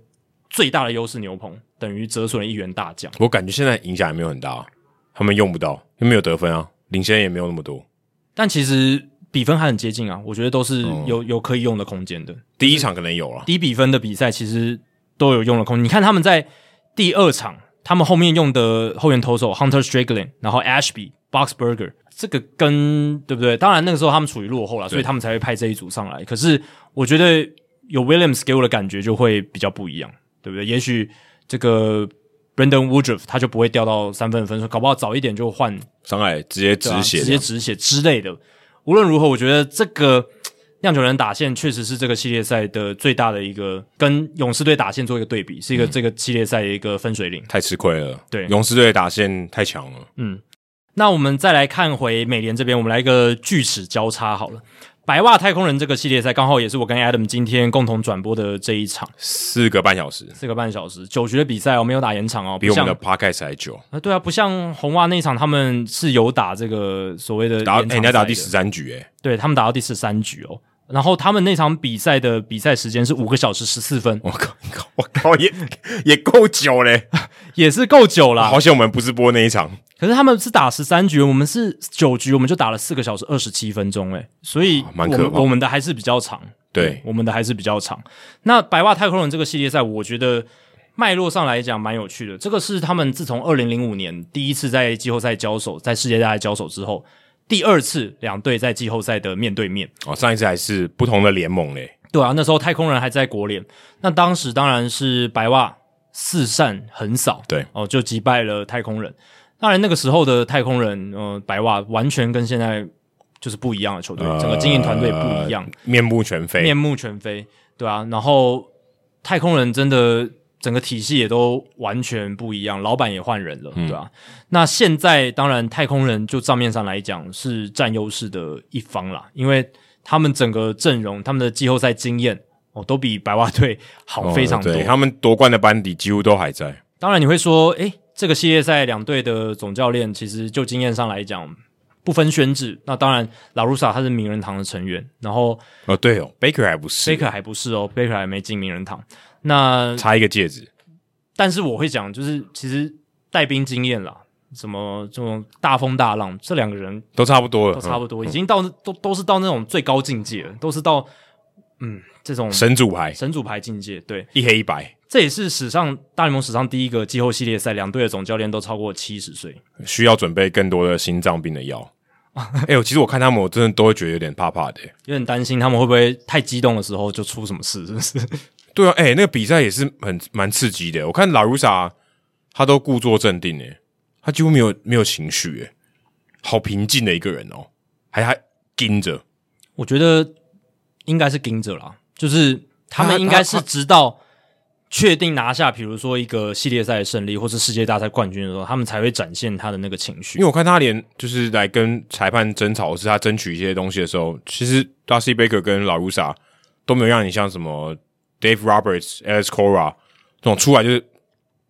Speaker 1: 最大的优势牛棚等于折损了一员大奖。
Speaker 2: 我感觉现在影响也没有很大、啊，他们用不到，因为没有得分啊，领先也没有那么多。
Speaker 1: 但其实比分还很接近啊，我觉得都是有、有可以用的空间的。
Speaker 2: 第一场可能有了，
Speaker 1: 低比分的比赛其实都有用的空间。你看他们在第二场，他们后面用的后援投手 Hunter Strickland，然后 Ashby、Boxberger，这个跟对不对？当然那个时候他们处于落后了，所以他们才会派这一组上来。可是我觉得有 Williams 给我的感觉就会比较不一样，对不对？也许这个 Brandon Woodruff 他就不会掉到三分的分数，搞不好早一点就换
Speaker 2: 上来直接止
Speaker 1: 对啊
Speaker 2: 血
Speaker 1: 直
Speaker 2: 这
Speaker 1: 接
Speaker 2: 样，
Speaker 1: 止血之类的。无论如何，我觉得这个酿酒人打线确实是这个系列赛的最大的一个跟勇士队打线做一个对比，是一
Speaker 2: 嗯
Speaker 1: 个这个系列赛的一个分水岭。
Speaker 2: 太吃亏了。
Speaker 1: 对
Speaker 2: 勇士队的打线太强了，
Speaker 1: 那我们再来看回美联这边，我们来一个锯齿交叉好了。白袜太空人这个系列赛刚好也是我跟 Adam 今天共同转播的这一场，
Speaker 2: 四个半小时，
Speaker 1: 四个半小时，九局的比赛哦，没有打延长哦，
Speaker 2: 比
Speaker 1: 不
Speaker 2: 我们
Speaker 1: 像
Speaker 2: 的 podcast 还久。
Speaker 1: 啊，对啊，不像红袜那一场，他们是有打这个所谓的
Speaker 2: 打哎、
Speaker 1: 延长
Speaker 2: 人家打
Speaker 1: 赛
Speaker 2: 第
Speaker 1: 的
Speaker 2: 十三局、哎，
Speaker 1: 对他们打到第十三局哦。然后他们那场比赛的比赛时间是五个小时十四分，
Speaker 2: 我靠，我靠，也也够 久嘞、啊
Speaker 1: 也是够久啦。
Speaker 2: 好险我们不是播那一场，
Speaker 1: 可是他们是打十三局，我们是九局，我们就打了四个小时二十七分钟，诶，所以
Speaker 2: 蛮
Speaker 1: 我
Speaker 2: 可
Speaker 1: 们
Speaker 2: 怕
Speaker 1: 我们的还是比较长。
Speaker 2: 对
Speaker 1: 我们的还是比较长。那白袜太空人这个系列赛，我觉得脉络上来讲蛮有趣的。这个是他们自从二零零五年第一次在季后赛交手，在世界大赛交手之后，第二次两队在季后赛的面对面。
Speaker 2: 哦，上一次还是不同的联盟嘞、
Speaker 1: 对啊，那时候太空人还在国联，那当时当然是白袜四善横扫，
Speaker 2: 对
Speaker 1: 哦，就击败了太空人。当然那个时候的太空人，呃，白袜完全跟现在就是不一样的球队，整个经营团队不一样，
Speaker 2: 呃面目全非。
Speaker 1: 面目全非，对啊。然后太空人真的整个体系也都完全不一样，老板也换人了，
Speaker 2: 嗯
Speaker 1: 对啊。那现在当然太空人就账面上来讲是占优势的一方啦，因为他们整个阵容、他们的季后赛经验哦，都比白袜队好
Speaker 2: 哦
Speaker 1: 非常多。
Speaker 2: 对他们夺冠的班底几乎都还在，
Speaker 1: 当然你会说，诶，这个系列赛两队的总教练其实就经验上来讲。不分轩制，那当然，拉鲁萨他是名人堂的成员，然后
Speaker 2: 哦，对哦，Baker 还不是
Speaker 1: Baker 还不是哦，Baker 还没进名人堂。那
Speaker 2: 差一个戒指，
Speaker 1: 但是我会讲，就是其实带兵经验啦，什么这种大风大浪，这两个人
Speaker 2: 都差不多了，
Speaker 1: 都差不
Speaker 2: 多。
Speaker 1: 多，已经到都都是到那种最高境界了，都是到嗯这种
Speaker 2: 神主牌
Speaker 1: 神主牌境界。对，
Speaker 2: 一黑一白，
Speaker 1: 这也是史上大联盟史上第一个季后系列赛，两队的总教练都超过七十岁。
Speaker 2: 需要准备更多的心脏病的 药。哎、我其实我看他们，我真的都会觉得有点怕怕的、欸
Speaker 1: 有点担心他们会不会太激动的时候就出什么事，是不是？
Speaker 2: 对啊，哎、那个比赛也是很蛮刺激的、我看拉鲁萨他都故作镇定、欸，他几乎没有没有情绪、欸，好平静的一个人哦、还还盯着，
Speaker 1: 我觉得应该是盯着啦，就是他
Speaker 2: 他
Speaker 1: 们应该是
Speaker 2: 他
Speaker 1: 直到确定拿下，比如说一个系列赛的胜利或是世界大赛冠军的时候，他们才会展现他的那个情
Speaker 2: 因
Speaker 1: 绪。
Speaker 2: 为我看他连就是来跟裁判争吵，或是他争取一些东西的时候，其实 Darcy Baker 跟老卢萨都没有让你像什么 Dave Roberts、Alex Cora 这种出来就是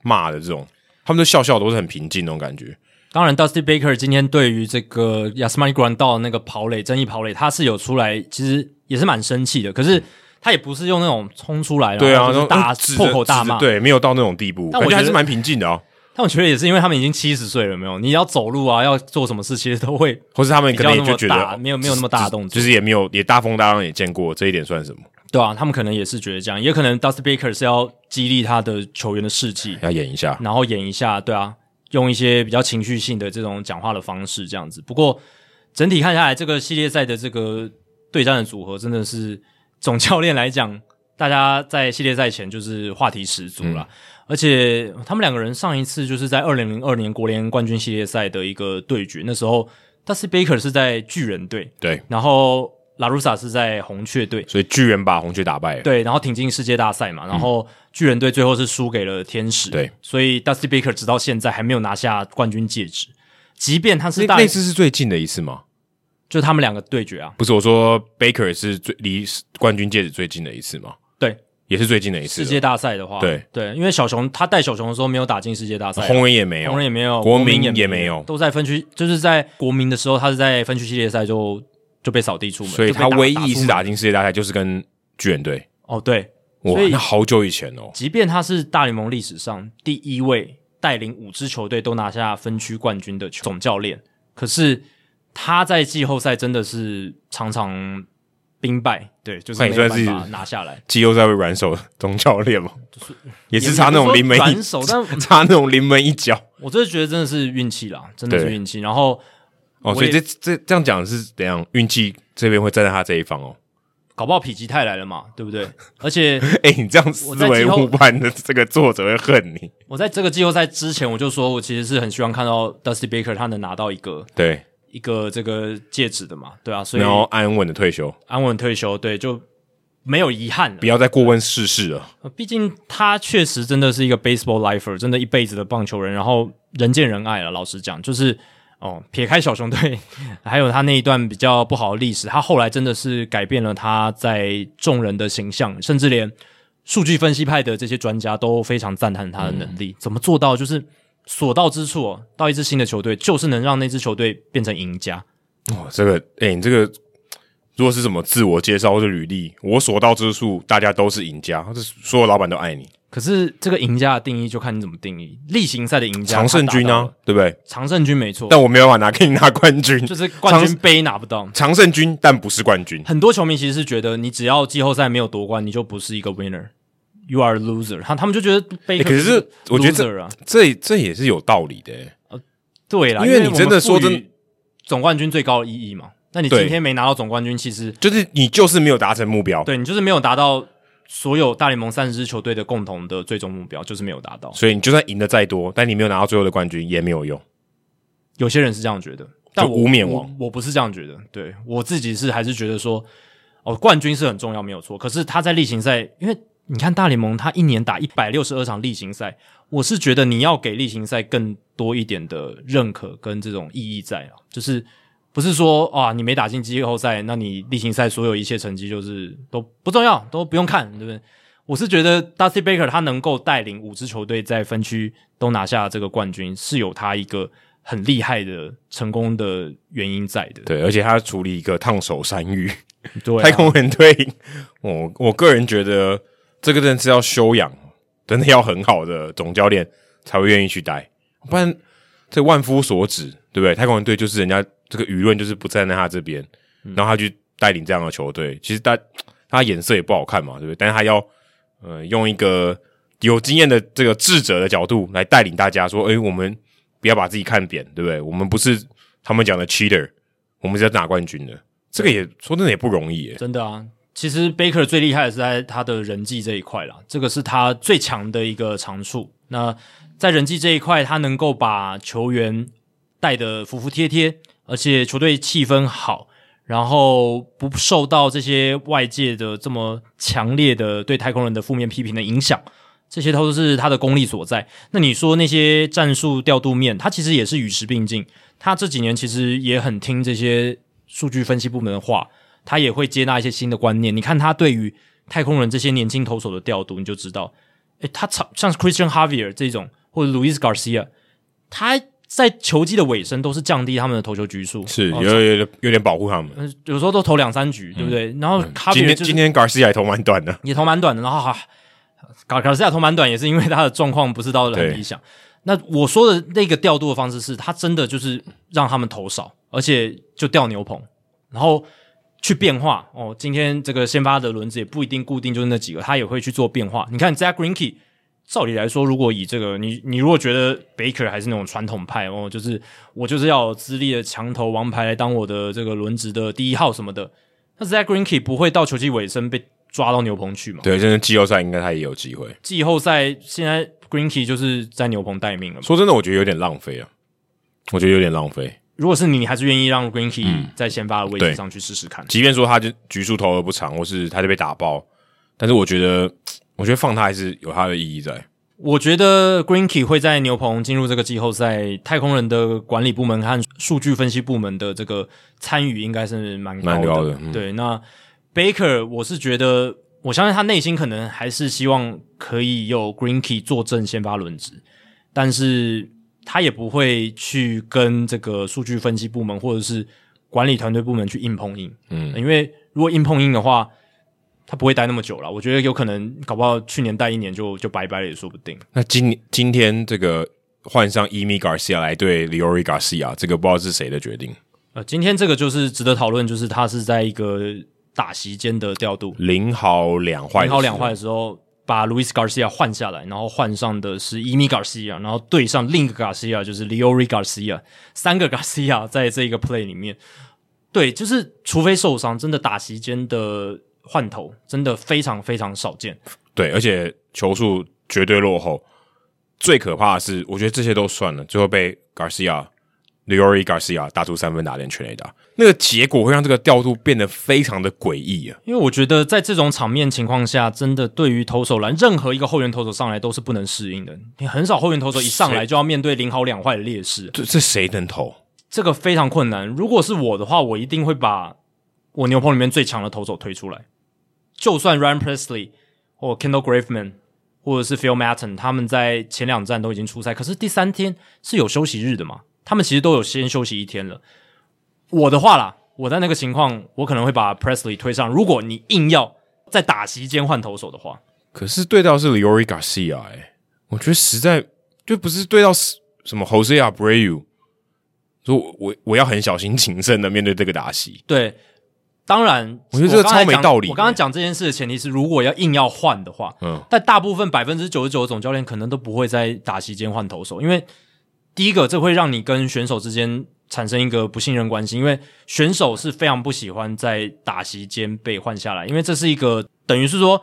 Speaker 2: 骂的这种，他们都笑笑，都是很平静那种感觉。
Speaker 1: 当然，Dusty Baker 今天对于这个 Yasmani g r a n d a 那个跑垒争议跑垒，他是有出来，其实也是蛮生气的，可是他也不是用那种冲出来
Speaker 2: 对
Speaker 1: 然后
Speaker 2: 啊，那
Speaker 1: 就是
Speaker 2: 种
Speaker 1: 大
Speaker 2: 嗯指着
Speaker 1: 破口大
Speaker 2: 指着
Speaker 1: 骂。
Speaker 2: 对，没有到那种地步，
Speaker 1: 但
Speaker 2: 感
Speaker 1: 我
Speaker 2: 觉
Speaker 1: 觉
Speaker 2: 还
Speaker 1: 得
Speaker 2: 是蛮平静的啊。
Speaker 1: 但我觉得也是因为他们已经七十岁了，有没有？你要走路啊，要做什么事，其实都会
Speaker 2: 或是他们
Speaker 1: 比
Speaker 2: 可
Speaker 1: 较
Speaker 2: 能
Speaker 1: 那
Speaker 2: 也就
Speaker 1: 么
Speaker 2: 觉
Speaker 1: 大，
Speaker 2: 得
Speaker 1: 没有没有那么大的动作，
Speaker 2: 就是也没有也大风大浪也见过，这一点算什么？
Speaker 1: 对啊，他们可能也是觉得这样，也可能 Dusty Baker 是要激励他的球员的士气，
Speaker 2: 要演一下，
Speaker 1: 然后演一下，对啊，用一些比较情绪性的这种讲话的方式这样子。不过整体看下来，这个系列赛的这个对战的组合真的是总教练来讲，大家在系列赛前就是话题十足啦。而且他们两个人上一次就是在二零零二年国联冠军系列赛的一个对决，那时候 Dusty Baker 是在巨人队，
Speaker 2: 对，
Speaker 1: 然后拉鲁萨是在红雀队。
Speaker 2: 所以巨人把红雀打败了。
Speaker 1: 对，然后挺进世界大赛嘛，然后巨人队最后是输给了天使，
Speaker 2: 嗯对，
Speaker 1: 所以 Dusty Baker 直到现在还没有拿下冠军戒指，即便他是
Speaker 2: 那
Speaker 1: 大
Speaker 2: 那，次是最近的一次吗？
Speaker 1: 就他们两个对决啊，
Speaker 2: 不是我说，Baker 是最离冠军戒指最近的一次吗？
Speaker 1: 对，
Speaker 2: 也是最近的一次
Speaker 1: 世
Speaker 2: 了。
Speaker 1: 界大赛的话，
Speaker 2: 对
Speaker 1: 对，因为小熊他带小熊的时候没有打进世界大赛啊，
Speaker 2: 红人也没有，
Speaker 1: 红人也没有，
Speaker 2: 国
Speaker 1: 民
Speaker 2: 民
Speaker 1: 也
Speaker 2: 也没有
Speaker 1: 都在分区，就是在国民的时候，他是在分区系列赛就就被扫地出门，
Speaker 2: 所以
Speaker 1: 就被
Speaker 2: 他
Speaker 1: 打
Speaker 2: 唯
Speaker 1: 打
Speaker 2: 一
Speaker 1: 出
Speaker 2: 一次
Speaker 1: 门
Speaker 2: 打进世界大赛就是跟巨人队。
Speaker 1: 哦，对，
Speaker 2: 哇
Speaker 1: 所，以
Speaker 2: 那好久以前哦，
Speaker 1: 即便他是大联盟历史上第一位带领五支球队都拿下分区冠军的球总教练，可是他在季后赛真的是常常兵败，对，就是
Speaker 2: 那
Speaker 1: 没
Speaker 2: 你
Speaker 1: 有
Speaker 2: 算
Speaker 1: 办
Speaker 2: 是
Speaker 1: 法拿下来。
Speaker 2: 季后赛会软手 的总教练嘛，也是差那种临门
Speaker 1: 也不是说
Speaker 2: 一
Speaker 1: 转手，但
Speaker 2: 差那种临门一脚
Speaker 1: 我真的觉得真的是运气啦，真的是
Speaker 2: 对
Speaker 1: 运气。然后我
Speaker 2: 哦。所
Speaker 1: 也
Speaker 2: 以这这这样讲是怎样？运气这边会站在他这一方哦。
Speaker 1: 搞不好否极泰来了嘛，对不对？而且
Speaker 2: 哎，你这样思
Speaker 1: 我在
Speaker 2: 维
Speaker 1: 季后
Speaker 2: 误判的这个作者会恨你。
Speaker 1: 我在这个季后赛之前，我就说我其实是很希望看到 Dusty Baker 他能拿到一个
Speaker 2: 对，
Speaker 1: 一个这个戒指的嘛，对啊，所以
Speaker 2: 然后安稳的退休，
Speaker 1: 安稳退休，对，就没有遗憾
Speaker 2: 不要再过问世事了。
Speaker 1: 了。毕竟他确实真的是一个 baseball lifer，真的一辈子的棒球人，然后人见人爱了。老实讲，就是哦，撇开小熊队， 还有他那一段比较不好的历史，他后来真的是改变了他在众人的形象，甚至连数据分析派的这些专家都非常赞叹他的能
Speaker 2: 嗯
Speaker 1: 力，怎么做到就是。所到之处、哦，到一支新的球队，就是能让那支球队变成赢家。
Speaker 2: 哦，这个，哎、你这个如果是什么自我介绍或者履历，我所到之处，大家都是赢家，这所有老板都爱你，
Speaker 1: 可是这个赢家的定义，就看你怎么定义。例行赛的赢家，
Speaker 2: 常胜军
Speaker 1: 他达到了
Speaker 2: 啊，对不对？
Speaker 1: 常胜军没错，
Speaker 2: 但我没有办法拿给你拿冠军，
Speaker 1: 就是冠军
Speaker 2: 常
Speaker 1: 杯拿不到。
Speaker 2: 常胜军，但不是冠军。
Speaker 1: 很多球迷其实是觉得，你只要季后赛没有夺冠，你就不是一个 winner，you are a loser。他他们就觉得杯、
Speaker 2: 欸可是我觉得这
Speaker 1: loser 啊，
Speaker 2: 这这也是有道理的、欸，
Speaker 1: 对啦，
Speaker 2: 因
Speaker 1: 因
Speaker 2: 为你真的说真的，
Speaker 1: 总冠军最高的意义嘛。那你今
Speaker 2: 对
Speaker 1: 天没拿到总冠军，其实
Speaker 2: 就是你就是没有达成目标，
Speaker 1: 对你就是没有达到所有大联盟三十支球队的共同的最终目标，就是没有达到。
Speaker 2: 所以你就算赢得再多，但你没有拿到最后的冠军也没有用。
Speaker 1: 有些人是这样觉得，但我
Speaker 2: 无冕王
Speaker 1: 我，我不是这样觉得。对我自己是还是觉得说，哦，冠军是很重要，没有错。可是他在例行赛，因为你看大联盟，他一年打一百六十二场例行赛，我是觉得你要给例行赛更多一点的认可跟这种意义在啊，就是不是说啊你没打进季后赛，那你例行赛所有一切成绩就是都不重要，都不用看，对不对？我是觉得 Dusty Baker 他能够带领五支球队在分区都拿下这个冠军，是有他一个很厉害的成功的原因在的。
Speaker 2: 对，而且他处理一个烫手山芋，
Speaker 1: 对啊、
Speaker 2: 太空人队，我我个人觉得这个真的是要修养，真的要很好的总教练才会愿意去带，不然这万夫所指，对不对？太空人队就是人家这个舆论就是不站在他这边，
Speaker 1: 嗯
Speaker 2: 然后他去带领这样的球队，其实他他眼色也不好看嘛，对不对？但是他要呃用一个有经验的这个智者的角度来带领大家说，诶，我们不要把自己看扁，对不对？我们不是他们讲的 cheater，我们是要拿冠军的。这个也说真的也不容易耶，
Speaker 1: 真的啊。其实 Baker 最厉害的是在他的人际这一块啦，这个是他最强的一个长处。那在人际这一块，他能够把球员带得服服帖帖，而且球队气氛好，然后不受到这些外界的这么强烈的对太空人的负面批评的影响，这些都是他的功力所在。那你说那些战术调度面，他其实也是与时并进，他这几年其实也很听这些数据分析部门的话，他也会接纳一些新的观念。你看他对于太空人这些年轻投手的调度，你就知道，诶，他常像 Christian Javier 这种或者 Luis Garcia，他在球季的尾声都是降低他们的投球局数，
Speaker 2: 是
Speaker 1: 哦
Speaker 2: 有有有有点保护他们。
Speaker 1: 呃有时候都投两三局，对不对？然后 Javier
Speaker 2: 今天
Speaker 1: 就是
Speaker 2: 今天 Garcia 也投蛮短 的，
Speaker 1: 也投蛮短的，然后哈，卡卡斯亚投蛮短也是因为他的状况不是到得很理想。那我说的那个调度的方式是，他真的就是让他们投少，而且就掉牛棚，然后去变化。哦，今天这个先发的轮子也不一定固定就是那几个，他也会去做变化。你看 Zach Greinke，照理来说，如果以这个你你如果觉得 Baker 还是那种传统派哦，就是我就是要有资历的墙头王牌来当我的这个轮值的第一号什么的，那 Zach Greinke 不会到球季尾声被抓到牛棚去嘛？
Speaker 2: 对，真的季后赛应该他也有机会。
Speaker 1: 季后赛现在 Greenkey 就是在牛棚待命了嘛。
Speaker 2: 说真的，我觉得有点浪费啊，我觉得有点浪费。
Speaker 1: 如果是你，你还是愿意让 Greenkey 在先发的位置
Speaker 2: 对
Speaker 1: 上去试试看？
Speaker 2: 即便说他就局数投的不长，或是他就被打爆，但是我觉得，我觉得放他还是有他的意义在。
Speaker 1: 我觉得 Greenkey 会在牛棚进入这个季后赛，太空人的管理部门和数据分析部门的这个参与应该是蛮高
Speaker 2: 蛮
Speaker 1: 的。
Speaker 2: 高的嗯
Speaker 1: 对，那 Baker 我是觉得，我相信他内心可能还是希望可以有 Greenkey 坐镇先发轮值，但是他也不会去跟这个数据分析部门或者是管理团队部门去硬碰硬，
Speaker 2: 嗯
Speaker 1: 因为如果硬碰硬的话，他不会待那么久了。我觉得有可能搞不好去年待一年就就拜拜了也说不定。
Speaker 2: 那今今天这个换上 Emi Garcia 来对 Leori Garcia，这个不知道是谁的决定，
Speaker 1: 呃，今天这个就是值得讨论，就是他是在一个打席间的调度，
Speaker 2: 零好两坏，
Speaker 1: 一好两坏，的时候，把 Luis Garcia 换下来，然后换上的是 Emi Garcia，然后对上另一个 Garcia 就是 Leori Garcia，三个 Garcia 在这个 play 里面，对，就是除非受伤，真的打席间的换头真的非常非常少见。
Speaker 2: 对，而且球速绝对落后。最可怕的是，我觉得这些都算了，最后被 Garcia、Leori Garcia 打出三分打点全垒打，那个结果会让这个调度变得非常的诡异啊。
Speaker 1: 因为我觉得在这种场面情况下，真的对于投手栏，任何一个后援投手上来都是不能适应的。你很少后援投手一上来就要面对零好两坏的劣势，
Speaker 2: 这这谁能投？
Speaker 1: 这个非常困难。如果是我的话，我一定会把我牛棚里面最强的投手推出来，就算 Ryan Presley 或 Kendall Graveman 或者是 Phil Maton 他们在前两站都已经出赛，可是第三天是有休息日的嘛？他们其实都有先休息一天了。我的话啦，我在那个情况，我可能会把 Presley 推上。如果你硬要在打席间换投手的话，
Speaker 2: 可是对到是 Leori Garcia 哎、我觉得实在就不是对到是什么 Jose Abreu，所以我我我要很小心谨慎的面对这个打戏。
Speaker 1: 对，当然，
Speaker 2: 我觉得这个
Speaker 1: 刚才
Speaker 2: 超没
Speaker 1: 讲
Speaker 2: 道理
Speaker 1: 我刚刚讲这件事的前提是，如果要硬要换的话，
Speaker 2: 嗯，
Speaker 1: 但大部分百分之九十九的总教练可能都不会在打席间换投手，因为第一个这会让你跟选手之间产生一个不信任关系，因为选手是非常不喜欢在打席间被换下来，因为这是一个等于是说，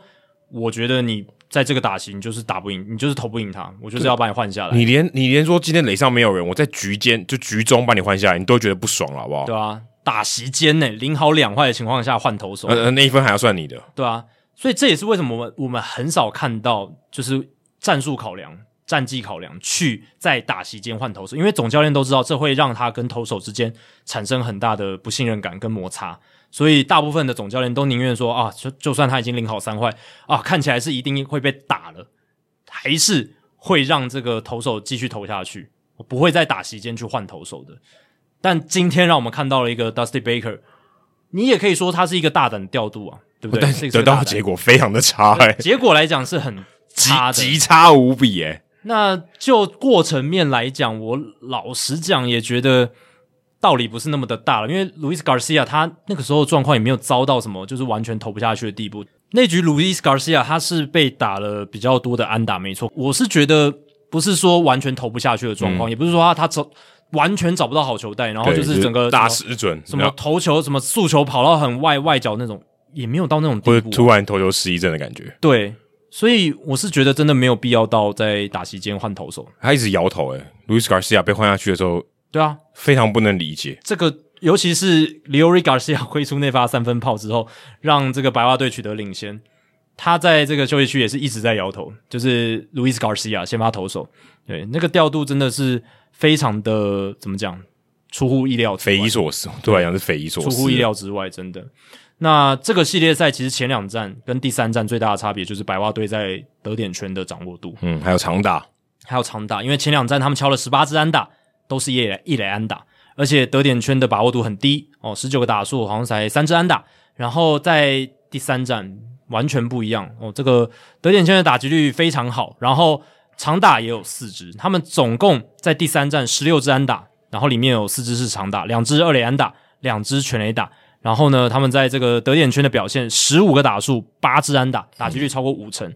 Speaker 1: 我觉得你在这个打席你就是打不赢，你就是投不赢他，我就是要把你换下来，
Speaker 2: 你连你连说今天垒上没有人，我在局间就局中把你换下来，你都觉得不爽了，好不好？
Speaker 1: 对啊，打席间呢，零好两坏的情况下换投手，
Speaker 2: 呃呃，那一分还要算你的，
Speaker 1: 对啊，所以这也是为什么我们我们很少看到就是战术考量、战绩考量去在打席间换投手，因为总教练都知道这会让他跟投手之间产生很大的不信任感跟摩擦，所以大部分的总教练都宁愿说啊，就就算他已经领好三坏啊，看起来是一定会被打了，还是会让这个投手继续投下去，我不会在打席间去换投手的。但今天让我们看到了一个 Dusty Baker，你也可以说他是一个大胆的调度啊，对不对？
Speaker 2: 但
Speaker 1: 是一
Speaker 2: 是
Speaker 1: 个
Speaker 2: 得到
Speaker 1: 大胆
Speaker 2: 的结果非常的差、
Speaker 1: 对
Speaker 2: 欸，
Speaker 1: 结果来讲是很差
Speaker 2: 极
Speaker 1: 的。
Speaker 2: 极差无比、欸，
Speaker 1: 那就过程面来讲，我老实讲也觉得道理不是那么的大了，因为 Luis Garcia 他那个时候状况也没有遭到什么，就是完全投不下去的地步。那局 Luis Garcia 他是被打了比较多的安打，没错，我是觉得不是说完全投不下去的状况，也不是说他他找完全找不到好球带，然后
Speaker 2: 嗯对
Speaker 1: 就是整个
Speaker 2: 大
Speaker 1: 什么
Speaker 2: 失准，
Speaker 1: 什
Speaker 2: 然
Speaker 1: 么
Speaker 2: 后
Speaker 1: 投球什么速球跑到很外外角那种，也没有到那种
Speaker 2: 或
Speaker 1: 地
Speaker 2: 者
Speaker 1: 步啊、
Speaker 2: 突然投球失忆症的感觉，
Speaker 1: 对，所以我是觉得真的没有必要到在打席间换投手。
Speaker 2: 他一直摇头、欸，哎，Luis Garcia 被换下去的时候
Speaker 1: 对啊，
Speaker 2: 非常不能理解，
Speaker 1: 这个尤其是 Leori Garcia 挥出那发三分炮之后，让这个白袜队取得领先。他在这个休息区也是一直在摇头，就是 Luis Garcia 先发投手，对那个调度真的是非常的怎么讲，出乎意料之外，
Speaker 2: 匪夷所思，对我来讲是匪夷所思，
Speaker 1: 出乎意料之外，真的。那这个系列赛其实前两站跟第三站最大的差别就是白袜队在得点圈的掌握度，
Speaker 2: 嗯，还有长打，
Speaker 1: 还有长打，因为前两站他们敲了十八支安打，都是一垒一垒安打，而且得点圈的把握度很低哦，十九个打数好像才三支安打，然后在第三站完全不一样哦，这个得点圈的打击率非常好，然后长打也有四支，他们总共在第三站十六支安打，然后里面有四支是长打，两支二垒安打，两支全垒打。然后呢，他们在这个得点圈的表现，十五个打数，八支安打，打击率超过五成，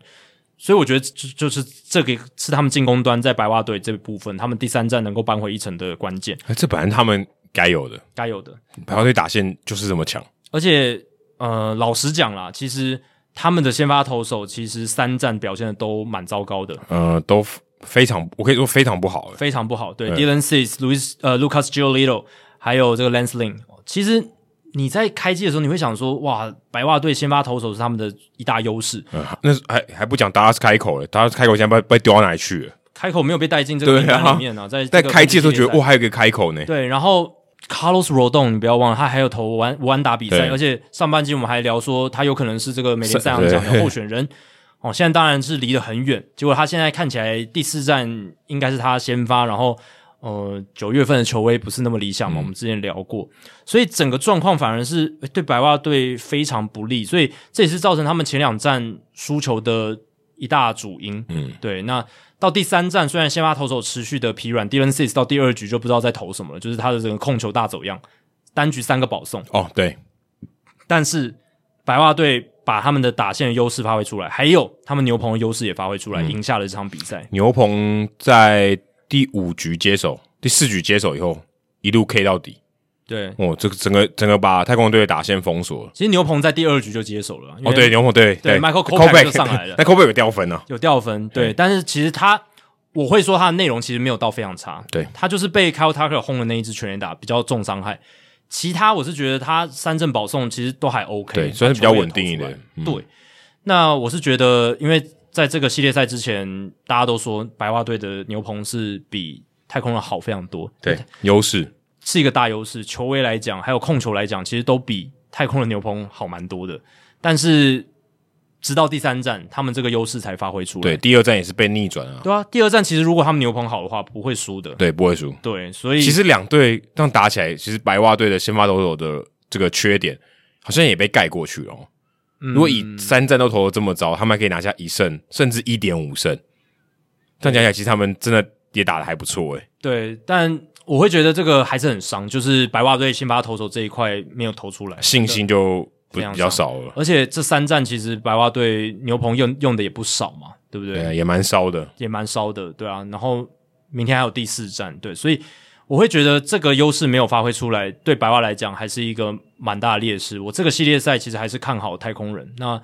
Speaker 1: 所以我觉得就就是这个是他们进攻端在白袜队这部分，他们第三站能够扳回一城的关键，
Speaker 2: 哎这本来他们该有的，
Speaker 1: 该有的。
Speaker 2: 白袜队打线就是这么强，
Speaker 1: 而且呃，老实讲啦，其实他们的先发投手其实三战表现的都蛮糟糕的，
Speaker 2: 呃，都非常，我可以说非常不好、欸，
Speaker 1: 非常不好。对
Speaker 2: 对
Speaker 1: ，Dylan Cis、Louis 呃 Lucas Giolito，还有这个 Lance Lynn，其实你在开机的时候，你会想说，哇，白袜队先发投手是他们的一大优势，
Speaker 2: 嗯，那是还还不讲达拉斯开口了，达拉斯开口现在被被丢到哪里去了？
Speaker 1: 开口没有被带进这个
Speaker 2: 对啊
Speaker 1: 名单里面啊，在
Speaker 2: 在
Speaker 1: 这个
Speaker 2: 开季的时候觉
Speaker 1: 系列赛
Speaker 2: 得哦哇，还有一个开口呢，
Speaker 1: 对，然后 Carlos Rodon，你不要忘了，他还有投完完打比赛，
Speaker 2: 对
Speaker 1: 而且上半季我们还聊说他有可能是这个美联赛扬奖的
Speaker 2: 对
Speaker 1: 候选人。哦，现在当然是离得很远，结果他现在看起来第四站应该是他先发，然后呃九月份的球威不是那么理想嘛，我
Speaker 2: 嗯
Speaker 1: 们之前聊过，所以整个状况反而是呃对白袜队非常不利，所以这也是造成他们前两战输球的一大主因。
Speaker 2: 嗯，
Speaker 1: 对，那到第三站，虽然先发投手持续的疲软，Dylan Cis 到第二局就不知道在投什么了，就是他的整个控球大走样，单局三个保送，
Speaker 2: 哦，对，
Speaker 1: 但是白袜队把他们的打线的优势发挥出来，还有他们牛棚的优势也发挥出
Speaker 2: 嗯
Speaker 1: 来，赢下了这场比赛。
Speaker 2: 牛棚在第五局接手，第四局接手以后一路 K 到底，
Speaker 1: 对，
Speaker 2: 哦，这个整个整个把太空队的打线封锁了。
Speaker 1: 其实牛棚在第二局就接手了，因为
Speaker 2: 哦，对，牛棚对
Speaker 1: 对，Michael
Speaker 2: Kobe-
Speaker 1: Kopech 就上来 了
Speaker 2: 那 Kobe 有掉分啊，
Speaker 1: 有掉分，对，但是其实他我会说他的内容其实没有到非常差，
Speaker 2: 对
Speaker 1: 他就是被 Kyle Tucker 轰的那一支全垒打比较重伤害，其他我是觉得他三振保送其实都还 OK，
Speaker 2: 对算是比较稳定一点
Speaker 1: 把球也投出来对，那我是觉得，因为在这个系列赛之前，大家都说白袜队的牛棚是比太空人好非常多，
Speaker 2: 对，优势，
Speaker 1: 是一个大优势。球威来讲，还有控球来讲，其实都比太空的牛棚好蛮多的。但是直到第三站，他们这个优势才发挥出来。
Speaker 2: 对，第二站也是被逆转啊，
Speaker 1: 对啊，第二站其实如果他们牛棚好的话，不会输的。
Speaker 2: 对，不会输。
Speaker 1: 对，所以
Speaker 2: 其实两队这样打起来，其实白袜队的先发投手的这个缺点，好像也被盖过去了、哦。
Speaker 1: 嗯
Speaker 2: 如果以三战都投的这么糟，他们还可以拿下一胜，甚至一点五胜。这样讲起来，其实他们真的也打的还不错欸诶、
Speaker 1: 对，但我会觉得这个还是很伤，就是白袜队先发投手这一块没有投出来
Speaker 2: 信心就不
Speaker 1: 非常
Speaker 2: 比较少了，
Speaker 1: 而且这三站其实白袜队牛棚用用的也不少嘛，对不对？
Speaker 2: 对，也蛮烧的。
Speaker 1: 也蛮烧的，对啊。然后明天还有第四站，对，所以我会觉得这个优势没有发挥出来，对白袜来讲还是一个蛮大的劣势。我这个系列赛其实还是看好太空人，那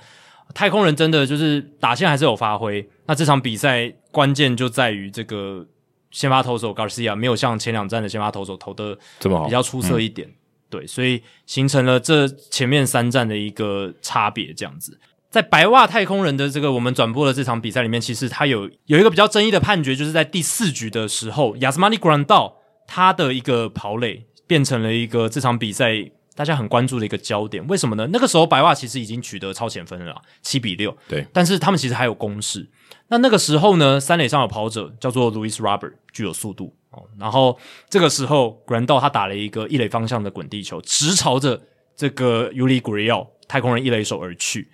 Speaker 1: 太空人真的就是打线还是有发挥。那这场比赛关键就在于这个先发投手 Garcia 没有像前两站的先发投手投的
Speaker 2: 这么好嗯
Speaker 1: 比较出色一点，对，所以形成了这前面三站的一个差别，这样子。在白袜太空人的这个我们转播的这场比赛里面，其实他有有一个比较争议的判决，就是在第四局的时候，亚斯马尼古兰道他的一个跑垒变成了一个这场比赛大家很关注的一个焦点。为什么呢？那个时候白袜其实已经取得超前分了啦，七比六。
Speaker 2: 对，
Speaker 1: 但是他们其实还有攻势。那那个时候呢，三垒上有跑者叫做 Louis Robert，具有速度哦。然后这个时候 g r a n d 他打了一个一垒方向的滚地球，直朝着这个 Uli Gurriel 太空人一垒手而去。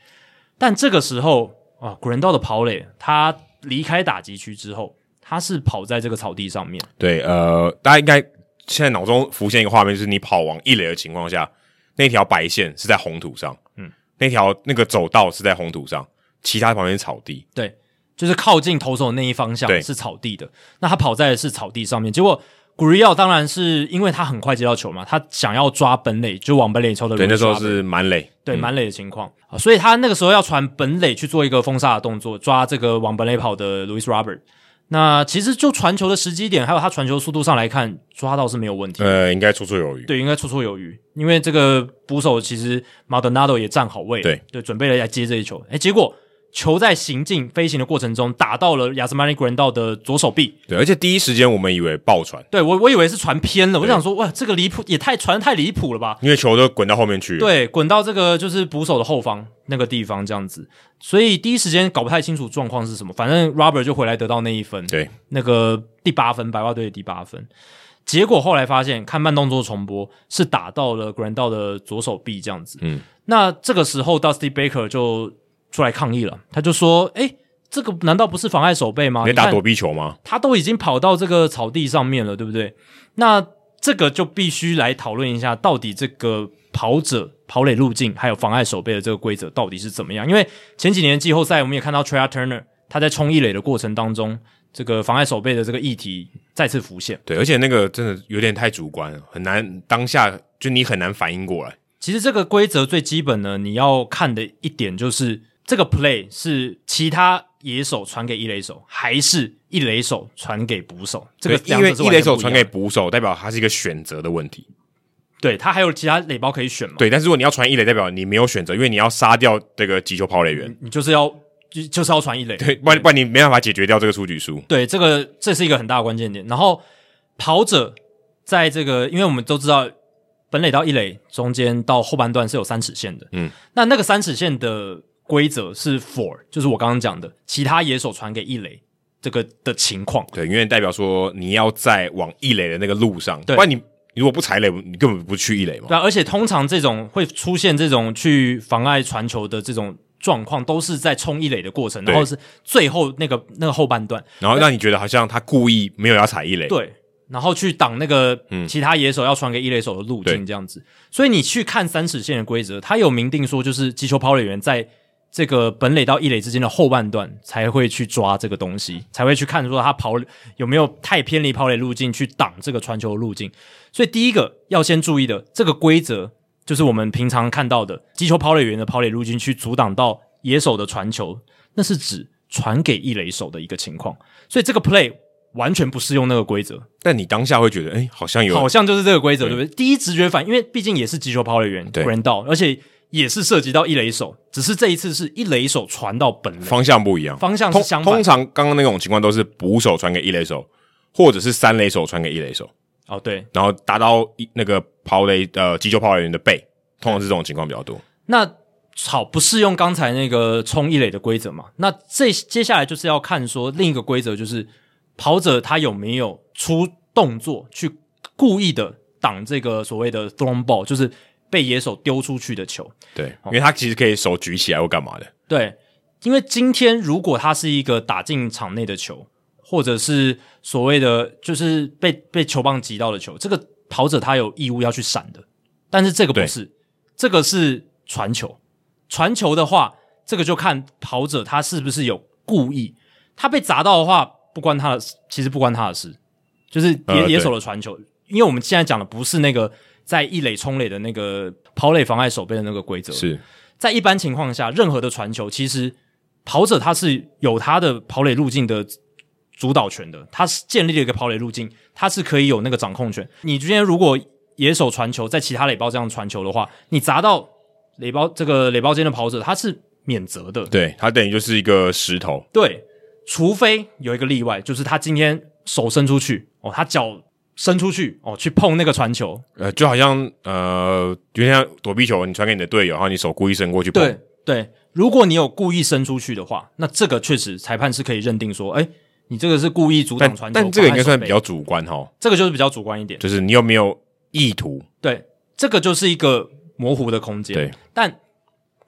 Speaker 1: 但这个时候啊 g r a n d 的跑垒，他离开打击区之后，他是跑在这个草地上面。
Speaker 2: 对，呃，大家应该现在脑中浮现一个画面，就是你跑往一垒的情况下，那条白线是在红土上，嗯，那条那个走道是在红土上，其他旁边是草地，
Speaker 1: 对，就是靠近投手的那一方向
Speaker 2: 对
Speaker 1: 是草地的，那他跑在的是草地上面，结果。古里奥当然是因为他很快接到球嘛，他想要抓本垒，就往本垒抽的。
Speaker 2: 对，那时候是满垒，
Speaker 1: 对满垒的情况、啊，所以他那个时候要传本垒去做一个封杀的动作，抓这个往本垒跑的 Louis Robert。那其实就传球的时机点，还有他传球速度上来看，抓到是没有问题的。
Speaker 2: 呃，应该绰绰有余。
Speaker 1: 对，应该绰绰有余，因为这个捕手其实 Maldonado 也站好位了，
Speaker 2: 对
Speaker 1: 准备了来接这一球，哎，结果球在行进飞行的过程中打到了亚斯曼尼古人道的左手臂，
Speaker 2: 对，而且第一时间我们以为爆传，
Speaker 1: 对我我以为是传偏了，我想说哇，这个离谱也太传得太离谱了吧，
Speaker 2: 因为球都滚到后面去。，
Speaker 1: 对，滚到这个就是捕手的后方那个地方这样子，所以第一时间搞不太清楚状况是什么，反正 Robert 就回来得到那一分，
Speaker 2: 对，
Speaker 1: 那个第八分，白袜队的第八分。结果后来发现，看慢动作重播是打到了 g r a n d a 的左手臂这样子。
Speaker 2: 嗯，
Speaker 1: 那这个时候 Dusty Baker 就出来抗议了，他就说：“诶，这个难道不是妨碍手背吗？
Speaker 2: 你在打
Speaker 1: 看
Speaker 2: 躲避球吗？
Speaker 1: 他都已经跑到这个草地上面了，对不对？那这个就必须来讨论一下，到底这个跑者跑垒路径还有妨碍手背的这个规则到底是怎么样？因为前几年季后赛我们也看到 t r e y Turner 他在冲一垒的过程当中，这个妨碍手背的这个议题再次浮现。
Speaker 2: 对，而且那个真的有点太主观了，很难当下就你很难反应过来。
Speaker 1: 其实这个规则最基本呢，你要看的一点就是这个 play 是其他野手传给一垒手，还是一垒手传给捕手？这个
Speaker 2: 对
Speaker 1: 两
Speaker 2: 因
Speaker 1: 者
Speaker 2: 为
Speaker 1: 是完全
Speaker 2: 一垒手
Speaker 1: 不一
Speaker 2: 传
Speaker 1: 样
Speaker 2: 给捕手，代表它是一个选择的问题。
Speaker 1: 对他还有其他垒包可以选嘛？
Speaker 2: 对，但是如果你要传一垒，代表你没有选择，因为你要杀掉这个击球跑垒员，
Speaker 1: 你就是要就就是要传一垒。
Speaker 2: 对，不然不然你没办法解决掉这个出局数。
Speaker 1: 对，这个这是一个很大的关键点。然后跑者在这个，因为我们都知道本垒到一垒中间到后半段是有三尺线的，
Speaker 2: 嗯，
Speaker 1: 那那个三尺线的规则是 for，就是我刚刚讲的，其他野手传给一垒这个的情况。
Speaker 2: 对，因为代表说你要在往一垒的那个路上，
Speaker 1: 对
Speaker 2: 不然你你如果不踩垒，你根本不去一垒嘛。
Speaker 1: 对、啊，而且通常这种会出现这种去妨碍传球的这种状况，都是在冲一垒的过程，
Speaker 2: 对
Speaker 1: 然后是最后那个那个后半段，
Speaker 2: 然后让你觉得好像他故意没有要踩一垒，
Speaker 1: 对，然后去挡那个
Speaker 2: 嗯
Speaker 1: 其他野手要传给一垒手的路
Speaker 2: 对
Speaker 1: 径这样子。所以你去看三尺线的规则，它有明定说，就是击球抛垒员在这个本垒到一垒之间的后半段才会去抓这个东西，才会去看说他跑有没有太偏离跑垒路径去挡这个传球的路径。所以第一个要先注意的这个规则，就是我们平常看到的击球抛垒员的跑垒路径去阻挡到野手的传球，那是指传给一垒手的一个情况。所以这个 play 完全不适用那个规则，
Speaker 2: 但你当下会觉得，哎、好像有
Speaker 1: 好像就是这个规则，对不对？第一直觉反应，因为毕竟也是击球抛垒员
Speaker 2: 对
Speaker 1: b r a n d o 而且也是涉及到一垒手，只是这一次是一垒手传到本垒，
Speaker 2: 方向不一样，
Speaker 1: 方向是
Speaker 2: 通
Speaker 1: 相反
Speaker 2: 通常刚刚那种情况都是捕手传给一垒手，或者是三垒手传给一垒手，
Speaker 1: 哦，对。
Speaker 2: 然后打到一那个跑垒呃击球跑垒员的背，通常是这种情况比较多。
Speaker 1: 那好，不适用刚才那个冲一垒的规则嘛？那这接下来就是要看说另一个规则，就是跑者他有没有出动作去故意的挡这个所谓的 thrown ball，就是被野手丢出去的球。
Speaker 2: 对，因为他其实可以手举起来或干嘛的，
Speaker 1: 对，因为今天如果它是一个打进场内的球，或者是所谓的就是被被球棒击到的球，这个跑者他有义务要去闪的，但是这个不
Speaker 2: 对
Speaker 1: 是，这个是传球。传球的话，这个就看跑者他是不是有故意。他被砸到的话，不关他的事，其实不关他的事，就是野、
Speaker 2: 呃对
Speaker 1: 野手的传球。因为我们现在讲的不是那个在一垒冲垒的那个跑垒妨碍手背的那个规则，
Speaker 2: 是
Speaker 1: 在一般情况下，任何的传球，其实跑者他是有他的跑垒路径的主导权的，他是建立了一个跑垒路径，他是可以有那个掌控权。你今天如果野手传球在其他垒包这样传球的话，你砸到垒包这个垒包间的跑者，他是免责的。
Speaker 2: 对他等于就是一个石头，
Speaker 1: 对，除非有一个例外，就是他今天手伸出去，哦，他脚伸出去，哦，去碰那个传球，
Speaker 2: 呃，就好像呃，有点像躲避球，你传给你的队友，然后你手故意伸过去，
Speaker 1: 对，对，如果你有故意伸出去的话，那这个确实裁判是可以认定说，哎、你这个是故意阻
Speaker 2: 但
Speaker 1: 挡传球，
Speaker 2: 但这个应该算
Speaker 1: 妨碍
Speaker 2: 比
Speaker 1: 手背，
Speaker 2: 较主观哈，
Speaker 1: 这个就是比较主观一点。
Speaker 2: 就是你有没有意图？
Speaker 1: 对，这个就是一个模糊的空间。
Speaker 2: 对，
Speaker 1: 但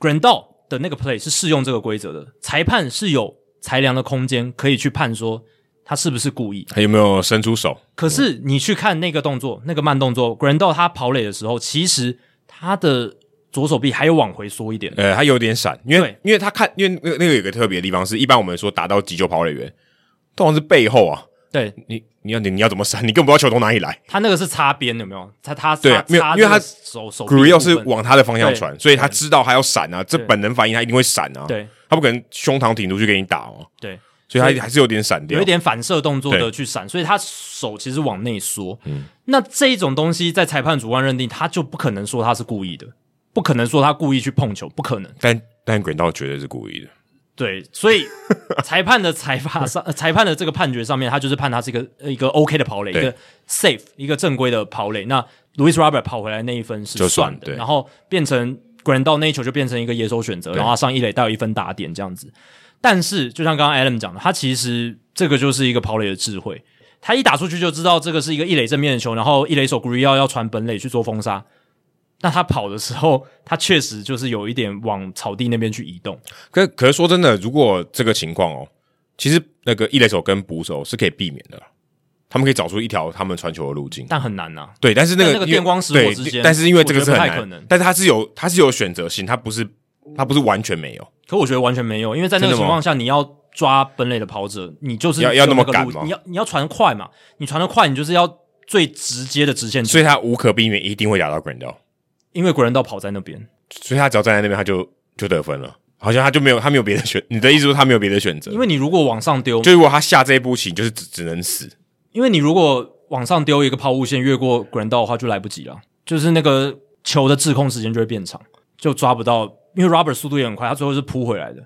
Speaker 1: Grandal 的那个 play 是适用这个规则的，裁判是有裁量的空间可以去判说他是不是故意。
Speaker 2: 还有没有伸出手？
Speaker 1: 可是你去看那个动作，那个慢动作，Grandal 他跑垒的时候，其实他的左手臂还有往回缩一点。
Speaker 2: 呃，他有点闪，因为
Speaker 1: 对
Speaker 2: 因为他看，因为那个那个有个特别的地方是，一般我们说打到急救跑垒员，通常是背后啊，
Speaker 1: 对
Speaker 2: 你你要你你要怎么闪，你根本不知道球从哪里来。
Speaker 1: 他那个是擦边，有没有？他他
Speaker 2: 对
Speaker 1: 擦
Speaker 2: 没有
Speaker 1: 擦
Speaker 2: 因为
Speaker 1: 这个
Speaker 2: 他
Speaker 1: 手手
Speaker 2: g
Speaker 1: 臂
Speaker 2: r
Speaker 1: 的
Speaker 2: e
Speaker 1: 哦部
Speaker 2: 是
Speaker 1: 分
Speaker 2: 往他的方向
Speaker 1: 对
Speaker 2: 传，所以他知道他要闪啊，这
Speaker 1: 对
Speaker 2: 本能反应他一定会闪啊，，
Speaker 1: 对
Speaker 2: 他不可能胸膛挺出去给你打哦，
Speaker 1: 对，
Speaker 2: 所以
Speaker 1: 所以
Speaker 2: 他还是有点闪掉，
Speaker 1: 有一点反射动作的
Speaker 2: 啊对嗯
Speaker 1: 去闪，所以他手其实往内缩。那这一种东西在裁判主观认定，他就不可能说他是故意的，不可能说他故意去碰球，不可能。
Speaker 2: 但但 g r 绝对是故意的，
Speaker 1: 对，所 以裁判的裁罚上，呃裁判的这个判决上面，他就是判他是一个呃一个 OK 的跑垒，一
Speaker 2: 对
Speaker 1: 个 safe 一个正规的跑垒。那 Louis Robert 跑回来那一分是
Speaker 2: 就算
Speaker 1: 算的，
Speaker 2: 对
Speaker 1: 然后变成 Grand 到那一球就变成一个野手选择，然后他上一垒带有一分打点这样子。但是就像刚刚 Adam 讲的，他其实这个就是一个跑垒的智慧，他一打出去就知道这个是一个一垒正面的球，然后一垒手 g r e e 要要传本垒去做封杀。那他跑的时候，他确实就是有一点往草地那边去移动。
Speaker 2: 可可是说真的，如果这个情况哦，其实那个一垒手跟捕手是可以避免的啦，他们可以找出一条他们传球的路径。
Speaker 1: 但很难呐、啊
Speaker 2: 对，但是那个
Speaker 1: 但那个
Speaker 2: 因为
Speaker 1: 电光石火
Speaker 2: 对
Speaker 1: 之间
Speaker 2: 但是因为这个是很
Speaker 1: 我觉得不太可
Speaker 2: 难，
Speaker 1: 能
Speaker 2: 但是它是有它是有选择性，它不是它不是完全没有。
Speaker 1: 可我觉得完全没有，因为在那个
Speaker 2: 真的吗
Speaker 1: 情况下，你要抓本垒的跑者，你就是
Speaker 2: 要要那么
Speaker 1: 有个路
Speaker 2: 赶吗
Speaker 1: 你要你要传快嘛，你传的快，你就是要最直接的直线球，
Speaker 2: 所以他无可避免一定会打到 Grandel，
Speaker 1: 因为国人道跑在那边，
Speaker 2: 所以他只要站在那边，他就就得分了。好像他就没有他没有别的选，你的意思说他没有别的选择
Speaker 1: 因？为你如果往上丢，
Speaker 2: 就如果他下这一步棋，就是只只能死。
Speaker 1: 因为你如果往上丢一个抛物线越过国人道的话，就来不及了，就是那个球的滞空时间就会变长，就抓不到，因为 Robert 速度也很快，他最后是扑回来的，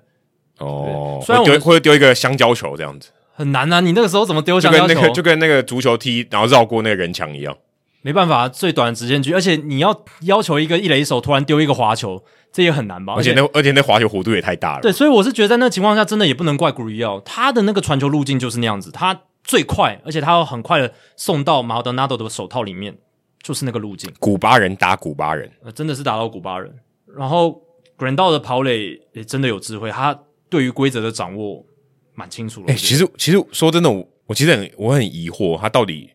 Speaker 2: 哦，
Speaker 1: 虽然
Speaker 2: 会
Speaker 1: 我们
Speaker 2: 丢或者丢一个香蕉球这样子，
Speaker 1: 很难啊，你那个时候怎么丢
Speaker 2: 就
Speaker 1: 香
Speaker 2: 跟
Speaker 1: 蕉
Speaker 2: 那个就
Speaker 1: 球？
Speaker 2: 跟那个足球踢，然后绕过那个人墙一样。
Speaker 1: 没办法，最短的直线距，而且你要要求一个一垒手突然丢一个滑球，这也很难吧？
Speaker 2: 而且那而且那滑雪弧度也太大了。
Speaker 1: 对，所以我是觉得在那个情况下，真的也不能怪 g u r i e 他的那个传球路径就是那样子，他最快，而且他要很快的送到马德纳多的手套里面，就是那个路径，
Speaker 2: 古巴人打古巴人，
Speaker 1: 呃真的是打到古巴人。然后 Grandal 的跑垒也真的有智慧，他对于规则的掌握蛮清楚了。我觉
Speaker 2: 哎、
Speaker 1: 得
Speaker 2: 其实其实说真的，我我其实很我很疑惑，他到底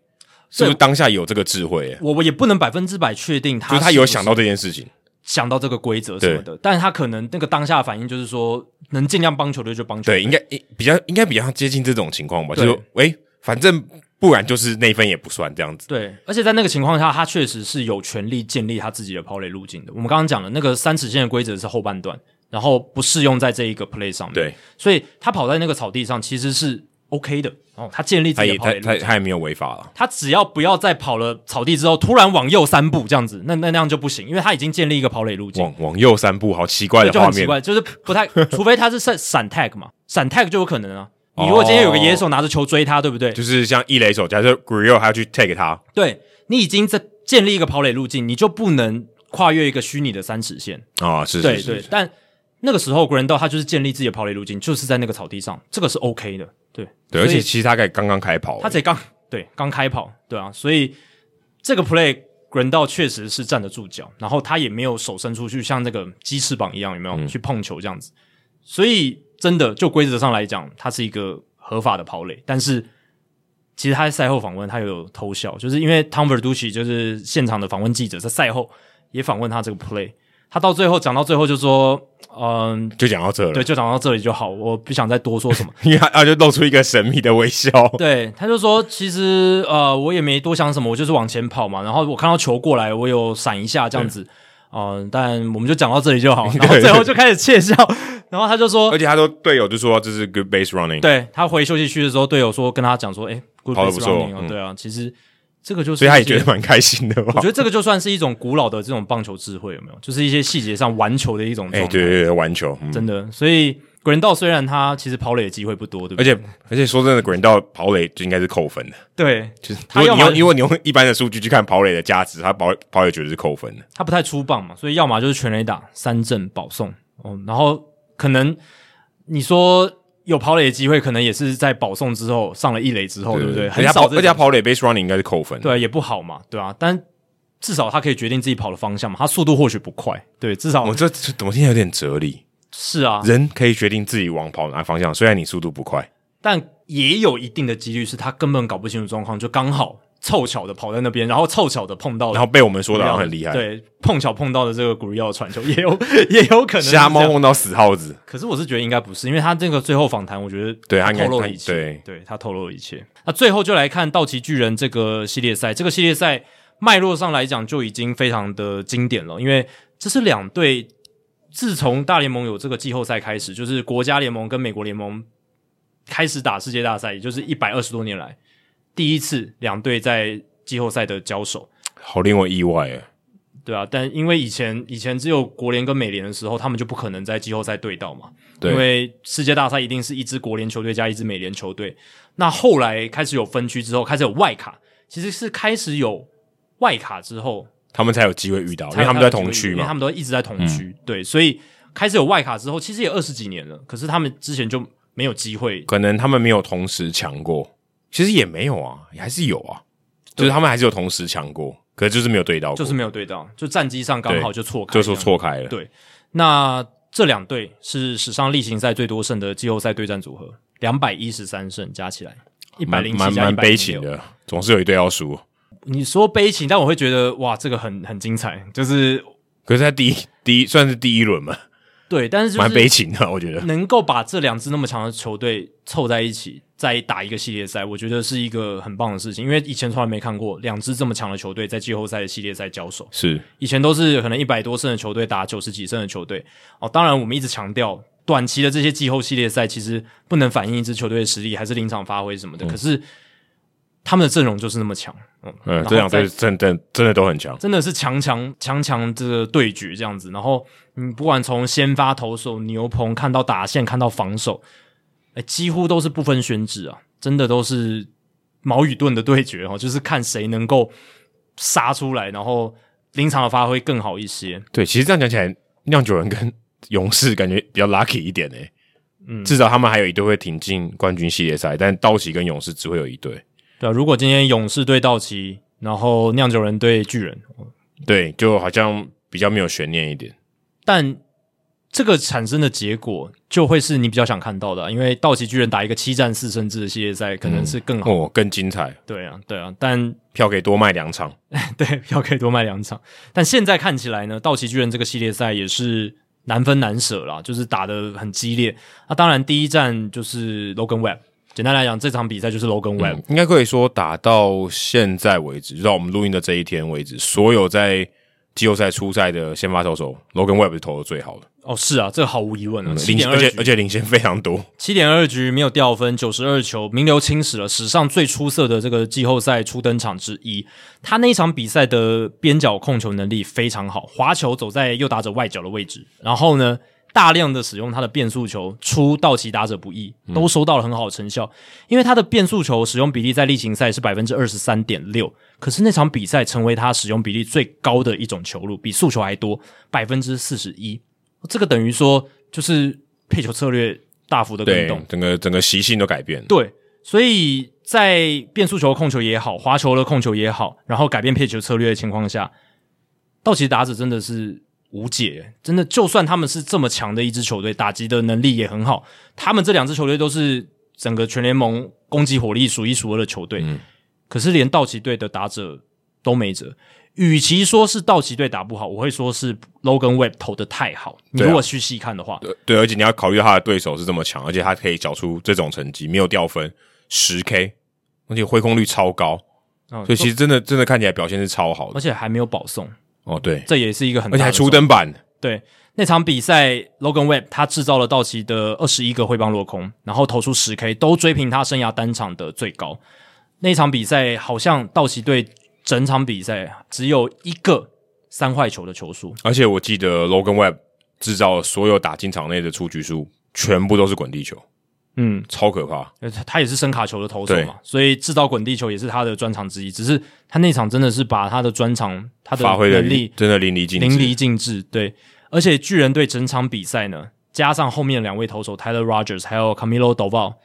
Speaker 2: 是不是
Speaker 1: 对
Speaker 2: 当下有这个智慧、欸？
Speaker 1: 我我也不能百分之百确定他
Speaker 2: 就是他
Speaker 1: 是
Speaker 2: 有
Speaker 1: 不是
Speaker 2: 想到这件事情，
Speaker 1: 想到这个规则什么的，但是他可能那个当下的反应就是说，能尽量帮球队就帮球队。
Speaker 2: 对，应该诶比较应该比较接近这种情况吧，就
Speaker 1: 对
Speaker 2: 是说，哎、反正不然就是那一分也不算这样子。
Speaker 1: 对，而且在那个情况下，他确实是有权利建立他自己的跑垒路径的。我们刚刚讲了，那个三尺线的规则是后半段，然后不适用在这一个 play 上面。，
Speaker 2: 对，
Speaker 1: 所以他跑在那个草地上其实是 OK 的。哦，他建立自
Speaker 2: 他
Speaker 1: 己的
Speaker 2: 也
Speaker 1: 跑
Speaker 2: 他
Speaker 1: 垒路
Speaker 2: 他
Speaker 1: 径。
Speaker 2: 他也没有违法了。
Speaker 1: 他只要不要在跑了草地之后突然往右三步这样子，那那那样就不行，因为他已经建立一个跑垒路径。
Speaker 2: 往往右三步，好奇怪
Speaker 1: 对，
Speaker 2: 的
Speaker 1: 就
Speaker 2: 画
Speaker 1: 很奇
Speaker 2: 面。
Speaker 1: 怪，就是不 太，除非他是闪闪 tag 嘛，闪 tag 就有可能啊。你
Speaker 2: 哦
Speaker 1: 如果今天有个野手拿着球追他，对不对？
Speaker 2: 就是像一垒手，假设 Grill 还要去 take 他，
Speaker 1: 对你已经在建立一个跑垒路径，你就不能跨越一个虚拟的三尺线。
Speaker 2: 啊，是
Speaker 1: 对
Speaker 2: 是
Speaker 1: 对
Speaker 2: 是，，
Speaker 1: 但那个时候 Grandal 他就是建立自己的跑垒路径，就是在那个草地上，这个是 OK 的。对
Speaker 2: 对，而且其实他才刚刚开跑，
Speaker 1: 他才刚对刚开跑，对啊，所以这个 play Grandal 确实是站得住脚，然后他也没有手伸出去像那个鸡翅膀一样，有没有、去碰球这样子？所以真的就规则上来讲，它是一个合法的跑垒，但是其实他在赛后访问，他有偷笑，就是因为 Tom Verducci 就是现场的访问记者，在赛后也访问他这个 play，他到最后讲到最后就说，嗯，
Speaker 2: 就讲到这了
Speaker 1: 对，，就讲到这里就好，我不想再多说什么。
Speaker 2: 因为他他就露出一个神秘的微笑，
Speaker 1: 对，他就说其实呃，我也没多想什么，我就是往前跑嘛。然后我看到球过来，我有闪一下这样子。嗯、但我们就讲到这里就 好。然后最后就开始窃笑，然后他就说
Speaker 2: 而，且他说队友就说这是 good base running，
Speaker 1: 对他回休息区的时候，队友说跟他讲说，哎，good
Speaker 2: 跑得
Speaker 1: base
Speaker 2: 不错
Speaker 1: running 哦
Speaker 2: 嗯
Speaker 1: 对啊，其实这个就是，
Speaker 2: 所以他也觉得。蛮开心的吧
Speaker 1: 我觉？得这个就算是一种古老的这种棒球智慧，有没有？就是一些细节上玩球的一种
Speaker 2: 哎、
Speaker 1: 状态，
Speaker 2: 对对对，玩球，嗯、
Speaker 1: 真的。所以 g r a n d a l 虽然他其实跑垒的机会不多，对不
Speaker 2: 而
Speaker 1: 对？
Speaker 2: 且而且说真的，滚到跑垒就应该是扣分的。
Speaker 1: 对，
Speaker 2: 就是
Speaker 1: 他
Speaker 2: 如果你
Speaker 1: 要么
Speaker 2: 用，如果你用一般的数据去看跑垒的价值，他跑跑垒绝对是扣分的。
Speaker 1: 他不太出棒嘛，所以要么就是全垒打、三振、保送，哦，然后可能你说有跑垒的机会，可能也是在保送之后上了一垒之后，哦对不对？
Speaker 2: 而且
Speaker 1: 很
Speaker 2: 他
Speaker 1: 少
Speaker 2: 跑，
Speaker 1: 这
Speaker 2: 而且他跑垒 base running 应该是扣分。，
Speaker 1: 对也不好嘛，对啊，但至少他可以决定自己跑的方向嘛，他速度或许不快，对，至少
Speaker 2: 我这这怎么听起来有点哲理？
Speaker 1: 是啊，
Speaker 2: 人可以决定自己往跑哪个方向，虽然你速度不快。
Speaker 1: 哦但也有一定的几率是他根本搞不清楚状况，就刚好凑巧的跑在那边，然后凑巧的碰到了
Speaker 2: 然后被我们说的好像很厉害，
Speaker 1: 对，碰巧碰到了这个古里奥的传球，也有也有可能是这
Speaker 2: 瞎
Speaker 1: 样
Speaker 2: 猫碰到死耗子，
Speaker 1: 可是我是觉得应该不是，因为他这个最后访谈，我觉得
Speaker 2: 对他应该
Speaker 1: 透露了
Speaker 2: 他
Speaker 1: 一切，
Speaker 2: 对
Speaker 1: 他透露了一切。那最后就来看道奇巨人这个系列赛，这个系列赛脉络上来讲就已经非常的经典了，因为这是两队自从大联盟有这个季后赛开始，就是国家联盟跟美国联盟开始打世界大赛，也就是一百二十多年来第一次两队在季后赛的交手。
Speaker 2: 好令我意外啊！
Speaker 1: 对啊，但因为以前以前只有国联跟美联的时候，他们就不可能在季后赛对到嘛。
Speaker 2: 对
Speaker 1: 因为世界大赛一定是一支国联球队加一支美联球队。那后来开始有分区之后，开始有外卡，其实是开始有外卡之后，
Speaker 2: 他们才有机会遇哦到，因
Speaker 1: 才
Speaker 2: 为
Speaker 1: 有
Speaker 2: 他们都在
Speaker 1: 机会
Speaker 2: 同区
Speaker 1: 因为他
Speaker 2: 嘛。嗯
Speaker 1: 们都一直在同区，对，所以开始有外卡之后，其实也二十几年了，可是他们之前就没有机会。
Speaker 2: 可能他们没有同时强过，其实也没有啊，也还是有啊，就是他们还是有同时强过，可是就是没有对到过，
Speaker 1: 就是没有对到，就战绩上刚好就错开，
Speaker 2: 就说。错开了。
Speaker 1: 对那这两队是史上例行赛最多胜的季后赛对战组合，两百一十三胜加起来，一百
Speaker 2: 蛮
Speaker 1: 零
Speaker 2: 蛮
Speaker 1: 七加
Speaker 2: 蛮
Speaker 1: 一百
Speaker 2: 悲情。的，总是有一队要输。
Speaker 1: 你说悲情，但我会觉得哇，这个很很精彩，就是
Speaker 2: 可是他第一第一算是第一轮嘛，
Speaker 1: 对，但是嗯就
Speaker 2: 蛮悲
Speaker 1: 是
Speaker 2: 情的，我觉得。
Speaker 1: 能够把这两支那么强的球队凑在一起，再打一个系列赛，我觉得是一个很棒的事情，因为以前从来没看过两支这么强的球队在季后赛的系列赛交手。
Speaker 2: 是
Speaker 1: 以前都是可能一百多胜的球队打九十几胜的球队哦。当然，我们一直强调短期的这些季后系列赛其实不能反映一支球队的实力，还是临场发挥什么的。可是他们的阵容就是那么强，嗯，然
Speaker 2: 嗯，
Speaker 1: 后
Speaker 2: 这两队
Speaker 1: 再
Speaker 2: 真真真的都很强，
Speaker 1: 真的是强强强强这个对决这样子。然后你不管从先发投手牛棚看到打线，看到防守，哎，几乎都是不分轩轾啊，真的都是矛与盾的对决哦，就是看谁能够杀出来，然后临场的发挥更好一些。
Speaker 2: 对，其实这样讲起来，酿酒人跟勇士感觉比较 lucky 一点诶、欸
Speaker 1: 嗯
Speaker 2: 至少他们还有一队会挺进冠军系列赛，但道奇跟勇士只会有一队。
Speaker 1: 对啊，如果今天勇士对道奇，然后酿酒人对巨人，
Speaker 2: 对，就好像比较没有悬念一点。
Speaker 1: 但这个产生的结果就会是你比较想看到的啊、因为道奇巨人打一个七战四胜制的系列赛，可能是更好。
Speaker 2: 哦，更精彩，
Speaker 1: 对啊，对啊，但
Speaker 2: 票可以多卖两场。
Speaker 1: 对要可以多卖两场。但现在看起来呢，道奇巨人这个系列赛也是难分难舍啦，就是打得很激烈。那、当然，第一站就是 Logan Webb。简单来讲，这场比赛就是 Logan Webb，、
Speaker 2: 嗯应该可以说打到现在为止，就到我们录音的这一天为止，所有在季后赛初赛的先发投手 Logan Webb 是投的最好的，
Speaker 1: 哦，是啊，这个毫无疑问啊，七
Speaker 2: 领
Speaker 1: 点
Speaker 2: 嗯而
Speaker 1: 二
Speaker 2: 且
Speaker 1: 局
Speaker 2: 而，且领先非常多。
Speaker 1: 七点二局没有掉分，九十二球名留青史了，史上最出色的这个季后赛初登场之一。他那一场比赛的边角控球能力非常好，滑球走在右打者外角的位置，然后呢，大量的使用他的变速球出道奇打者不易，都收到了很好的成效。因为他的变速球使用比例在例行赛是百分之二十三点六，可是那场比赛成为他使用比例最高的一种球路，比速球还多，百分之四十一。这个等于说就是配球策略大幅的变
Speaker 2: 对
Speaker 1: 动，，
Speaker 2: 整个整个习性都改变了。
Speaker 1: 对，所以在变速球控球也好，滑球的控球也好，然后改变配球策略的情况下，道奇打者真的是无解，真的就算他们是这么强的一支球队，打击的能力也很好，他们这两支球队都是整个全联盟攻击火力数一数二的球队，
Speaker 2: 嗯
Speaker 1: 可是连道奇队的打者都没辙。与其说是道奇队打不好，我会说是 Logan Webb 投的太好。你
Speaker 2: 对啊
Speaker 1: 如果去细看的话，
Speaker 2: 对呃对，而且你要考虑到他的对手是这么强，而且他可以缴出这种成绩，没有掉分，十 K，而且挥空率超高，
Speaker 1: 嗯
Speaker 2: 所以其实真的真的看起来表现是超好
Speaker 1: 而
Speaker 2: 的。
Speaker 1: 且还没有保送，
Speaker 2: 哦，对，
Speaker 1: 这也是一个很
Speaker 2: 而且还
Speaker 1: 大的
Speaker 2: 出登板，
Speaker 1: 对，那场比赛，Logan Webb 他制造了道奇的二十一个挥棒落空，然后投出十 K，都追平他生涯单场的最高。那场比赛好像道奇队整场比赛只有一个三坏球的球数，
Speaker 2: 而且我记得 Logan Webb 制造所有打进场内的出局数，全部都是滚地球，
Speaker 1: 嗯，
Speaker 2: 超可怕。
Speaker 1: 呃他他也是深卡球的投手
Speaker 2: 对
Speaker 1: 嘛，所以制造滚地球也是他的专长之一。只是他那场真的是把他的专长、他的
Speaker 2: 发挥的
Speaker 1: 能力
Speaker 2: 真的淋漓尽致，
Speaker 1: 淋漓尽致。对，而且巨人队整场比赛呢，加上后面两位投手 Tyler Rogers 还有 Camilo Doval，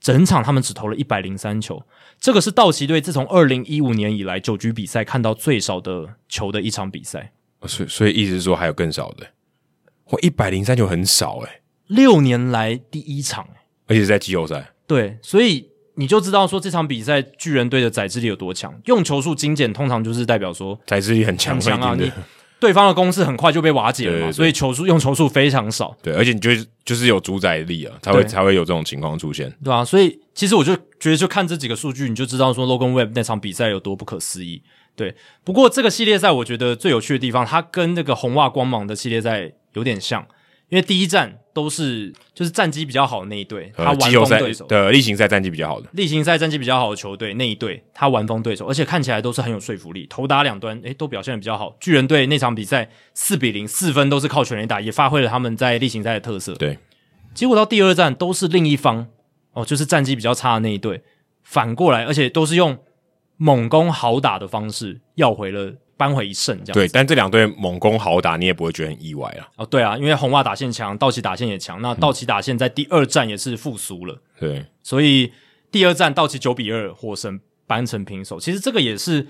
Speaker 1: 整场他们只投了一百零三球，这个是道奇队自从二零一五年以来九局比赛看到最少的球的一场比赛，
Speaker 2: 哦所以所以意思是说还有更少的，我一百零三球很少哎、
Speaker 1: 六年来第一场。欸
Speaker 2: 而且是在季后赛，
Speaker 1: 对，所以你就知道说这场比赛巨人队的载智力有多强，用球数精简通常就是代表说
Speaker 2: 才智力很强，
Speaker 1: 很强啊，
Speaker 2: 一定
Speaker 1: 你
Speaker 2: 的
Speaker 1: 对方的攻势很快就被瓦解了嘛，
Speaker 2: 对对对
Speaker 1: 所以球数用球数非常少。
Speaker 2: 对，而且你就是就是有主宰力啊，才会
Speaker 1: 对
Speaker 2: 才会有这种情况出现。
Speaker 1: 对啊，所以其实我就觉得，就看这几个数据，你就知道说 Logan Webb 那场比赛有多不可思议。对，不过这个系列赛我觉得最有趣的地方，它跟那个红袜光芒的系列赛有点像，因为第一站都是就是战绩比较好的那一队，他
Speaker 2: 呃，
Speaker 1: 完
Speaker 2: 季后
Speaker 1: 封
Speaker 2: 赛
Speaker 1: 对手；
Speaker 2: 的例行赛战绩比较好的，
Speaker 1: 例行赛战绩比较好的球队那一队，他完封对手，而且看起来都是很有说服力，头打两端，诶，都表现的比较好。巨人队那场比赛四比零，四分都是靠全垒打，也发挥了他们在例行赛的特色。
Speaker 2: 对，
Speaker 1: 结果到第二站都是另一方哦，就是战绩比较差的那一队，反过来，而且都是用猛攻好打的方式要回了扳回一胜，这样
Speaker 2: 对，但这两队猛攻好打，你也不会觉得很意外啊。
Speaker 1: 哦，对啊，因为红袜打线强，道奇打线也强，
Speaker 2: 嗯
Speaker 1: 那道奇打线在第二站也是复苏了，
Speaker 2: 对，
Speaker 1: 所以第二站道奇九比二获胜，扳成平手。其实这个也是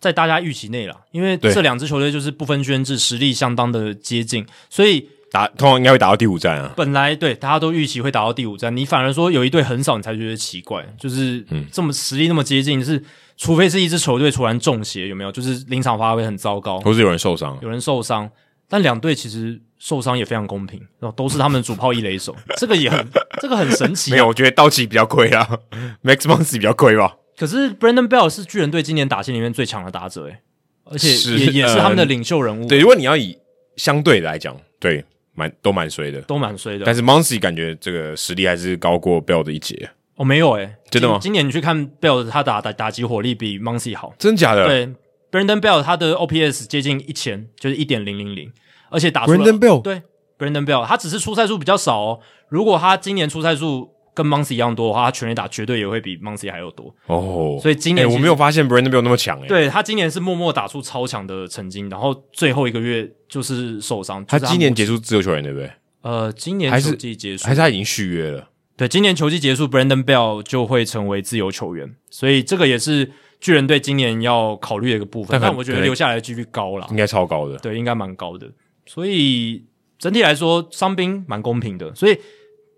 Speaker 1: 在大家预期内啦，因为
Speaker 2: 对
Speaker 1: 这两支球队就是不分轩制，实力相当的接近，所以
Speaker 2: 打通常应该会打到第五战啊。
Speaker 1: 本来对大家都预期会打到第五战，你反而说有一队很少，你才觉得奇怪，就是
Speaker 2: 嗯
Speaker 1: 这么实力那么接近，是除非是一支球队突然中邪，有没有？就是临场发挥很糟糕，
Speaker 2: 或是有人受伤，啊
Speaker 1: 有人受伤，但两队其实受伤也非常公平，然后都是他们主炮一垒 手，这个也很这个很神奇、啊
Speaker 2: 没有，，我觉得道奇比较亏啊 ，Max Muncy 比较亏吧。
Speaker 1: 可是 Brandon Bell 是巨人队今年打线里面最强的打者、诶，而且
Speaker 2: 是
Speaker 1: 也也是他们的
Speaker 2: 嗯
Speaker 1: 领袖人物，
Speaker 2: 对，如果你要以相对来讲，对，蛮都蛮衰的。
Speaker 1: 都蛮衰的。
Speaker 2: 但是 Muncy 感觉这个实力还是高过 Bell 的一截，
Speaker 1: 哦，没有诶、
Speaker 2: 真的吗
Speaker 1: 今今年你去看 Bell，他打打打击火力比 Muncy 好。
Speaker 2: 真假 的
Speaker 1: 对，Brandon Bell 他的 OPS 接近一千，就是一点零零零，而且打出了
Speaker 2: Brandon Bell
Speaker 1: 对 Brandon Bell，他只是出赛数比较少哦。如果他今年出赛数跟 m o n c y 一样多的话，他全垒打绝对也会比 m o n c y 还要多。
Speaker 2: 哦，
Speaker 1: 所以今年
Speaker 2: 哎
Speaker 1: 其
Speaker 2: 我
Speaker 1: 实
Speaker 2: 没有发现 Brandon Bell 那么强哎、
Speaker 1: 对他今年是默默打出超强的成绩，然后最后一个月就是受伤。
Speaker 2: 他
Speaker 1: 就是
Speaker 2: 今年结束自由球员对不对？
Speaker 1: 呃，今年
Speaker 2: 还是
Speaker 1: 球季结束
Speaker 2: 还，是他已经续约了？
Speaker 1: 对，今年球季结束，Brandon Bell 就会成为自由球员，所以这个也是巨人队今年要考虑的一个部分。
Speaker 2: 但
Speaker 1: 但
Speaker 2: 可
Speaker 1: 我觉
Speaker 2: 可
Speaker 1: 得
Speaker 2: 能
Speaker 1: 留下来的几率高啦
Speaker 2: 应，该超高的。
Speaker 1: 对，应该蛮高的。所以整体来说，伤兵蛮公平的。所以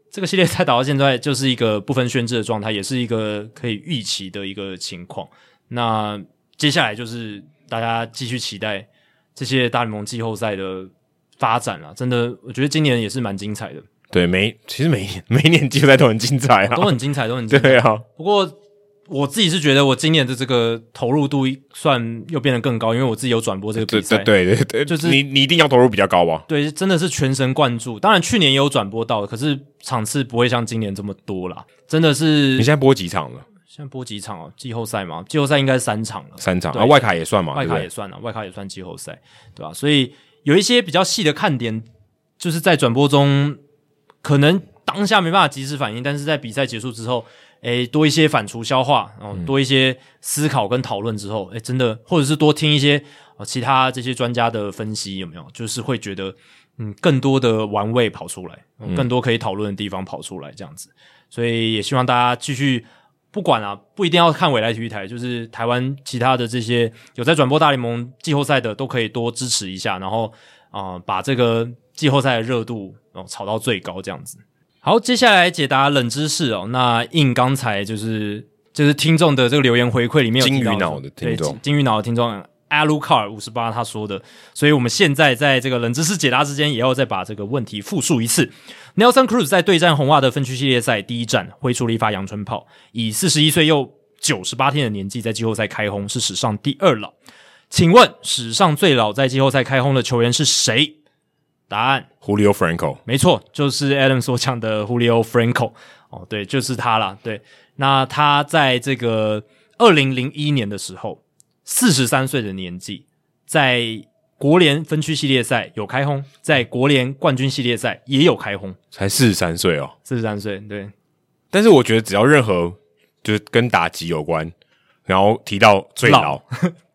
Speaker 1: 这个系列赛打到现在就是一个不分轩制的状态，也是一个可以预期的一个情况。那接下来就是大家继续期待这些大联盟季后赛的发展啦。真的，我觉得今年也是蛮精彩的，
Speaker 2: 对，每其实每 一年每一年季后赛都很精彩
Speaker 1: 都
Speaker 2: 啊。
Speaker 1: 很精彩，都很精彩。
Speaker 2: 对啊，
Speaker 1: 不过我自己是觉得我今年的这个投入度算又变得更高，因为我自己有转播这个比
Speaker 2: 对
Speaker 1: 赛，
Speaker 2: 对对对对，
Speaker 1: 就是
Speaker 2: 你你一定要投入比较高吧？
Speaker 1: 对真的是全神贯注。当然去年也有转播到，可是场次不会像今年这么多啦。真的是
Speaker 2: 你现在播几场了？
Speaker 1: 现在播几场哦、季后赛嘛，季后赛应该三场了，
Speaker 2: 三场
Speaker 1: 对
Speaker 2: 啊，外卡也算嘛？
Speaker 1: 外卡
Speaker 2: 对
Speaker 1: 也
Speaker 2: 不
Speaker 1: 算啊了，外卡也算季后赛，对吧、所以有一些比较细的看点，就是在转播中可能当下没办法及时反应，但是在比赛结束之后，诶，多一些反刍消化，然、
Speaker 2: 嗯
Speaker 1: 后多一些思考跟讨论之后，诶，真的，或者是多听一些、呃、其他这些专家的分析，有没有？就是会觉得，嗯，更多的玩味跑出来，呃
Speaker 2: 嗯
Speaker 1: 更多可以讨论的地方跑出来，这样子。所以也希望大家继续。不管啊，不一定要看未来体育台，就是台湾其他的这些有在转播大联盟季后赛的，都可以多支持一下，然后啊、呃把这个季后赛的热度哦、炒到最高这样子。好，接下来解答冷知识哦。那应刚才就是就是听众的这个留言回馈里面有提到
Speaker 2: 金鱼脑的
Speaker 1: 对
Speaker 2: 听众
Speaker 1: 金金鱼脑的听众 Alucar 五十八他说的，所以我们现在在这个冷知识解答之间，也要再把这个问题复述一次。Nelson Cruz 在对战红袜的分区系列赛第一战挥出了一发阳春炮，以四十一岁又九十八天的年纪在季后赛开轰，是史上第二老。请问史上最老在季后赛开轰的球员是谁？答案
Speaker 2: 对 Julio Franco
Speaker 1: 没错，就是 Adam 所讲的 Julio Franco。哦，对，就是他啦。对，那他在这个二零零一年的时候，四十三岁的年纪，在国联分区系列赛有开轰，在国联冠军系列赛也有开轰。
Speaker 2: 才四十三岁哦，
Speaker 1: 四十三岁，对，
Speaker 2: 但是我觉得只要任何就是跟打击有关，然后提到最老，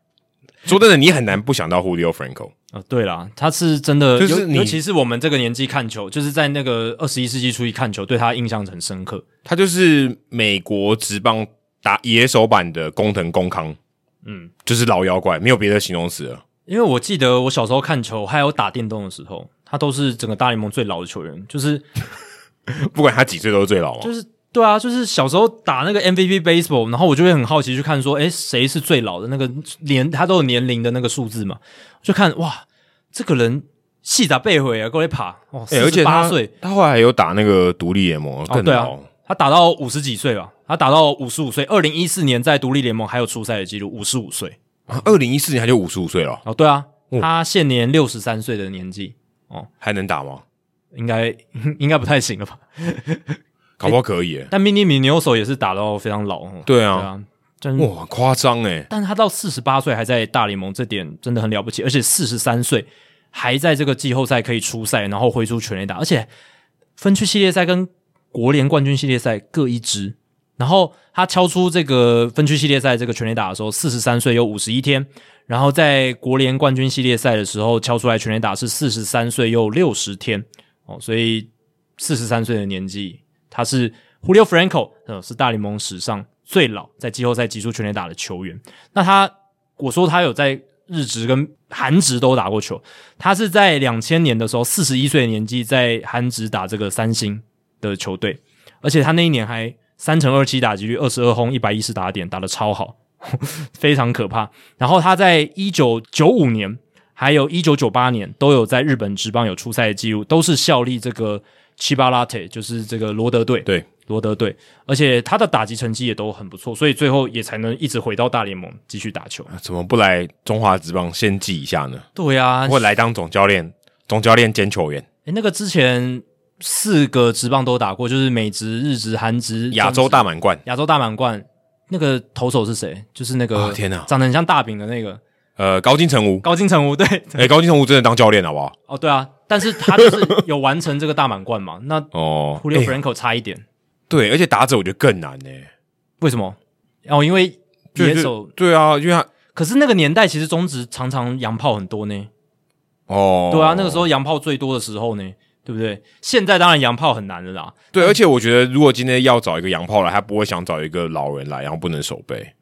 Speaker 2: 说真的，你很难不想到 Julio Franco。
Speaker 1: 啊，对啦，他是真的，
Speaker 2: 就是
Speaker 1: 尤
Speaker 2: 你
Speaker 1: 尤其是我们这个年纪看球，就是在那个二十一世纪初一看球，对他印象很深刻。
Speaker 2: 他就是美国职棒打野手版的工藤公康，
Speaker 1: 嗯，
Speaker 2: 就是老妖怪，没有别的形容词了。
Speaker 1: 因为我记得我小时候看球，还有打电动的时候，他都是整个大联盟最老的球员，就是
Speaker 2: 不管他几岁都是最老嘛。
Speaker 1: 就是对啊，就是小时候打那个 MVP baseball，然后我就会很好奇去看说，诶，谁是最老的那个年，他都有年龄的那个数字嘛，就看哇，这个人细打背回啊，够会爬哦，
Speaker 2: 哎
Speaker 1: 四
Speaker 2: 而且
Speaker 1: 十八
Speaker 2: 他
Speaker 1: 岁，
Speaker 2: 他后来还有打那个独立联盟，更
Speaker 1: 对啊
Speaker 2: 老。
Speaker 1: 他打到五十几岁吧，他打到五十五岁。二零一四年在独立联盟还有出赛的记录，五十五岁。
Speaker 2: 二零一四年他就五十五岁了，
Speaker 1: 哦，对啊，他现年六十三岁的年纪，
Speaker 2: 还能打吗？
Speaker 1: 应该应该不太行了吧？
Speaker 2: 搞不好可以、欸。
Speaker 1: 但 mini 米牛手也是打到非常老，哦
Speaker 2: 对
Speaker 1: 对
Speaker 2: 啊，
Speaker 1: 啊，真
Speaker 2: 哇，很夸张哎！
Speaker 1: 但他到四十八岁还在大联盟，这点真的很了不起。而且四十三岁还在这个季后赛可以出赛，然后挥出全垒打，而且分区系列赛跟国联冠军系列赛各一支。然后他敲出这个分区系列赛这个全垒打的时候，四十三岁有五十一天；然后在国联冠军系列赛的时候敲出来全垒打是四十三岁又六十天哦，所以四十三岁的年纪，他是 Julio Franco，呃，是大联盟史上最老在季后赛击出全垒打的球员。那他，我说他有在日职跟韩职都打过球，他是在两千年的时候，四十一岁的年纪在韩职打这个三星的球队，而且他那一年还三乘二七打击率，二十二轰，一百一十打点，打得超好， 非常可怕。然后他在一九九五年。还有一九九八年都有在日本职棒有出赛的记录，都是效力这个七巴拉特，就是这个罗德队。
Speaker 2: 对，
Speaker 1: 罗德队，而且他的打击成绩也都很不错，所以最后也才能一直回到大联盟继续打球。
Speaker 2: 怎么不来中华职棒先记一下呢？
Speaker 1: 对啊，
Speaker 2: 或来当总教练，总教练兼球员，
Speaker 1: 诶那个之前四个职棒都打过，就是美职、日职、韩职、
Speaker 2: 亚
Speaker 1: 中
Speaker 2: 洲
Speaker 1: 职
Speaker 2: 大满贯。
Speaker 1: 亚洲大满贯。那个投手是谁？就是那个、
Speaker 2: 啊天哪
Speaker 1: 长得很像大饼的那个
Speaker 2: 呃，高金城武，
Speaker 1: 高金城武，对，
Speaker 2: 哎、高金城武真的当教练好不好？
Speaker 1: 哦对啊，但是他就是有完成这个大满贯嘛，那
Speaker 2: 哦，
Speaker 1: Julio
Speaker 2: 哎
Speaker 1: Franco 差一点，
Speaker 2: 对，而且打者我觉得更难呢、欸
Speaker 1: 为什么？哦，因为野
Speaker 2: 就是
Speaker 1: 手，
Speaker 2: 对啊，因为他
Speaker 1: 可是那个年代其实中职常常洋炮很多呢。
Speaker 2: 哦，
Speaker 1: 对啊，那个时候洋炮最多的时候呢，对不对？现在当然洋炮很难了啦。
Speaker 2: 对，而且我觉得如果今天要找一个洋炮来，他不会想找一个老人来，然后不能守备，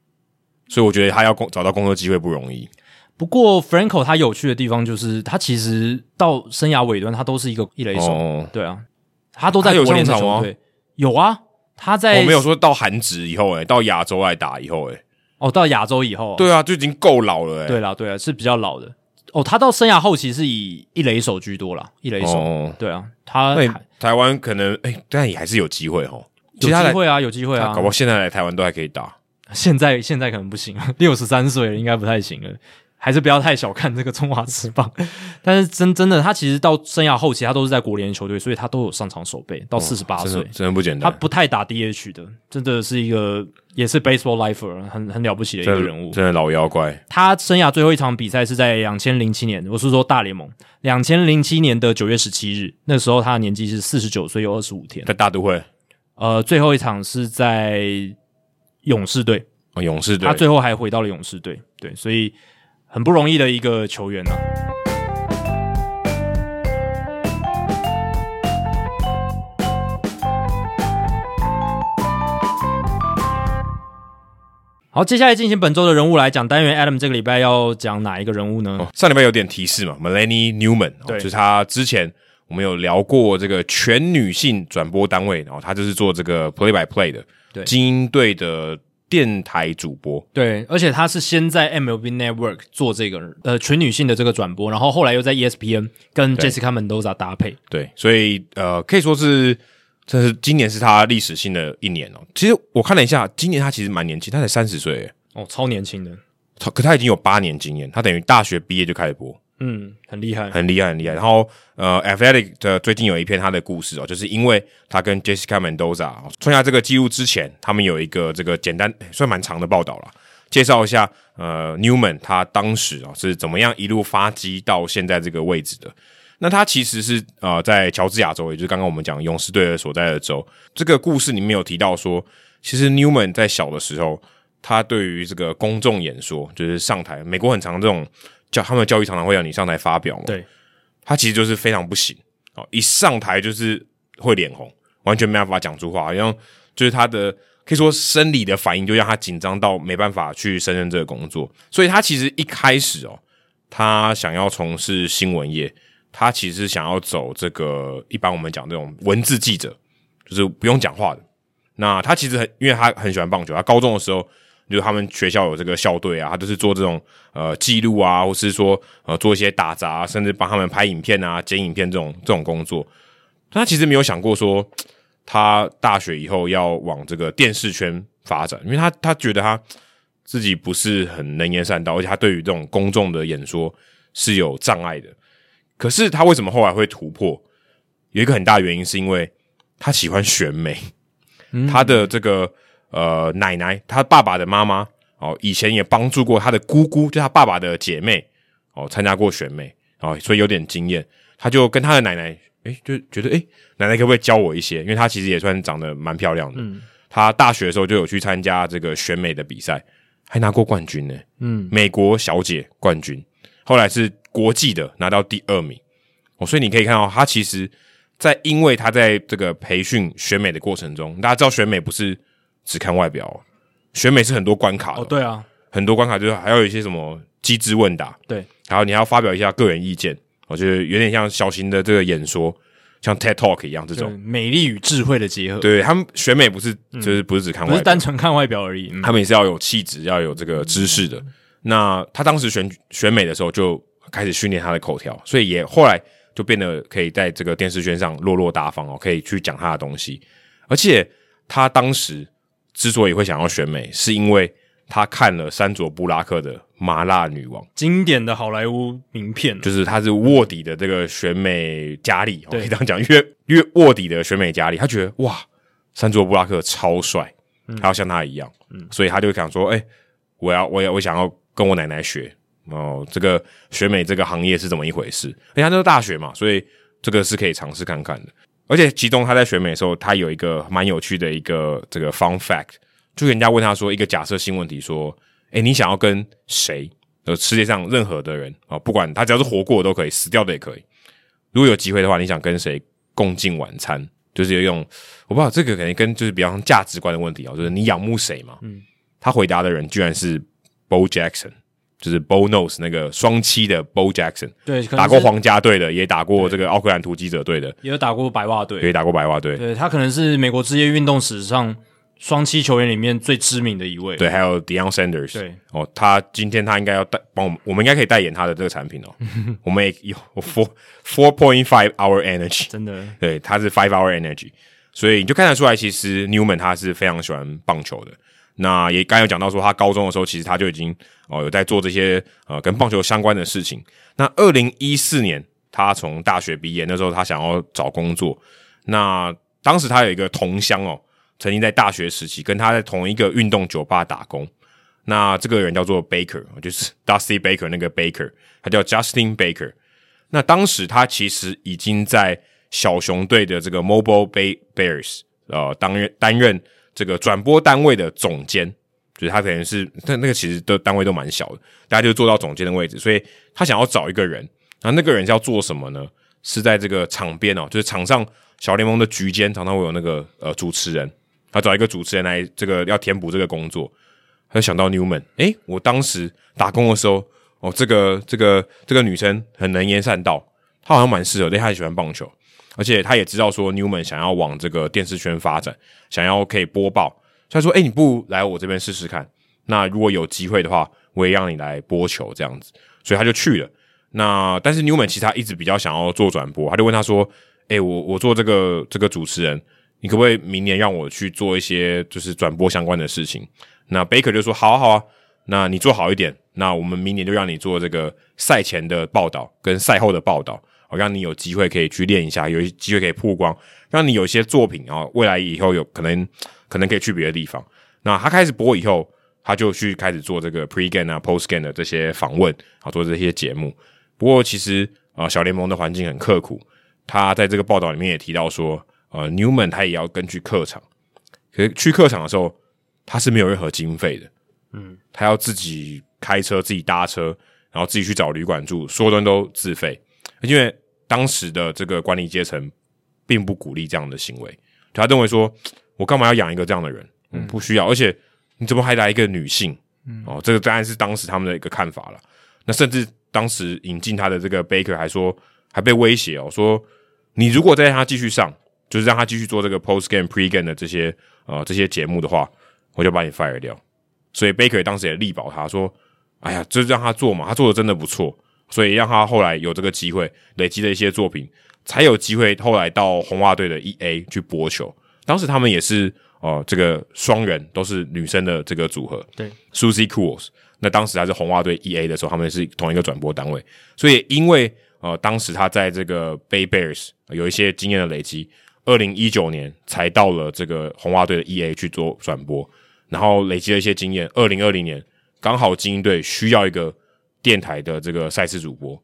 Speaker 2: 所以我觉得他要工找到工作机会不容易。
Speaker 1: 不过 Franco 他有趣的地方就是，他其实到生涯尾端，他都是一个一垒手。
Speaker 2: 哦，
Speaker 1: 对啊，他都在
Speaker 2: 他有
Speaker 1: 国联的
Speaker 2: 上场
Speaker 1: 球
Speaker 2: 吗
Speaker 1: 队。有啊，他在
Speaker 2: 我没有说到韩职以后、欸，到亚洲来打以后、欸，
Speaker 1: 哦，到亚洲以后，
Speaker 2: 对啊，就已经够老了、欸，
Speaker 1: 对啦，对啦，是比较老的。哦，他到生涯后期是以一垒手居多啦，一垒手。
Speaker 2: 哦，
Speaker 1: 对啊，他
Speaker 2: 那你台湾可能哎、但也还是有机会哦。
Speaker 1: 有
Speaker 2: 其他
Speaker 1: 机
Speaker 2: 来，
Speaker 1: 会啊，有机会啊
Speaker 2: 搞不。好现在来台湾都还可以打。
Speaker 1: 现在现在可能不行，六十三岁了应该不太行了，还是不要太小看这个中华职棒。但是真真的，他其实到生涯后期，他都是在国联球队，所以他都有上场守备，到四十八
Speaker 2: 真的
Speaker 1: 岁。
Speaker 2: 真的不简
Speaker 1: 他
Speaker 2: 单，
Speaker 1: 不太打 DH 的，真的是一个也是 baseball lifer，很很了不起的一
Speaker 2: 真
Speaker 1: 个
Speaker 2: 的
Speaker 1: 人物。
Speaker 2: 真的老妖怪。
Speaker 1: 他生涯最后一场比赛是在两千零七年，我是说大联盟，两千零七年的九月十七日，那时候他的年纪是四十九岁又二十五天。
Speaker 2: 在大都会，
Speaker 1: 呃，最后一场是在勇士队，
Speaker 2: 哦、勇士队
Speaker 1: 他最后还回到了勇士队，对，所以很不容易的一个球员啊。好，接下来进行本周的人物来讲单元。Adam 这个礼拜要讲哪一个人物呢？
Speaker 2: 哦，上礼拜有点提示嘛，Melanie Newman，、哦、
Speaker 1: 对
Speaker 2: 就是她之前我们有聊过这个全女性转播单位，然后她就是做这个 play by play 的，
Speaker 1: 对
Speaker 2: 精英队的电台主播，
Speaker 1: 对，而且他是先在 MLB Network 做这个呃全女性的这个转播，然后后来又在 E ESPN 跟
Speaker 2: 对
Speaker 1: Jessica Mendoza 搭配。
Speaker 2: 对，所以呃，可以说是这是今年是她历史性的一年哦。其实我看了一下，今年她其实蛮年轻，她才三十岁耶，
Speaker 1: 哦，超年轻的，
Speaker 2: 她可她已经有八年经验，她等于大学毕业就开始播，
Speaker 1: 嗯，很厉害。
Speaker 2: 很厉害，很厉害。然后呃，Athletic 的最近有一篇他的故事哦，就是因为他跟 Jessica Mendoza 哦创下这个记录之前，他们有一个这个简单诶算蛮长的报道了，介绍一下呃 Newman 他当时哦是怎么样一路发迹到现在这个位置的。那他其实是呃在乔治亚州，也就是刚刚我们讲勇士队的所在的州。这个故事里面有提到说，其实 Newman 在小的时候，他对于这个公众演说，就是上台，美国很常这种教他们的教育常常会让你上台发表嘛，
Speaker 1: 对，
Speaker 2: 他其实就是非常不行哦，一上台就是会脸红，完全没办法讲出话，好像就是他的可以说生理的反应就让他紧张到没办法去胜任这个工作，所以他其实一开始哦，他想要从事新闻业，他其实想要走这个一般我们讲这种文字记者，就是不用讲话的。那他其实很，因为他很喜欢棒球，他高中的时候就是他们学校有这个校队啊，他就是做这种呃记录啊，或是说呃做一些打杂、甚至帮他们拍影片啊、剪影片这种这种工作。但他其实没有想过说他大学以后要往这个电视圈发展，因为他他觉得他自己不是很能言善道，而且他对于这种公众的演说是有障碍的。可是他为什么后来会突破？有一个很大的原因是因为他喜欢选美。
Speaker 1: 嗯
Speaker 2: 他的这个呃奶奶，他爸爸的妈妈哦，以前也帮助过他的姑姑，就他爸爸的姐妹哦，参加过选美哦，所以有点经验。他就跟他的奶奶，诶，就觉得诶，奶奶可不可以教我一些？因为她其实也算长得蛮漂亮的。
Speaker 1: 嗯
Speaker 2: 她大学的时候就有去参加这个选美的比赛，还拿过冠军呢、
Speaker 1: 嗯，
Speaker 2: 美国小姐冠军，后来是国际的拿到第二名。哦，所以你可以看到，他其实，在因为他在这个培训选美的过程中，大家知道选美不是只看外表哦、选美是很多关卡的
Speaker 1: 哦，对啊，
Speaker 2: 很多关卡就是还有一些什么机智问答，
Speaker 1: 对，
Speaker 2: 然后你还要发表一下个人意见，我觉得有点像小型的这个演说，像 TED Talk 一样这
Speaker 1: 对，
Speaker 2: 种。
Speaker 1: 美丽与智慧的结合，，
Speaker 2: 对他们选美不是就是不是只看
Speaker 1: 嗯不
Speaker 2: 外
Speaker 1: 是
Speaker 2: 表，
Speaker 1: 单纯看外表而已。嗯
Speaker 2: 他们也是要有气质，要有这个知识的。那他当时选选美的时候就开始训练他的口条，所以也后来就变得可以在这个电视圈上落落大方哦，可以去讲他的东西。而且他当时之所以会想要选美，是因为他看了山卓布拉克的《麻辣女王》，
Speaker 1: 经典的好莱坞名片，
Speaker 2: 就是他是卧底的这个选美佳丽，我
Speaker 1: 对
Speaker 2: 可以这样讲，越越卧底的选美佳丽，他觉得哇，山卓布拉克超帅，他要像他一样，所以他就想说，哎、我要，我要，我想要跟我奶奶学哦，这个选美这个行业是怎么一回事？而且他那是大学嘛，所以这个是可以尝试看看的。而且其中他在选美的时候，他有一个蛮有趣的一个这个 fun fact，就人家问他说一个假设性问题，说，哎，你想要跟谁？呃，世界上任何的人啊、不管他只要是活过的都可以，死掉的也可以。如果有机会的话，你想跟谁共进晚餐？就是有一种我不知道这个可能跟就是比方说价值观的问题啊，就是你仰慕谁嘛？嗯，他回答的人居然是 Bo Jackson，就是 Bo Nose 那个双七的 Bo Jackson，
Speaker 1: 对，可能
Speaker 2: 打过
Speaker 1: 是
Speaker 2: 皇家队的，也打过这个奥克兰突击者队的，
Speaker 1: 也有打过白袜队，
Speaker 2: 也打过白袜队，
Speaker 1: 对他可能是美国职业运动史上双七球员里面最知名的一位。
Speaker 2: 对，还有 Deion Sanders，
Speaker 1: 对，
Speaker 2: 哦，他今天他应该要代帮我们，我们应该可以代言他的这个 产品哦，我们也有 four four point five hour energy，
Speaker 1: 真的，
Speaker 2: 对，他是 Five Hour Energy，所以你就看得出来，其实 Newman 他是非常喜欢棒球的。那也刚才有讲到说，他高中的时候其实他就已经哦有在做这些呃跟棒球相关的事情。那二零一四年他从大学毕业，那时候他想要找工作。那当时他有一个同乡哦，曾经在大学时期跟他在同一个运动酒吧打工。那这个人叫做 Baker，就是 Dusty Baker 那个 Baker，他叫 Justin Baker。那当时他其实已经在小熊队的这个 Mobile Bay Bears 呃担任担任这个转播单位的总监，就是他可能是那那个其实的单位都蛮小的，大家就做到总监的位置，所以他想要找一个人，然后那个人是要做什么呢？是在这个场边哦，就是场上小联盟的局间常常会有那个呃主持人，他找一个主持人来这个要填补这个工作，他就想到 Newman，诶，我当时打工的时候，哦，这个这个这个女生很能言善道，她好像蛮适合的，她也喜欢棒球，而且她也知道说 Newman 想要往这个电视圈发展，想要可以播报，所以她说，诶，你不如来我这边试试看，那如果有机会的话，我也让你来播球这样子，所以他就去了。那但是 Newman 其实他一直比较想要做转播，他就问他说：“诶，我我做这个这个主持人，你可不可以明年让我去做一些就是转播相关的事情？”那 Baker 就说：“好啊，好啊，那你做好一点，那我们明年就让你做这个赛前的报道跟赛后的报道，哦，让你有机会可以去练一下，有机会可以曝光，让你有一些作品，然后未来以后有可能可能可以去别的地方。”那他开始播以后，他就去开始做这个 pre game 啊、post game 的这些访问，啊，做这些节目。不过其实啊、呃小联盟的环境很刻苦，他在这个报道里面也提到说，呃，Newman 他也要跟去客场，可是去客场的时候，他是没有任何经费的，嗯，他要自己开车、自己搭车，然后自己去找旅馆住，所有东西都自费，因为当时的这个管理阶层并不鼓励这样的行为，他认为说，我干嘛要养一个这样的人？嗯，不需要，而且你怎么还来一个女性？嗯，哦，这个当然是当时他们的一个看法了。那甚至当时引进他的这个 Baker 还说，还被威胁哦，说你如果再让他继续上，就是让他继续做这个 post game、pre game 的这些呃这些节目的话，我就把你 fire 掉。所以 Baker 当时也力保他说，哎呀，就让他做嘛，他做的真的不错，所以让他后来有这个机会，累积了一些作品，才有机会后来到红袜队的 E A 去播球。当时他们也是呃这个双人都是女生的这个组合，
Speaker 1: 对
Speaker 2: ，Susie Cools。那当时还是红袜队 E A 的时候，他们是同一个转播单位，所以因为呃当时他在这个 Bay Bears 有一些经验的累积，二零一九年才到了这个红袜队的 E A 去做转播，然后累积了一些经验。二零二零年刚好精英队需要一个电台的这个赛事主播，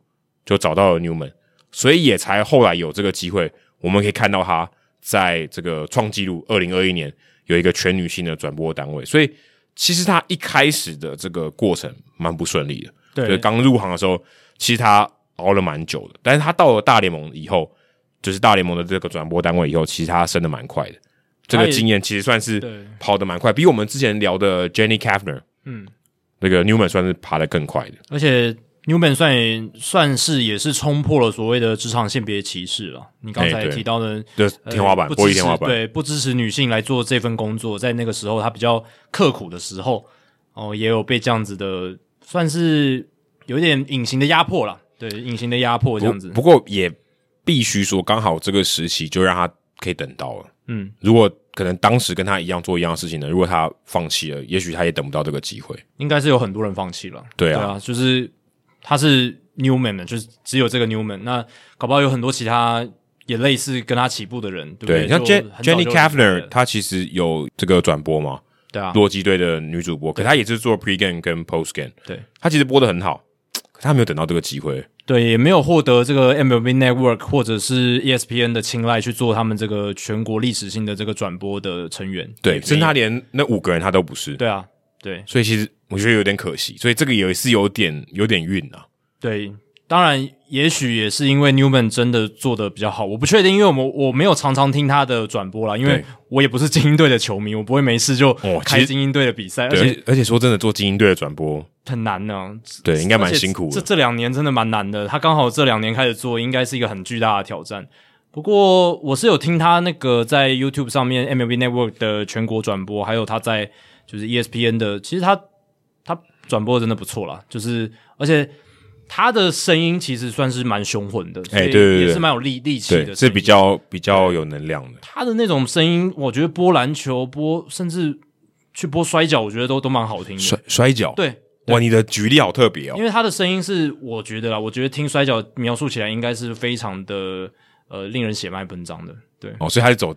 Speaker 2: 就找到了 Newman，所以也才后来有这个机会，我们可以看到他在这个创纪录二零二一年有一个全女性的转播单位。所以其实他一开始的这个过程蛮不顺利的，就是
Speaker 1: 对，
Speaker 2: 刚入行的时候，其实他熬了蛮久的。但是他到了大联盟以后，就是大联盟的这个转播单位以后，其实他升的蛮快的。这
Speaker 1: 他
Speaker 2: 个
Speaker 1: 也
Speaker 2: 经验其实算是
Speaker 1: 对
Speaker 2: 跑得蛮快，比我们之前聊的 Jenny Kavner，
Speaker 1: 嗯，
Speaker 2: 那个 Newman 算是爬得更快的。
Speaker 1: 而且 Newman 算也算是也是冲破了所谓的职场性别歧视了。你刚
Speaker 2: 哎
Speaker 1: 才
Speaker 2: 对
Speaker 1: 提到的
Speaker 2: 就是
Speaker 1: 呃
Speaker 2: 天花板，
Speaker 1: 不
Speaker 2: 玻
Speaker 1: 支
Speaker 2: 璃
Speaker 1: 持
Speaker 2: 天花板，
Speaker 1: 对，不支持女性来做这份工作，在那个时候她比较刻苦的时候，哦、也有被这样子的，算是有点隐形的压迫啦，对，隐形的压迫这样子
Speaker 2: 不。不过也必须说，刚好这个时期就让他可以等到了。
Speaker 1: 嗯，
Speaker 2: 如果可能当时跟他一样做一样的事情呢，如果他放弃了，也许他也等不到这个机会。
Speaker 1: 应该是有很多人放弃了。
Speaker 2: 对啊
Speaker 1: 就是他是 Newman 的，就是只有这个 Newman。那搞不好有很多其他也类似跟他起步的人，对不
Speaker 2: 对，像
Speaker 1: 就
Speaker 2: Jen
Speaker 1: 很早
Speaker 2: Jenny
Speaker 1: 就
Speaker 2: Kavner，她其实有这个转播嘛，
Speaker 1: 对啊，
Speaker 2: 洛基队的女主播，可她也是做 pre game 跟 post game，
Speaker 1: 对
Speaker 2: 她其实播的很好，可她没有等到这个机会。
Speaker 1: 对，也没有获得这个 MLB Network 或者是 E ESPN 的青睐去做他们这个全国历史性的这个转播的成员。
Speaker 2: 对，甚至他连那五个人他都不是，
Speaker 1: 对啊，对
Speaker 2: 所以其实我觉得有点可惜，所以这个也是有点有点运啊。
Speaker 1: 对，当然，也许也是因为 Newman 真的做的比较好，我不确定，因为我们我没有常常听他的转播啦，因为
Speaker 2: 对
Speaker 1: 我也不是精英队的球迷，我不会没事就
Speaker 2: 哦其
Speaker 1: 开
Speaker 2: 实
Speaker 1: 精英队的比赛，而
Speaker 2: 对，而
Speaker 1: 且
Speaker 2: 且而且说真的，做精英队的转播，
Speaker 1: 很难呢、
Speaker 2: 对，应该蛮辛
Speaker 1: 而
Speaker 2: 苦
Speaker 1: 且这
Speaker 2: 的。
Speaker 1: 这两年真的蛮难的，他刚好这两年开始做，应该是一个很巨大的挑战。不过我是有听他那个在 YouTube 上面 MLB Network 的全国转播，还有他在就是 E ESPN 的，其实他他转播得真的不错啦，就是而且他的声音其实算是蛮雄浑的，所以
Speaker 2: 哎对对对
Speaker 1: 也是蛮有力力气的声音，
Speaker 2: 对，是比较比较有能量的。
Speaker 1: 他的那种声音，我觉得播篮球、播甚至去播摔跤，我觉得都都蛮好听的，
Speaker 2: 摔摔跤，，
Speaker 1: 对。
Speaker 2: 哇，你的举例好特别哦
Speaker 1: 因。为他的声音是，我觉得啦，我觉得听摔跤描述起来应该是非常的呃令人血脉奔张的。对
Speaker 2: 哦，所以他是走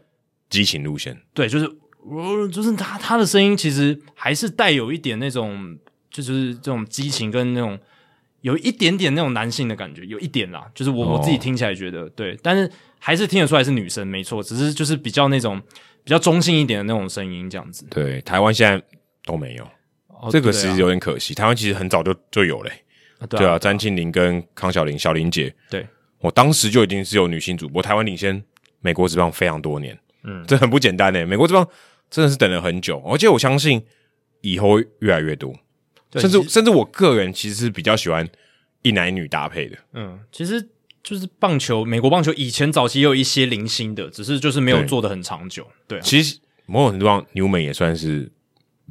Speaker 2: 激情路线，
Speaker 1: 对，就是我、就是他他的声音其实还是带有一点那种就是这种激情跟那种有一点点那种男性的感觉，有一点啦，就是
Speaker 2: 哦
Speaker 1: 我、我自己听起来觉得对，但是还是听得出来是女生没错，只是就是比较那种比较中性一点的那种声音这样子。
Speaker 2: 对，台湾现在都没有，
Speaker 1: 哦
Speaker 2: 这个
Speaker 1: 对
Speaker 2: 其
Speaker 1: 啊
Speaker 2: 实有点可惜。台湾其实很早就就有嘞，
Speaker 1: 对
Speaker 2: 对
Speaker 1: 啊
Speaker 2: 啊，詹庆林跟康小玲、小玲姐，
Speaker 1: 对
Speaker 2: 我当时就已经是有女性主播，台湾领先美国职棒非常多年，
Speaker 1: 嗯
Speaker 2: 这很不简单呢。欸美国职棒真的是等了很久，而且我相信以后越来越多，
Speaker 1: 对
Speaker 2: 甚
Speaker 1: 其
Speaker 2: 至
Speaker 1: 实
Speaker 2: 甚至我个人其实是比较喜欢一男一女搭配的，
Speaker 1: 嗯，其实就是棒球，美国棒球以前早期也有一些零星的，只是就是没有
Speaker 2: 对
Speaker 1: 做的很长久。对啊
Speaker 2: 其实某种程度上，牛美也算是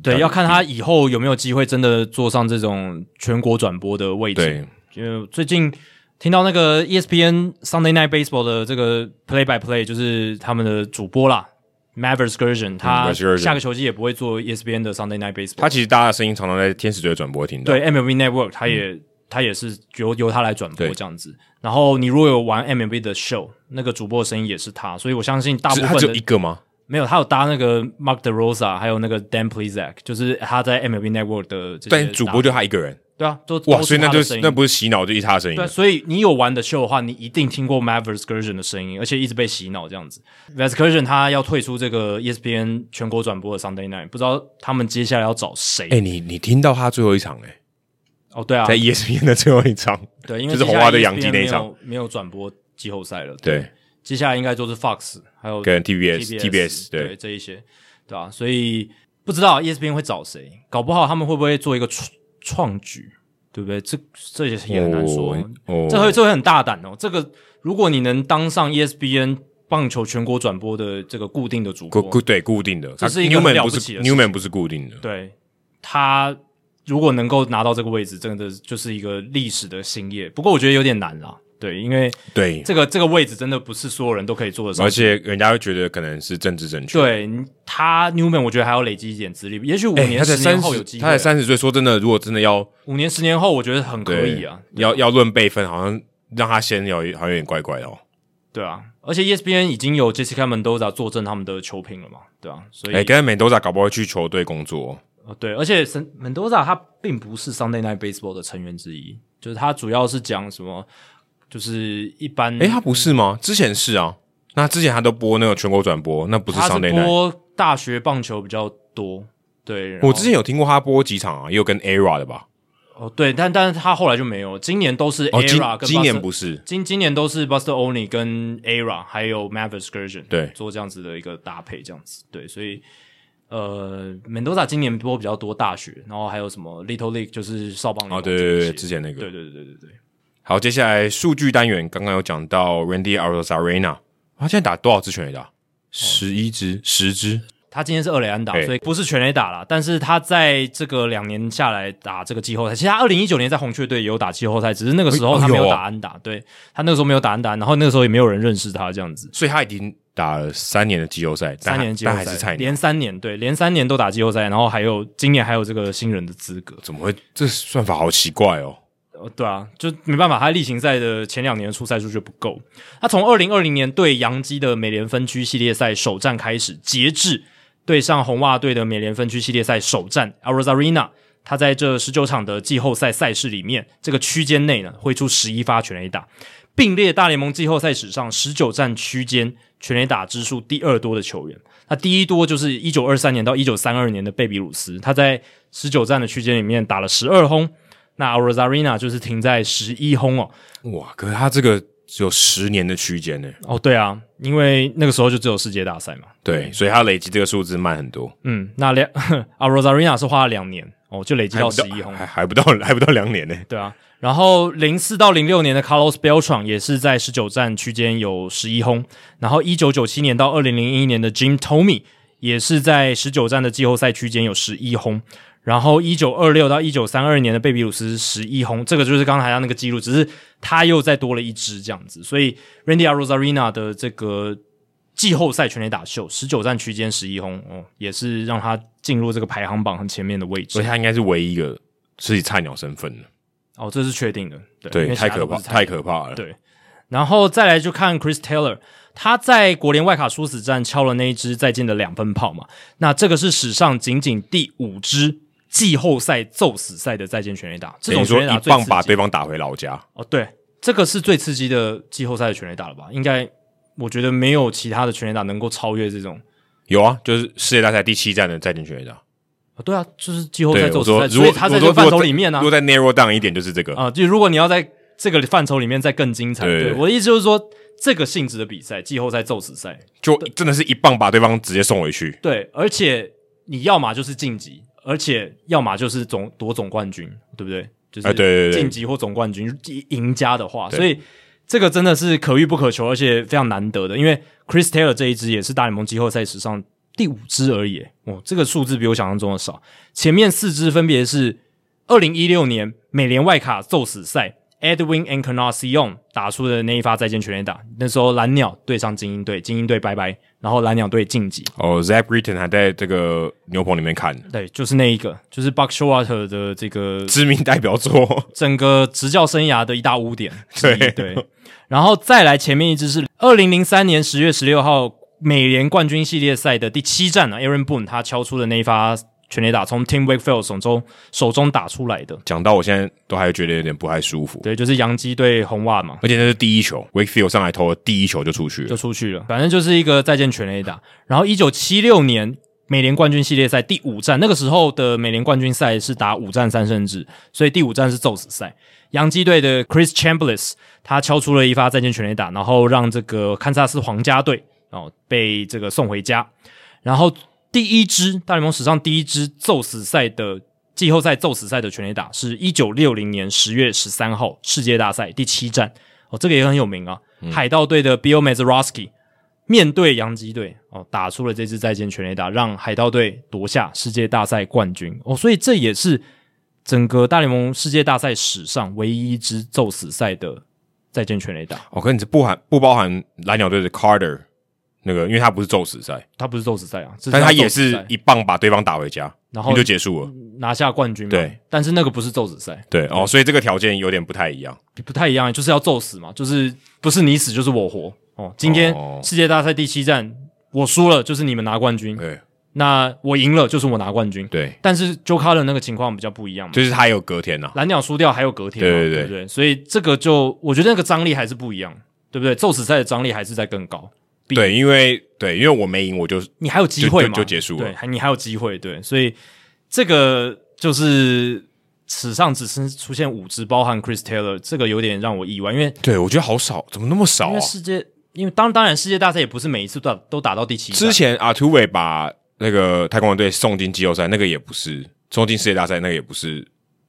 Speaker 1: 对，要看他以后有没有机会真的坐上这种全国转播的位置。
Speaker 2: 对
Speaker 1: 就最近听到那个 E ESPN Sunday Night Baseball 的这个 Play by Play，就是他们的主播啦。Mavericks 嗯 Gerson，他
Speaker 2: Mavericks Gerson
Speaker 1: 下个球季也不会做 E ESPN 的 Sunday Night Baseball。
Speaker 2: 他其实大家的声音常常在天使队的转播听到，
Speaker 1: 对 MLB Network，他也、他也是由由他来转播
Speaker 2: 嗯对
Speaker 1: 这样子。然后你如果有玩 MLB 的 show，那个主播的声音也是他，所以我相信大部
Speaker 2: 只
Speaker 1: 分
Speaker 2: 他只有
Speaker 1: 的
Speaker 2: 一个吗？
Speaker 1: 没有，他有搭那个 Mark De Rosa，还有那个 Dan Plezak，就是他在 MLB Network 的这些
Speaker 2: 但主播
Speaker 1: 搭
Speaker 2: 就他一个人，
Speaker 1: 对啊，都都
Speaker 2: 哇，
Speaker 1: 是
Speaker 2: 所以那
Speaker 1: 他
Speaker 2: 就
Speaker 1: 的
Speaker 2: 是
Speaker 1: 声音
Speaker 2: 那不是洗脑，就是他的声音
Speaker 1: 对啊，
Speaker 2: 了。
Speaker 1: 所以你有玩的秀的话，你一定听过 Mavericks Gerson 的声音，而且一直被洗脑这样子。Mavericks Gerson 他要退出这个 E ESPN 全国转播的 Sunday Night，不知道他们接下来要找谁？
Speaker 2: 哎、你你听到他最后一场哎、
Speaker 1: 哦，对啊，
Speaker 2: 在 ESPN 的最后一场，
Speaker 1: 对，因为
Speaker 2: 就是
Speaker 1: 接下
Speaker 2: 红袜
Speaker 1: 来 E
Speaker 2: 对洋基
Speaker 1: ESPN
Speaker 2: 那
Speaker 1: 没
Speaker 2: 一
Speaker 1: 有
Speaker 2: 场
Speaker 1: 没有转播季后赛了。
Speaker 2: 对，
Speaker 1: 接下来应该就是 Fox 还有
Speaker 2: 跟
Speaker 1: TBS,
Speaker 2: TBS、TBS
Speaker 1: 对
Speaker 2: 对，
Speaker 1: 这一些，对吧、所以不知道 E ESPN 会找谁，搞不好他们会不会做一个创创举，对不对？这这也也很难说，
Speaker 2: 哦
Speaker 1: 这会这会很大胆哦。这个如果你能当上 E ESPN 棒球全国转播的这个固定的主播，
Speaker 2: 固固对固定的，啊
Speaker 1: 这是一个很
Speaker 2: Newman
Speaker 1: 了
Speaker 2: 不
Speaker 1: 不
Speaker 2: 是
Speaker 1: 起的事情
Speaker 2: Newman 不是固定的，
Speaker 1: 对他如果能够拿到这个位置，真的就是一个历史的新业。不过我觉得有点难啦，对，因为
Speaker 2: 对，
Speaker 1: 这个这个位置真的不是所有人都可以做得上
Speaker 2: 而。且人家会觉得可能是政治正确。
Speaker 1: 对你他 Newman，我觉得还要累积一点资历，也许五
Speaker 2: 哎，
Speaker 1: 年、
Speaker 2: 他才
Speaker 1: 十
Speaker 2: 三
Speaker 1: 年后有
Speaker 2: 十，
Speaker 1: 机
Speaker 2: 他
Speaker 1: 会
Speaker 2: 才。三十岁，说真的，如果真的要
Speaker 1: 五年、十年后，我觉得很可以啊，
Speaker 2: 要要论辈分，好像让他先有，好像有点怪怪的哦。
Speaker 1: 对啊。而且 ESPN 已经有 Jessica Mendoza 坐镇他们的球评了嘛，对啊，所以、
Speaker 2: 哎，跟美多萨搞不好会去球队工作哦，
Speaker 1: 呃对，而且 Sen- Mendoza 他并不是 Sunday Night Baseball 的成员之一，就是他主要是讲什么，就是一般
Speaker 2: 哎，他不是
Speaker 1: 嗯
Speaker 2: 吗？之前是啊，那之前他都播那个全国转播，那不是
Speaker 1: 他
Speaker 2: Sunday
Speaker 1: 是
Speaker 2: night。
Speaker 1: 播大学棒球比较多，对。然后
Speaker 2: 我之前有听过他播几场啊，也有跟 ERA 的吧？
Speaker 1: 哦对，但但是他后来就没有，今年都是
Speaker 2: 哦，今
Speaker 1: ERA 跟
Speaker 2: 今
Speaker 1: Buster-
Speaker 2: 年不是，
Speaker 1: 今今年都是 Buster Olney 跟 Era 还有 Mavis Gerson
Speaker 2: 对
Speaker 1: 做这样子的一个搭配，这样子对，所以呃，Mendoza 今年播比较多大学，然后还有什么 Little League 就是少棒联盟
Speaker 2: 哦，对对对，
Speaker 1: 这
Speaker 2: 之
Speaker 1: 些
Speaker 2: 前那个，
Speaker 1: 对对对对对对，
Speaker 2: 好，接下来数据单元，刚刚有讲到 Randy Arozarena，他现在打多少支全垒
Speaker 1: 哦
Speaker 2: 打？十一支，十支。
Speaker 1: 他今天是二垒安打
Speaker 2: 对，
Speaker 1: 所以不是全垒打啦。但是他在这个两年下来打这个季后赛，其实他二零一九年在红雀队也有打季后赛，只是那个时
Speaker 2: 哎
Speaker 1: 候
Speaker 2: 哎
Speaker 1: 他没
Speaker 2: 有
Speaker 1: 有
Speaker 2: 哦
Speaker 1: 打安打，对他那个时候没有打安打，然后那个时候也没有人认识他这样子。
Speaker 2: 所以他已经打了三年的季后赛，但
Speaker 1: 三年季后赛
Speaker 2: 但还是菜鸟，
Speaker 1: 连三年对，连三年都打季后赛，然后还有今年还有这个新人的资格，
Speaker 2: 怎么会？这算法好奇怪哦。
Speaker 1: 呃，对啊，就没办法，他例行赛的前两年的出赛数据不够。他从二零二零年对洋基的美联分区系列赛首战开始，截至对上红袜队的美联分区系列赛首战 a r o z a r e n a 他在这十九场的季后赛赛事里面，这个区间内呢，挥出十一发全垒打，并列大联盟季后赛史上十九战区间全垒打支数第二多的球员。那第一多就是一九二三年到一九三二年的贝比鲁斯，他在十九战的区间里面打了十二轰。那 Rosarina 就是停在十一轰哦，
Speaker 2: 哇，可是他这个只有十年的区间呢，
Speaker 1: 哦，对啊，因为那个时候就只有世界大赛嘛。
Speaker 2: 对，所以他累积这个数字慢很多，
Speaker 1: 嗯，那两 啊 Rosarina 是花了两年哦，就累积到
Speaker 2: 还
Speaker 1: 十
Speaker 2: 不
Speaker 1: 一轰
Speaker 2: 还，还不到 还不到两年呢，
Speaker 1: 对啊。然后零四到零六年的 Carlos Beltran 也是在十九战区间有十一轰，然后一九九七年到二零零一年的 Jim Tomey 也是在十九战的季后赛区间有十一轰。然后，一九二六到一九三二年的贝比鲁斯十一轰，这个就是刚才他那个记录，只是他又再多了一支这样子。所以，Randy a r o z a r i n a 的这个季后赛全垒打秀，十九战区间十一轰，哦，也是让他进入这个排行榜很前面的位置
Speaker 2: 所以。他应该是唯一一个是以菜鸟身份的，
Speaker 1: 哦，这是确定的，对，因
Speaker 2: 对，
Speaker 1: 为其
Speaker 2: 太
Speaker 1: 他
Speaker 2: 可
Speaker 1: 都不
Speaker 2: 怕，
Speaker 1: 是菜
Speaker 2: 太可怕了，
Speaker 1: 对然后再来就看 Chris Taylor，他在国联外卡殊死战敲了那一支再见的两分炮嘛，那这个是史上仅仅第五支季后赛揍死赛的再见全垒打，这
Speaker 2: 等于
Speaker 1: 种
Speaker 2: 说
Speaker 1: 全垒打
Speaker 2: 一
Speaker 1: 最刺
Speaker 2: 棒
Speaker 1: 激
Speaker 2: 把对方打回老家，
Speaker 1: 哦，对，这个是最刺激的季后赛的全垒打了吧？应该我觉得没有其他的全垒打能够超越这种。
Speaker 2: 有啊，就是世界大赛第七站的再见全垒打。
Speaker 1: 哦、对啊，就是季后赛
Speaker 2: 对，
Speaker 1: 揍
Speaker 2: 我
Speaker 1: 死
Speaker 2: 说
Speaker 1: 赛，
Speaker 2: 如
Speaker 1: 所
Speaker 2: 果
Speaker 1: 以他在
Speaker 2: 我
Speaker 1: 这个
Speaker 2: 说
Speaker 1: 范
Speaker 2: 如果
Speaker 1: 畴
Speaker 2: 再
Speaker 1: 里面呢、
Speaker 2: 如果再 narrow down 一点，就是这个。
Speaker 1: 啊，就如果你要在这个范畴里面再更精彩，
Speaker 2: 对
Speaker 1: 对我的意思就是说，这个性质的比赛，季后赛揍死赛，
Speaker 2: 就真的是一棒把对方直接送回去。
Speaker 1: 对，而且你要么就是晋级，而且要么就是总夺总冠军，对不对？就是
Speaker 2: 哎对对对
Speaker 1: 晋级或总冠军赢赢家的话，
Speaker 2: 对
Speaker 1: 所以这个真的是可遇不可求，而且非常难得的。因为 Chris Taylor 这一支也是大联盟季后赛史上第五支而已，哦，这个数字比我想象中的少。前面四支分别是二零一六年美联外卡揍死赛。Edwin a n c a r n a c i o n 打出的那一发再见全垒打，那时候蓝鸟对上精英队，精英队拜拜，然后蓝鸟队晋级，
Speaker 2: 哦，Zach Britton 还在这个牛棚里面看
Speaker 1: 对，就是那一个，就是 Buck Showalter 的这个
Speaker 2: 知名代表作，
Speaker 1: 整个执教生涯的一大污点之一。
Speaker 2: 对
Speaker 1: 对，然后再来前面一支是二零零三年十月十六号美联冠军系列赛的第七战啊，Aaron Boone 他敲出的那一发全垒打，从 Tim Wakefield 手中手中打出来的。
Speaker 2: 讲到我现在都还觉得有点不太舒服。
Speaker 1: 对，就是洋基对红袜嘛，
Speaker 2: 而且那是第一球，Wakefield 上来投的第一球就出去
Speaker 1: 就
Speaker 2: 了。
Speaker 1: 出去了。反正就是一个再见全垒打。然后一九七六年美联冠军系列赛第五战，那个时候的美联冠军赛是打五战三胜制，所以第五战是宙死赛。洋基队的 Chris Chambliss 他敲出了一发再见全垒打，然后让这个堪萨斯皇家队哦被这个送回家。然后第一支大联盟史上第一支宙死赛的季后赛宙死赛的全垒打，是一九六零年十月十三号世界大赛第七战哦，这个也很有名啊。
Speaker 2: 嗯
Speaker 1: 海盗队的 Bill Mazeroski 面对洋基队哦，打出了这支再见全垒打，让海盗队夺下世界大赛冠军哦，所以这也是整个大联盟世界大赛史上唯一一支宙死赛的再见全垒打。
Speaker 2: 哦，可是你这不含不包含蓝鸟队的 Carter 那个，因为他不是宙死赛，
Speaker 1: 他不是宙死赛啊，这
Speaker 2: 但
Speaker 1: 叫
Speaker 2: 他也
Speaker 1: 宙死
Speaker 2: 是
Speaker 1: 赛
Speaker 2: 一棒把对方打回家，
Speaker 1: 然
Speaker 2: 你
Speaker 1: 后
Speaker 2: 就结束了。
Speaker 1: 拿下冠军嘛。
Speaker 2: 对，
Speaker 1: 但是那个不是宙死赛，
Speaker 2: 对哦，所以这个条件有点不太一样。
Speaker 1: 不太一样，就是要揍死嘛，就是不是你死就是我活哦。今天
Speaker 2: 哦
Speaker 1: 世界大赛第七战，我输了就是你们拿冠军，
Speaker 2: 对
Speaker 1: 那我赢了就是我拿冠军。
Speaker 2: 对，
Speaker 1: 但是 Joe Carter 那个情况比较不一样嘛，
Speaker 2: 就是他有隔天啊呐、
Speaker 1: 蓝鸟输掉还有隔天嘛，
Speaker 2: 对对对
Speaker 1: 对不对？所以这个就我觉得那个张力还是不一样，对不对？宙死赛的张力还是在更高，比
Speaker 2: 对，因为对，因为我没赢，我就
Speaker 1: 你还有机会嘛，
Speaker 2: 就就就结束了
Speaker 1: 对，还你还有机会，对，所以这个就是史上只是出现五支，包含 Chris Taylor，这个有点让我意外，因为
Speaker 2: 对我觉得好少，怎么那么少
Speaker 1: 因
Speaker 2: 啊
Speaker 1: 为？世界，因为当当然世界大赛也不是每一次都打都打到第七战
Speaker 2: 之前阿图伟把那个太空人队送进季后赛，那个也不是送进世界大赛，那个也不是，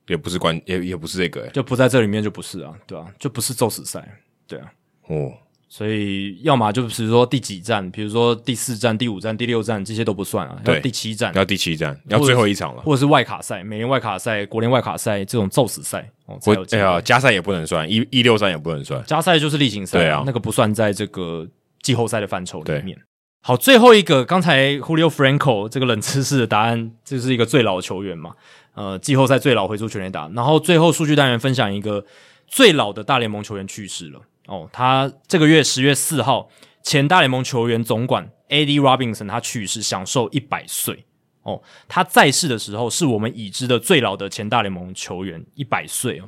Speaker 2: 也不是关，也也不是这个、欸、
Speaker 1: 就不在这里面就不是啊，对啊，就不是宙死赛，对啊，
Speaker 2: 哦。
Speaker 1: 所以要么就比如说第几战，比如说第四战、第五战、第六战这些都不算啊，
Speaker 2: 对
Speaker 1: 要第七战，
Speaker 2: 要第七站，要最后一场了。
Speaker 1: 或者是外卡赛、美联外卡赛、国联外卡赛这种宙死赛哦，才
Speaker 2: 我
Speaker 1: 有机
Speaker 2: 哎
Speaker 1: 会。
Speaker 2: 呀，加赛也不能算，一一六三也不能算。
Speaker 1: 加赛就是例行赛，
Speaker 2: 对啊
Speaker 1: 那个不算在这个季后赛的范畴里
Speaker 2: 对
Speaker 1: 面。好，最后一个，刚才 Julio Franco 这个冷知识的答案，这是一个最老的球员嘛？呃，季后赛最老回出全垒打。然后最后数据单元分享一个最老的大联盟球员去世了。哦，他这个月十月四号，前大联盟球员总管 Eddie Robinson 他去世，享受一百岁。哦，他在世的时候是我们已知的最老的前大联盟球员，一百岁哦。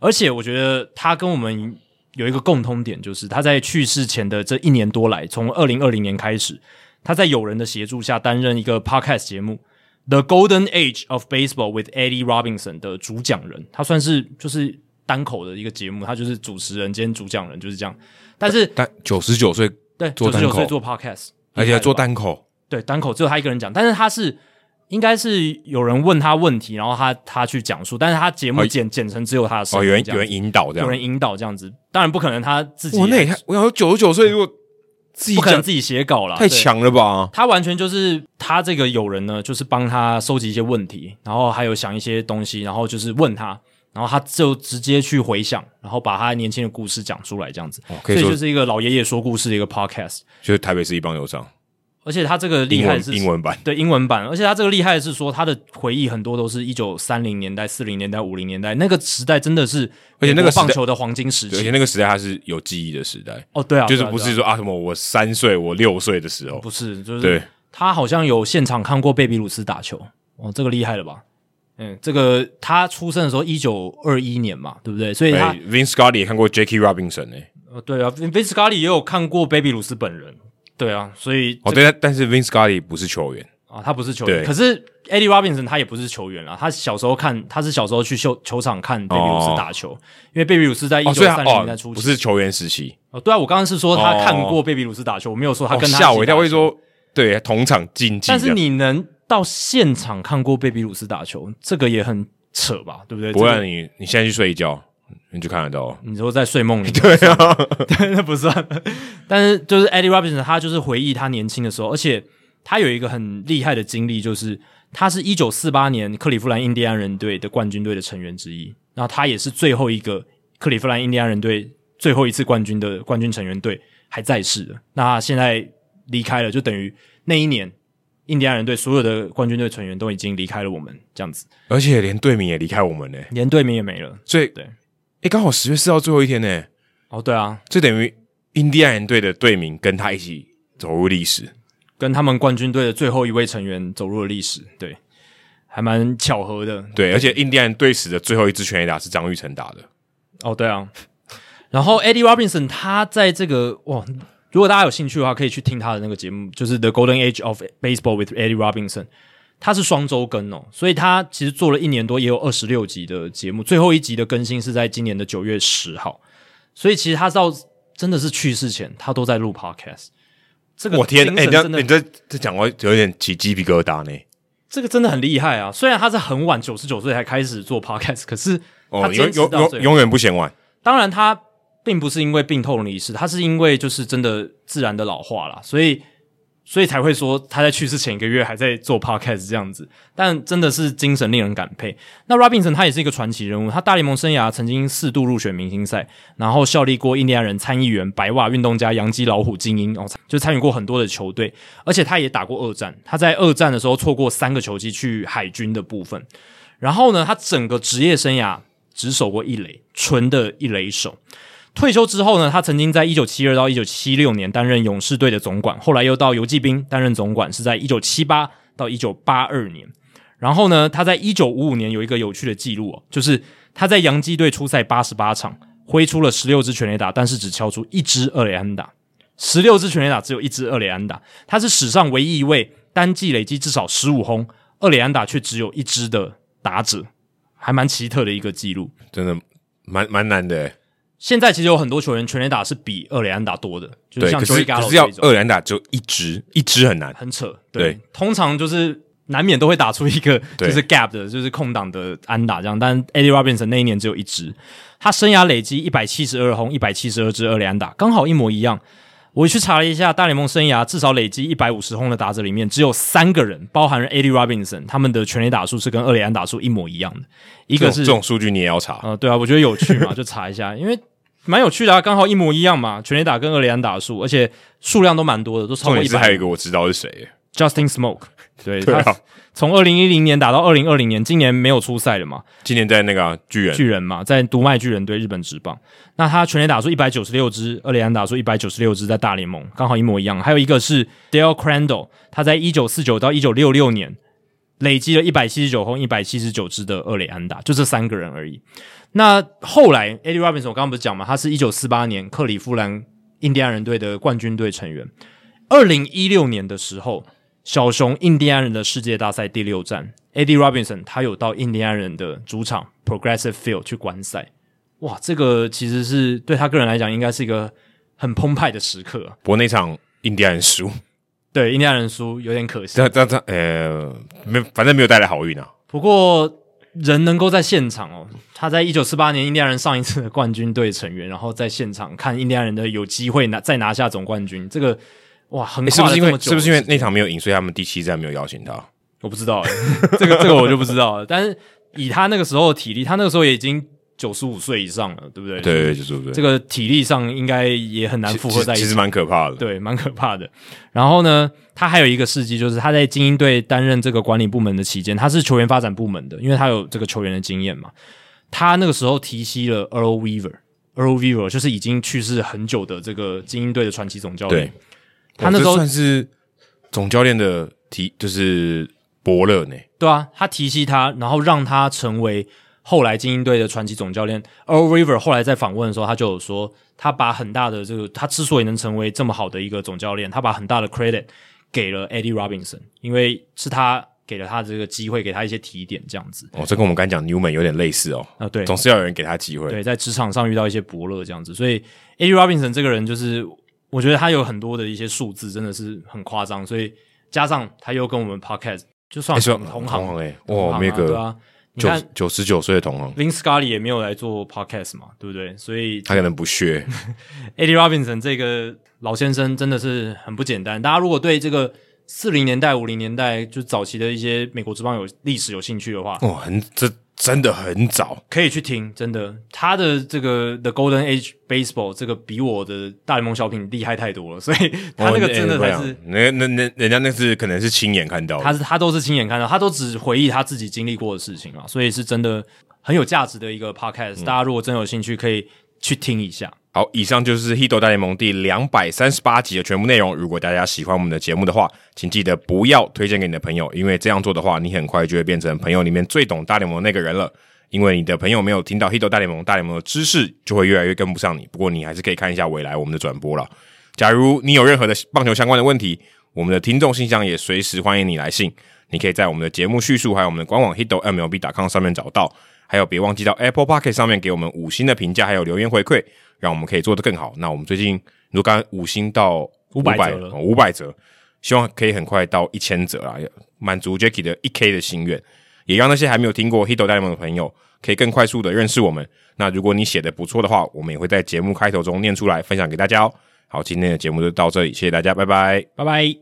Speaker 1: 而且我觉得他跟我们有一个共通点，就是他在去世前的这一年多来，从二零二零年开始，他在友人的协助下担任一个 podcast 节目《The Golden Age of Baseball with Eddie Robinson》的主讲人，他算是就是单口的一个节目，他就是主持人兼主讲人，就是这样。但是
Speaker 2: 但九十九岁，
Speaker 1: 对，
Speaker 2: 做
Speaker 1: 九十
Speaker 2: 单口
Speaker 1: 九岁做 podcast，
Speaker 2: 而且还做
Speaker 1: 单。
Speaker 2: 单口，
Speaker 1: 对，单口只有他一个人讲，但是他是应该是有人问他问题，然后他他去讲述，但是他节目
Speaker 2: 哦
Speaker 1: 剪、剪成只有他的声
Speaker 2: 哦，
Speaker 1: 音
Speaker 2: 有人
Speaker 1: 这
Speaker 2: 有
Speaker 1: 样
Speaker 2: 人引导这
Speaker 1: 有
Speaker 2: 样。
Speaker 1: 人引导这样子，当然不可能他自己
Speaker 2: 哇，那也太，我想说九十九岁如果自己
Speaker 1: 不可能
Speaker 2: 讲
Speaker 1: 自己写稿啦，
Speaker 2: 太
Speaker 1: 对
Speaker 2: 强了吧？
Speaker 1: 他完全就是他这个友人呢，就是帮他收集一些问题，然后还有想一些东西，然后就是问他，然后他就直接去回想，然后把他年轻的故事讲出来，这样子，
Speaker 2: 哦可以
Speaker 1: 所以
Speaker 2: 说
Speaker 1: 就是一个老爷爷说故事的一个 podcast，
Speaker 2: 就是台北市一棒球场
Speaker 1: 而且他这个厉
Speaker 2: 英
Speaker 1: 害的
Speaker 2: 文
Speaker 1: 是
Speaker 2: 英文版，
Speaker 1: 对英文版，而且他这个厉害的是说，他的回忆很多都是一九三零年代、四零年代、五零年代那个时代，真的是
Speaker 2: 而且那
Speaker 1: 美
Speaker 2: 个
Speaker 1: 国
Speaker 2: 时代
Speaker 1: 棒球的黄金时
Speaker 2: 对而且
Speaker 1: 期。
Speaker 2: 那个时代它是有记忆的时代，
Speaker 1: 哦，对啊，
Speaker 2: 就是
Speaker 1: 对啊
Speaker 2: 不
Speaker 1: 对
Speaker 2: 是
Speaker 1: 啊
Speaker 2: 说啊什么我三岁我六岁的时候，
Speaker 1: 不是，就是
Speaker 2: 对
Speaker 1: 他好像有现场看过贝比鲁斯打球，哦，这个厉害了吧？嗯，这个他出生的时候一九二一年嘛，对不对？所以
Speaker 2: 对
Speaker 1: 他、
Speaker 2: ，Vince 哎 Scully 也看过 Jackie Robinson 哎，
Speaker 1: 呃对啊 v i n c e c a r l y 也有看过贝比鲁斯本人，对啊，所以
Speaker 2: 哦对，但但是 Vince Scully 不是球员，
Speaker 1: 啊，他不是球员，
Speaker 2: 对
Speaker 1: 可是 Eddie Robinson 他也不是球员啦。他小时候看，他是小时候去球球场看贝比鲁斯打球，因为贝比鲁斯在一
Speaker 2: 哦
Speaker 1: 九
Speaker 2: 所以他
Speaker 1: 三零年代
Speaker 2: 哦
Speaker 1: 初
Speaker 2: 不
Speaker 1: 期、
Speaker 2: 是球员时期，
Speaker 1: 哦对啊，我刚刚是说他看
Speaker 2: 哦
Speaker 1: 过贝比鲁斯打球，我没有说他
Speaker 2: 哦
Speaker 1: 跟他
Speaker 2: 吓我一跳，
Speaker 1: 一
Speaker 2: 会
Speaker 1: 起打球
Speaker 2: 说对同场竞技这
Speaker 1: 但
Speaker 2: 样，
Speaker 1: 是你能到现场看过贝比鲁斯打球，这个也很扯吧，对不对？
Speaker 2: 不啊
Speaker 1: 这
Speaker 2: 然
Speaker 1: 个
Speaker 2: 你你现在去睡一觉，你就看得到了。
Speaker 1: 你说在睡梦里，
Speaker 2: 对啊，
Speaker 1: 对，那不算。但是就是 Eddie Robinson，他就是回忆他年轻的时候，而且他有一个很厉害的经历，就是他是一九四八年克利夫兰印第安人队的冠军队的成员之一，然后他也是最后一个克利夫兰印第安人队最后一次冠军的冠军成员队还在世的。那他现在离开了，就等于那一年印第安人队所有的冠军队成员都已经离开了我们，这样子，
Speaker 2: 而且连队名也离开我们呢，
Speaker 1: 连队名也没了。
Speaker 2: 所以
Speaker 1: 对，
Speaker 2: 哎，刚好十月四号最后一天呢，
Speaker 1: 哦，对啊，
Speaker 2: 这等于印第安人队的队名跟他一起走入历史。
Speaker 1: 跟他们冠军队的最后一位成员走入了历史，对，还蛮巧合的。
Speaker 2: 对，而且印第安人队史的最后一支全垒打是张玉成打的，
Speaker 1: 哦，对啊。然后 Eddie Robinson 他在这个哇，如果大家有兴趣的话，可以去听他的那个节目，就是《The Golden Age of Baseball with Eddie Robinson》。他是双周更哦，所以他其实做了一年多，也有二十六集的节目，最后一集的更新是在今年的九月十号。所以其实他到真的是去世前，他都在录 podcast。这个
Speaker 2: 我天，
Speaker 1: 精
Speaker 2: 哎、
Speaker 1: 神
Speaker 2: 你这样
Speaker 1: 真的
Speaker 2: 你这这讲我有点起鸡皮疙瘩呢。
Speaker 1: 这个真的很厉害啊！虽然他是很晚九十九岁才开始做 podcast，可是他
Speaker 2: 哦，永
Speaker 1: 坚持
Speaker 2: 永
Speaker 1: 到
Speaker 2: 永
Speaker 1: 最后。
Speaker 2: 永远不嫌晚。
Speaker 1: 当然，他并不是因为病痛离世，他是因为就是真的自然的老化啦，所以所以才会说他在去世前一个月还在做 podcast 这样子。但真的是精神令人感佩。那 Robinson 他也是一个传奇人物，他大联盟生涯曾经四度入选明星赛，然后效力过印第安人、参议员、白袜运动家、洋基、老虎、精英，哦，就参与过很多的球队，而且他也打过二战。他在二战的时候错过三个球季去海军的部分，然后呢，他整个职业生涯只守过一垒，纯的一垒手。退休之后呢，他曾经在一九七二到一九七六年担任勇士队的总管，后来又到游击兵担任总管，是在一九七八到一九八二年。然后呢，他在一九五五年有一个有趣的记录哦，就是他在洋基队出赛八十八场，挥出了十六支全垒打，但是只敲出一支二垒安打。十六支全垒打只有一支二垒安打，他是史上唯一一位单季累积至少十五轰，二垒安打却只有一支的打者，还蛮奇特的一个记录。
Speaker 2: 真的蛮蛮难的欸，
Speaker 1: 现在其实有很多球员全垒打是比二垒安打多的，就是
Speaker 2: 对，
Speaker 1: 像
Speaker 2: 可
Speaker 1: Joey
Speaker 2: 是
Speaker 1: Gallo
Speaker 2: 可
Speaker 1: 这
Speaker 2: 是要
Speaker 1: 一种
Speaker 2: 二连打只有一支，一支很难。
Speaker 1: 很扯。
Speaker 2: 对
Speaker 1: 通常就是难免都会打出一个
Speaker 2: 对
Speaker 1: 就是 gap 的，就是空档的安打这样。但 Eddie Robinson 那一年只有一支，他生涯累积一百七十二轰，一百七十二支二连打，刚好一模一样。我去查了一下，大联盟生涯至少累积一百五十轰的打者里面，只有三个人，包含了 Eddie Robinson，他们的全垒打数是跟二垒安打数一模一样的。一
Speaker 2: 这
Speaker 1: 个
Speaker 2: 种
Speaker 1: 是
Speaker 2: 这种数据你也要查，
Speaker 1: 呃，对啊，我觉得有趣嘛，就查一下，因为蛮有趣的啊，刚好一模一样嘛，全垒打跟二垒安打数，而且数量都蛮多的，都超
Speaker 2: 重
Speaker 1: 过
Speaker 2: 点
Speaker 1: 一
Speaker 2: 是还有
Speaker 1: 百
Speaker 2: 一。个我知道是谁欸，
Speaker 1: Justin Smoke，对，
Speaker 2: 对啊
Speaker 1: 他从二零一零年打到二零二零年，今年没有出赛了嘛，
Speaker 2: 今年在那个啊巨人
Speaker 1: 巨人嘛，在独卖巨人对日本职棒，那他全垒打数一百九十六支，二垒安打数一百九十六支，在大联盟刚好一模一样。还有一个是 Dale Crandall，他在一九四九到一九六六年累积了一百七十九轰、一百七十九支的二垒安打，就这三个人而已。那后来 Eddie Robinson 我刚刚不是讲嘛，他是一九四八年克利夫兰印第安人队的冠军队成员。二零一六年的时候，小熊印第安人的世界大赛第六战，Eddie Robinson 他有到印第安人的主场 Progressive Field 去观赛。哇，这个其实是对他个人来讲，应该是一个很澎湃的时刻啊。
Speaker 2: 不过那场印第安人输，
Speaker 1: 对印第安人输有点可惜，
Speaker 2: 这这这呃，没反正没有带来好运啊。
Speaker 1: 不过人能够在现场哦，他在一九四八年印第安人上一次的冠军队成员，然后在现场看印第安人的有机会拿再拿下总冠军，这个哇，横
Speaker 2: 诶是
Speaker 1: 跨
Speaker 2: 不
Speaker 1: 了
Speaker 2: 是因
Speaker 1: 这么
Speaker 2: 为
Speaker 1: 久
Speaker 2: 是不是因为那场没有赢，所以他们第七站没有邀请他？
Speaker 1: 我不知道、欸，这个这个我就不知道了。但是以他那个时候的体力，他那个时候也已经九十五岁以上了，对不对？
Speaker 2: 对，对，就是对。
Speaker 1: 这个体力上应该也很难
Speaker 2: 其
Speaker 1: 负荷在一
Speaker 2: 其
Speaker 1: 起
Speaker 2: 实。蛮可怕的。
Speaker 1: 对，蛮可怕的。然后呢，他还有一个事迹，就是他在精英队担任这个管理部门的期间，他是球员发展部门的，因为他有这个球员的经验嘛。他那个时候提携了 Earl Weaver，Earl Weaver 就是已经去世很久的这个精英队的传奇总教练
Speaker 2: 对。
Speaker 1: 他那时
Speaker 2: 哦这
Speaker 1: 候
Speaker 2: 算是总教练的提，就是伯乐呢。
Speaker 1: 对啊，他提携他，然后让他成为后来精英队的传奇总教练。Earl River 后来在访问的时候，他就有说，他把很大的这个，他之所以能成为这么好的一个总教练，他把很大的 credit 给了 Eddie Robinson，因为是他给了他这个机会，给他一些提点，这样子
Speaker 2: 哦，这跟我们刚才讲 Newman 有点类似哦，
Speaker 1: 啊、对，
Speaker 2: 总是要有人给他机会。
Speaker 1: 对，在职场上遇到一些伯乐这样子，所以 Eddie Robinson 这个人就是，我觉得他有很多的一些数字真的是很夸张，所以加上他又跟我们 podcast 就算
Speaker 2: 诶说
Speaker 1: 同
Speaker 2: 哎同
Speaker 1: 行
Speaker 2: 行哎，
Speaker 1: 同行
Speaker 2: 哇，
Speaker 1: 啊
Speaker 2: 我们有
Speaker 1: 对
Speaker 2: 个
Speaker 1: 啊，你
Speaker 2: 九
Speaker 1: 看
Speaker 2: 九十九岁的同行，
Speaker 1: Vin Scully 也没有来做 podcast 嘛，对不对？所以
Speaker 2: 他可能 不屑。
Speaker 1: Eddie Robinson 这个老先生真的是很不简单。大家如果对这个四零年代、五零年代就早期的一些美国职棒有历史有兴趣的话，
Speaker 2: 哦，很这真的很早，
Speaker 1: 可以去听。真的，他的这个 The Golden Age Baseball 这个比我的大联盟小品厉害太多了，所 以他那个真的才
Speaker 2: 哦
Speaker 1: 是。
Speaker 2: 哎啊那那那人家那是可能是亲眼看到的，
Speaker 1: 他是他都是亲眼看到，他都只回忆他自己经历过的事情啊，所以是真的很有价值的一个
Speaker 2: 嗯
Speaker 1: podcast、大家如果真有兴趣，可以去听一下。
Speaker 2: 好，以上就是《h i t o 大联盟》第两百三十八集的全部内容。如果大家喜欢我们的节目的话，请记得不要推荐给你的朋友，因为这样做的话，你很快就会变成朋友里面最懂大联盟的那个人了。因为你的朋友没有听到《h i t o 大联盟》，大联盟的知识就会越来越跟不上你。不过你还是可以看一下未来我们的转播了。假如你有任何的棒球相关的问题，我们的听众信箱也随时欢迎你来信。你可以在我们的节目叙述，还有我们的官网 hito mlb.com 上面找到。还有，别忘记到 Apple p o c k e t 上面给我们五星的评价，还有留言回馈，让我们可以做得更好。那我们最近如果刚五星到
Speaker 1: 500
Speaker 2: 500
Speaker 1: 折了
Speaker 2: 五百折，希望可以很快到一千折啦，啊满足 Jacky 的一 K 的心愿，也让那些还没有听过 Hito 大联盟的朋友可以更快速的认识我们。那如果你写的不错的话，我们也会在节目开头中念出来，分享给大家哦。好，今天的节目就到这里，谢谢大家，拜拜。
Speaker 1: 拜拜。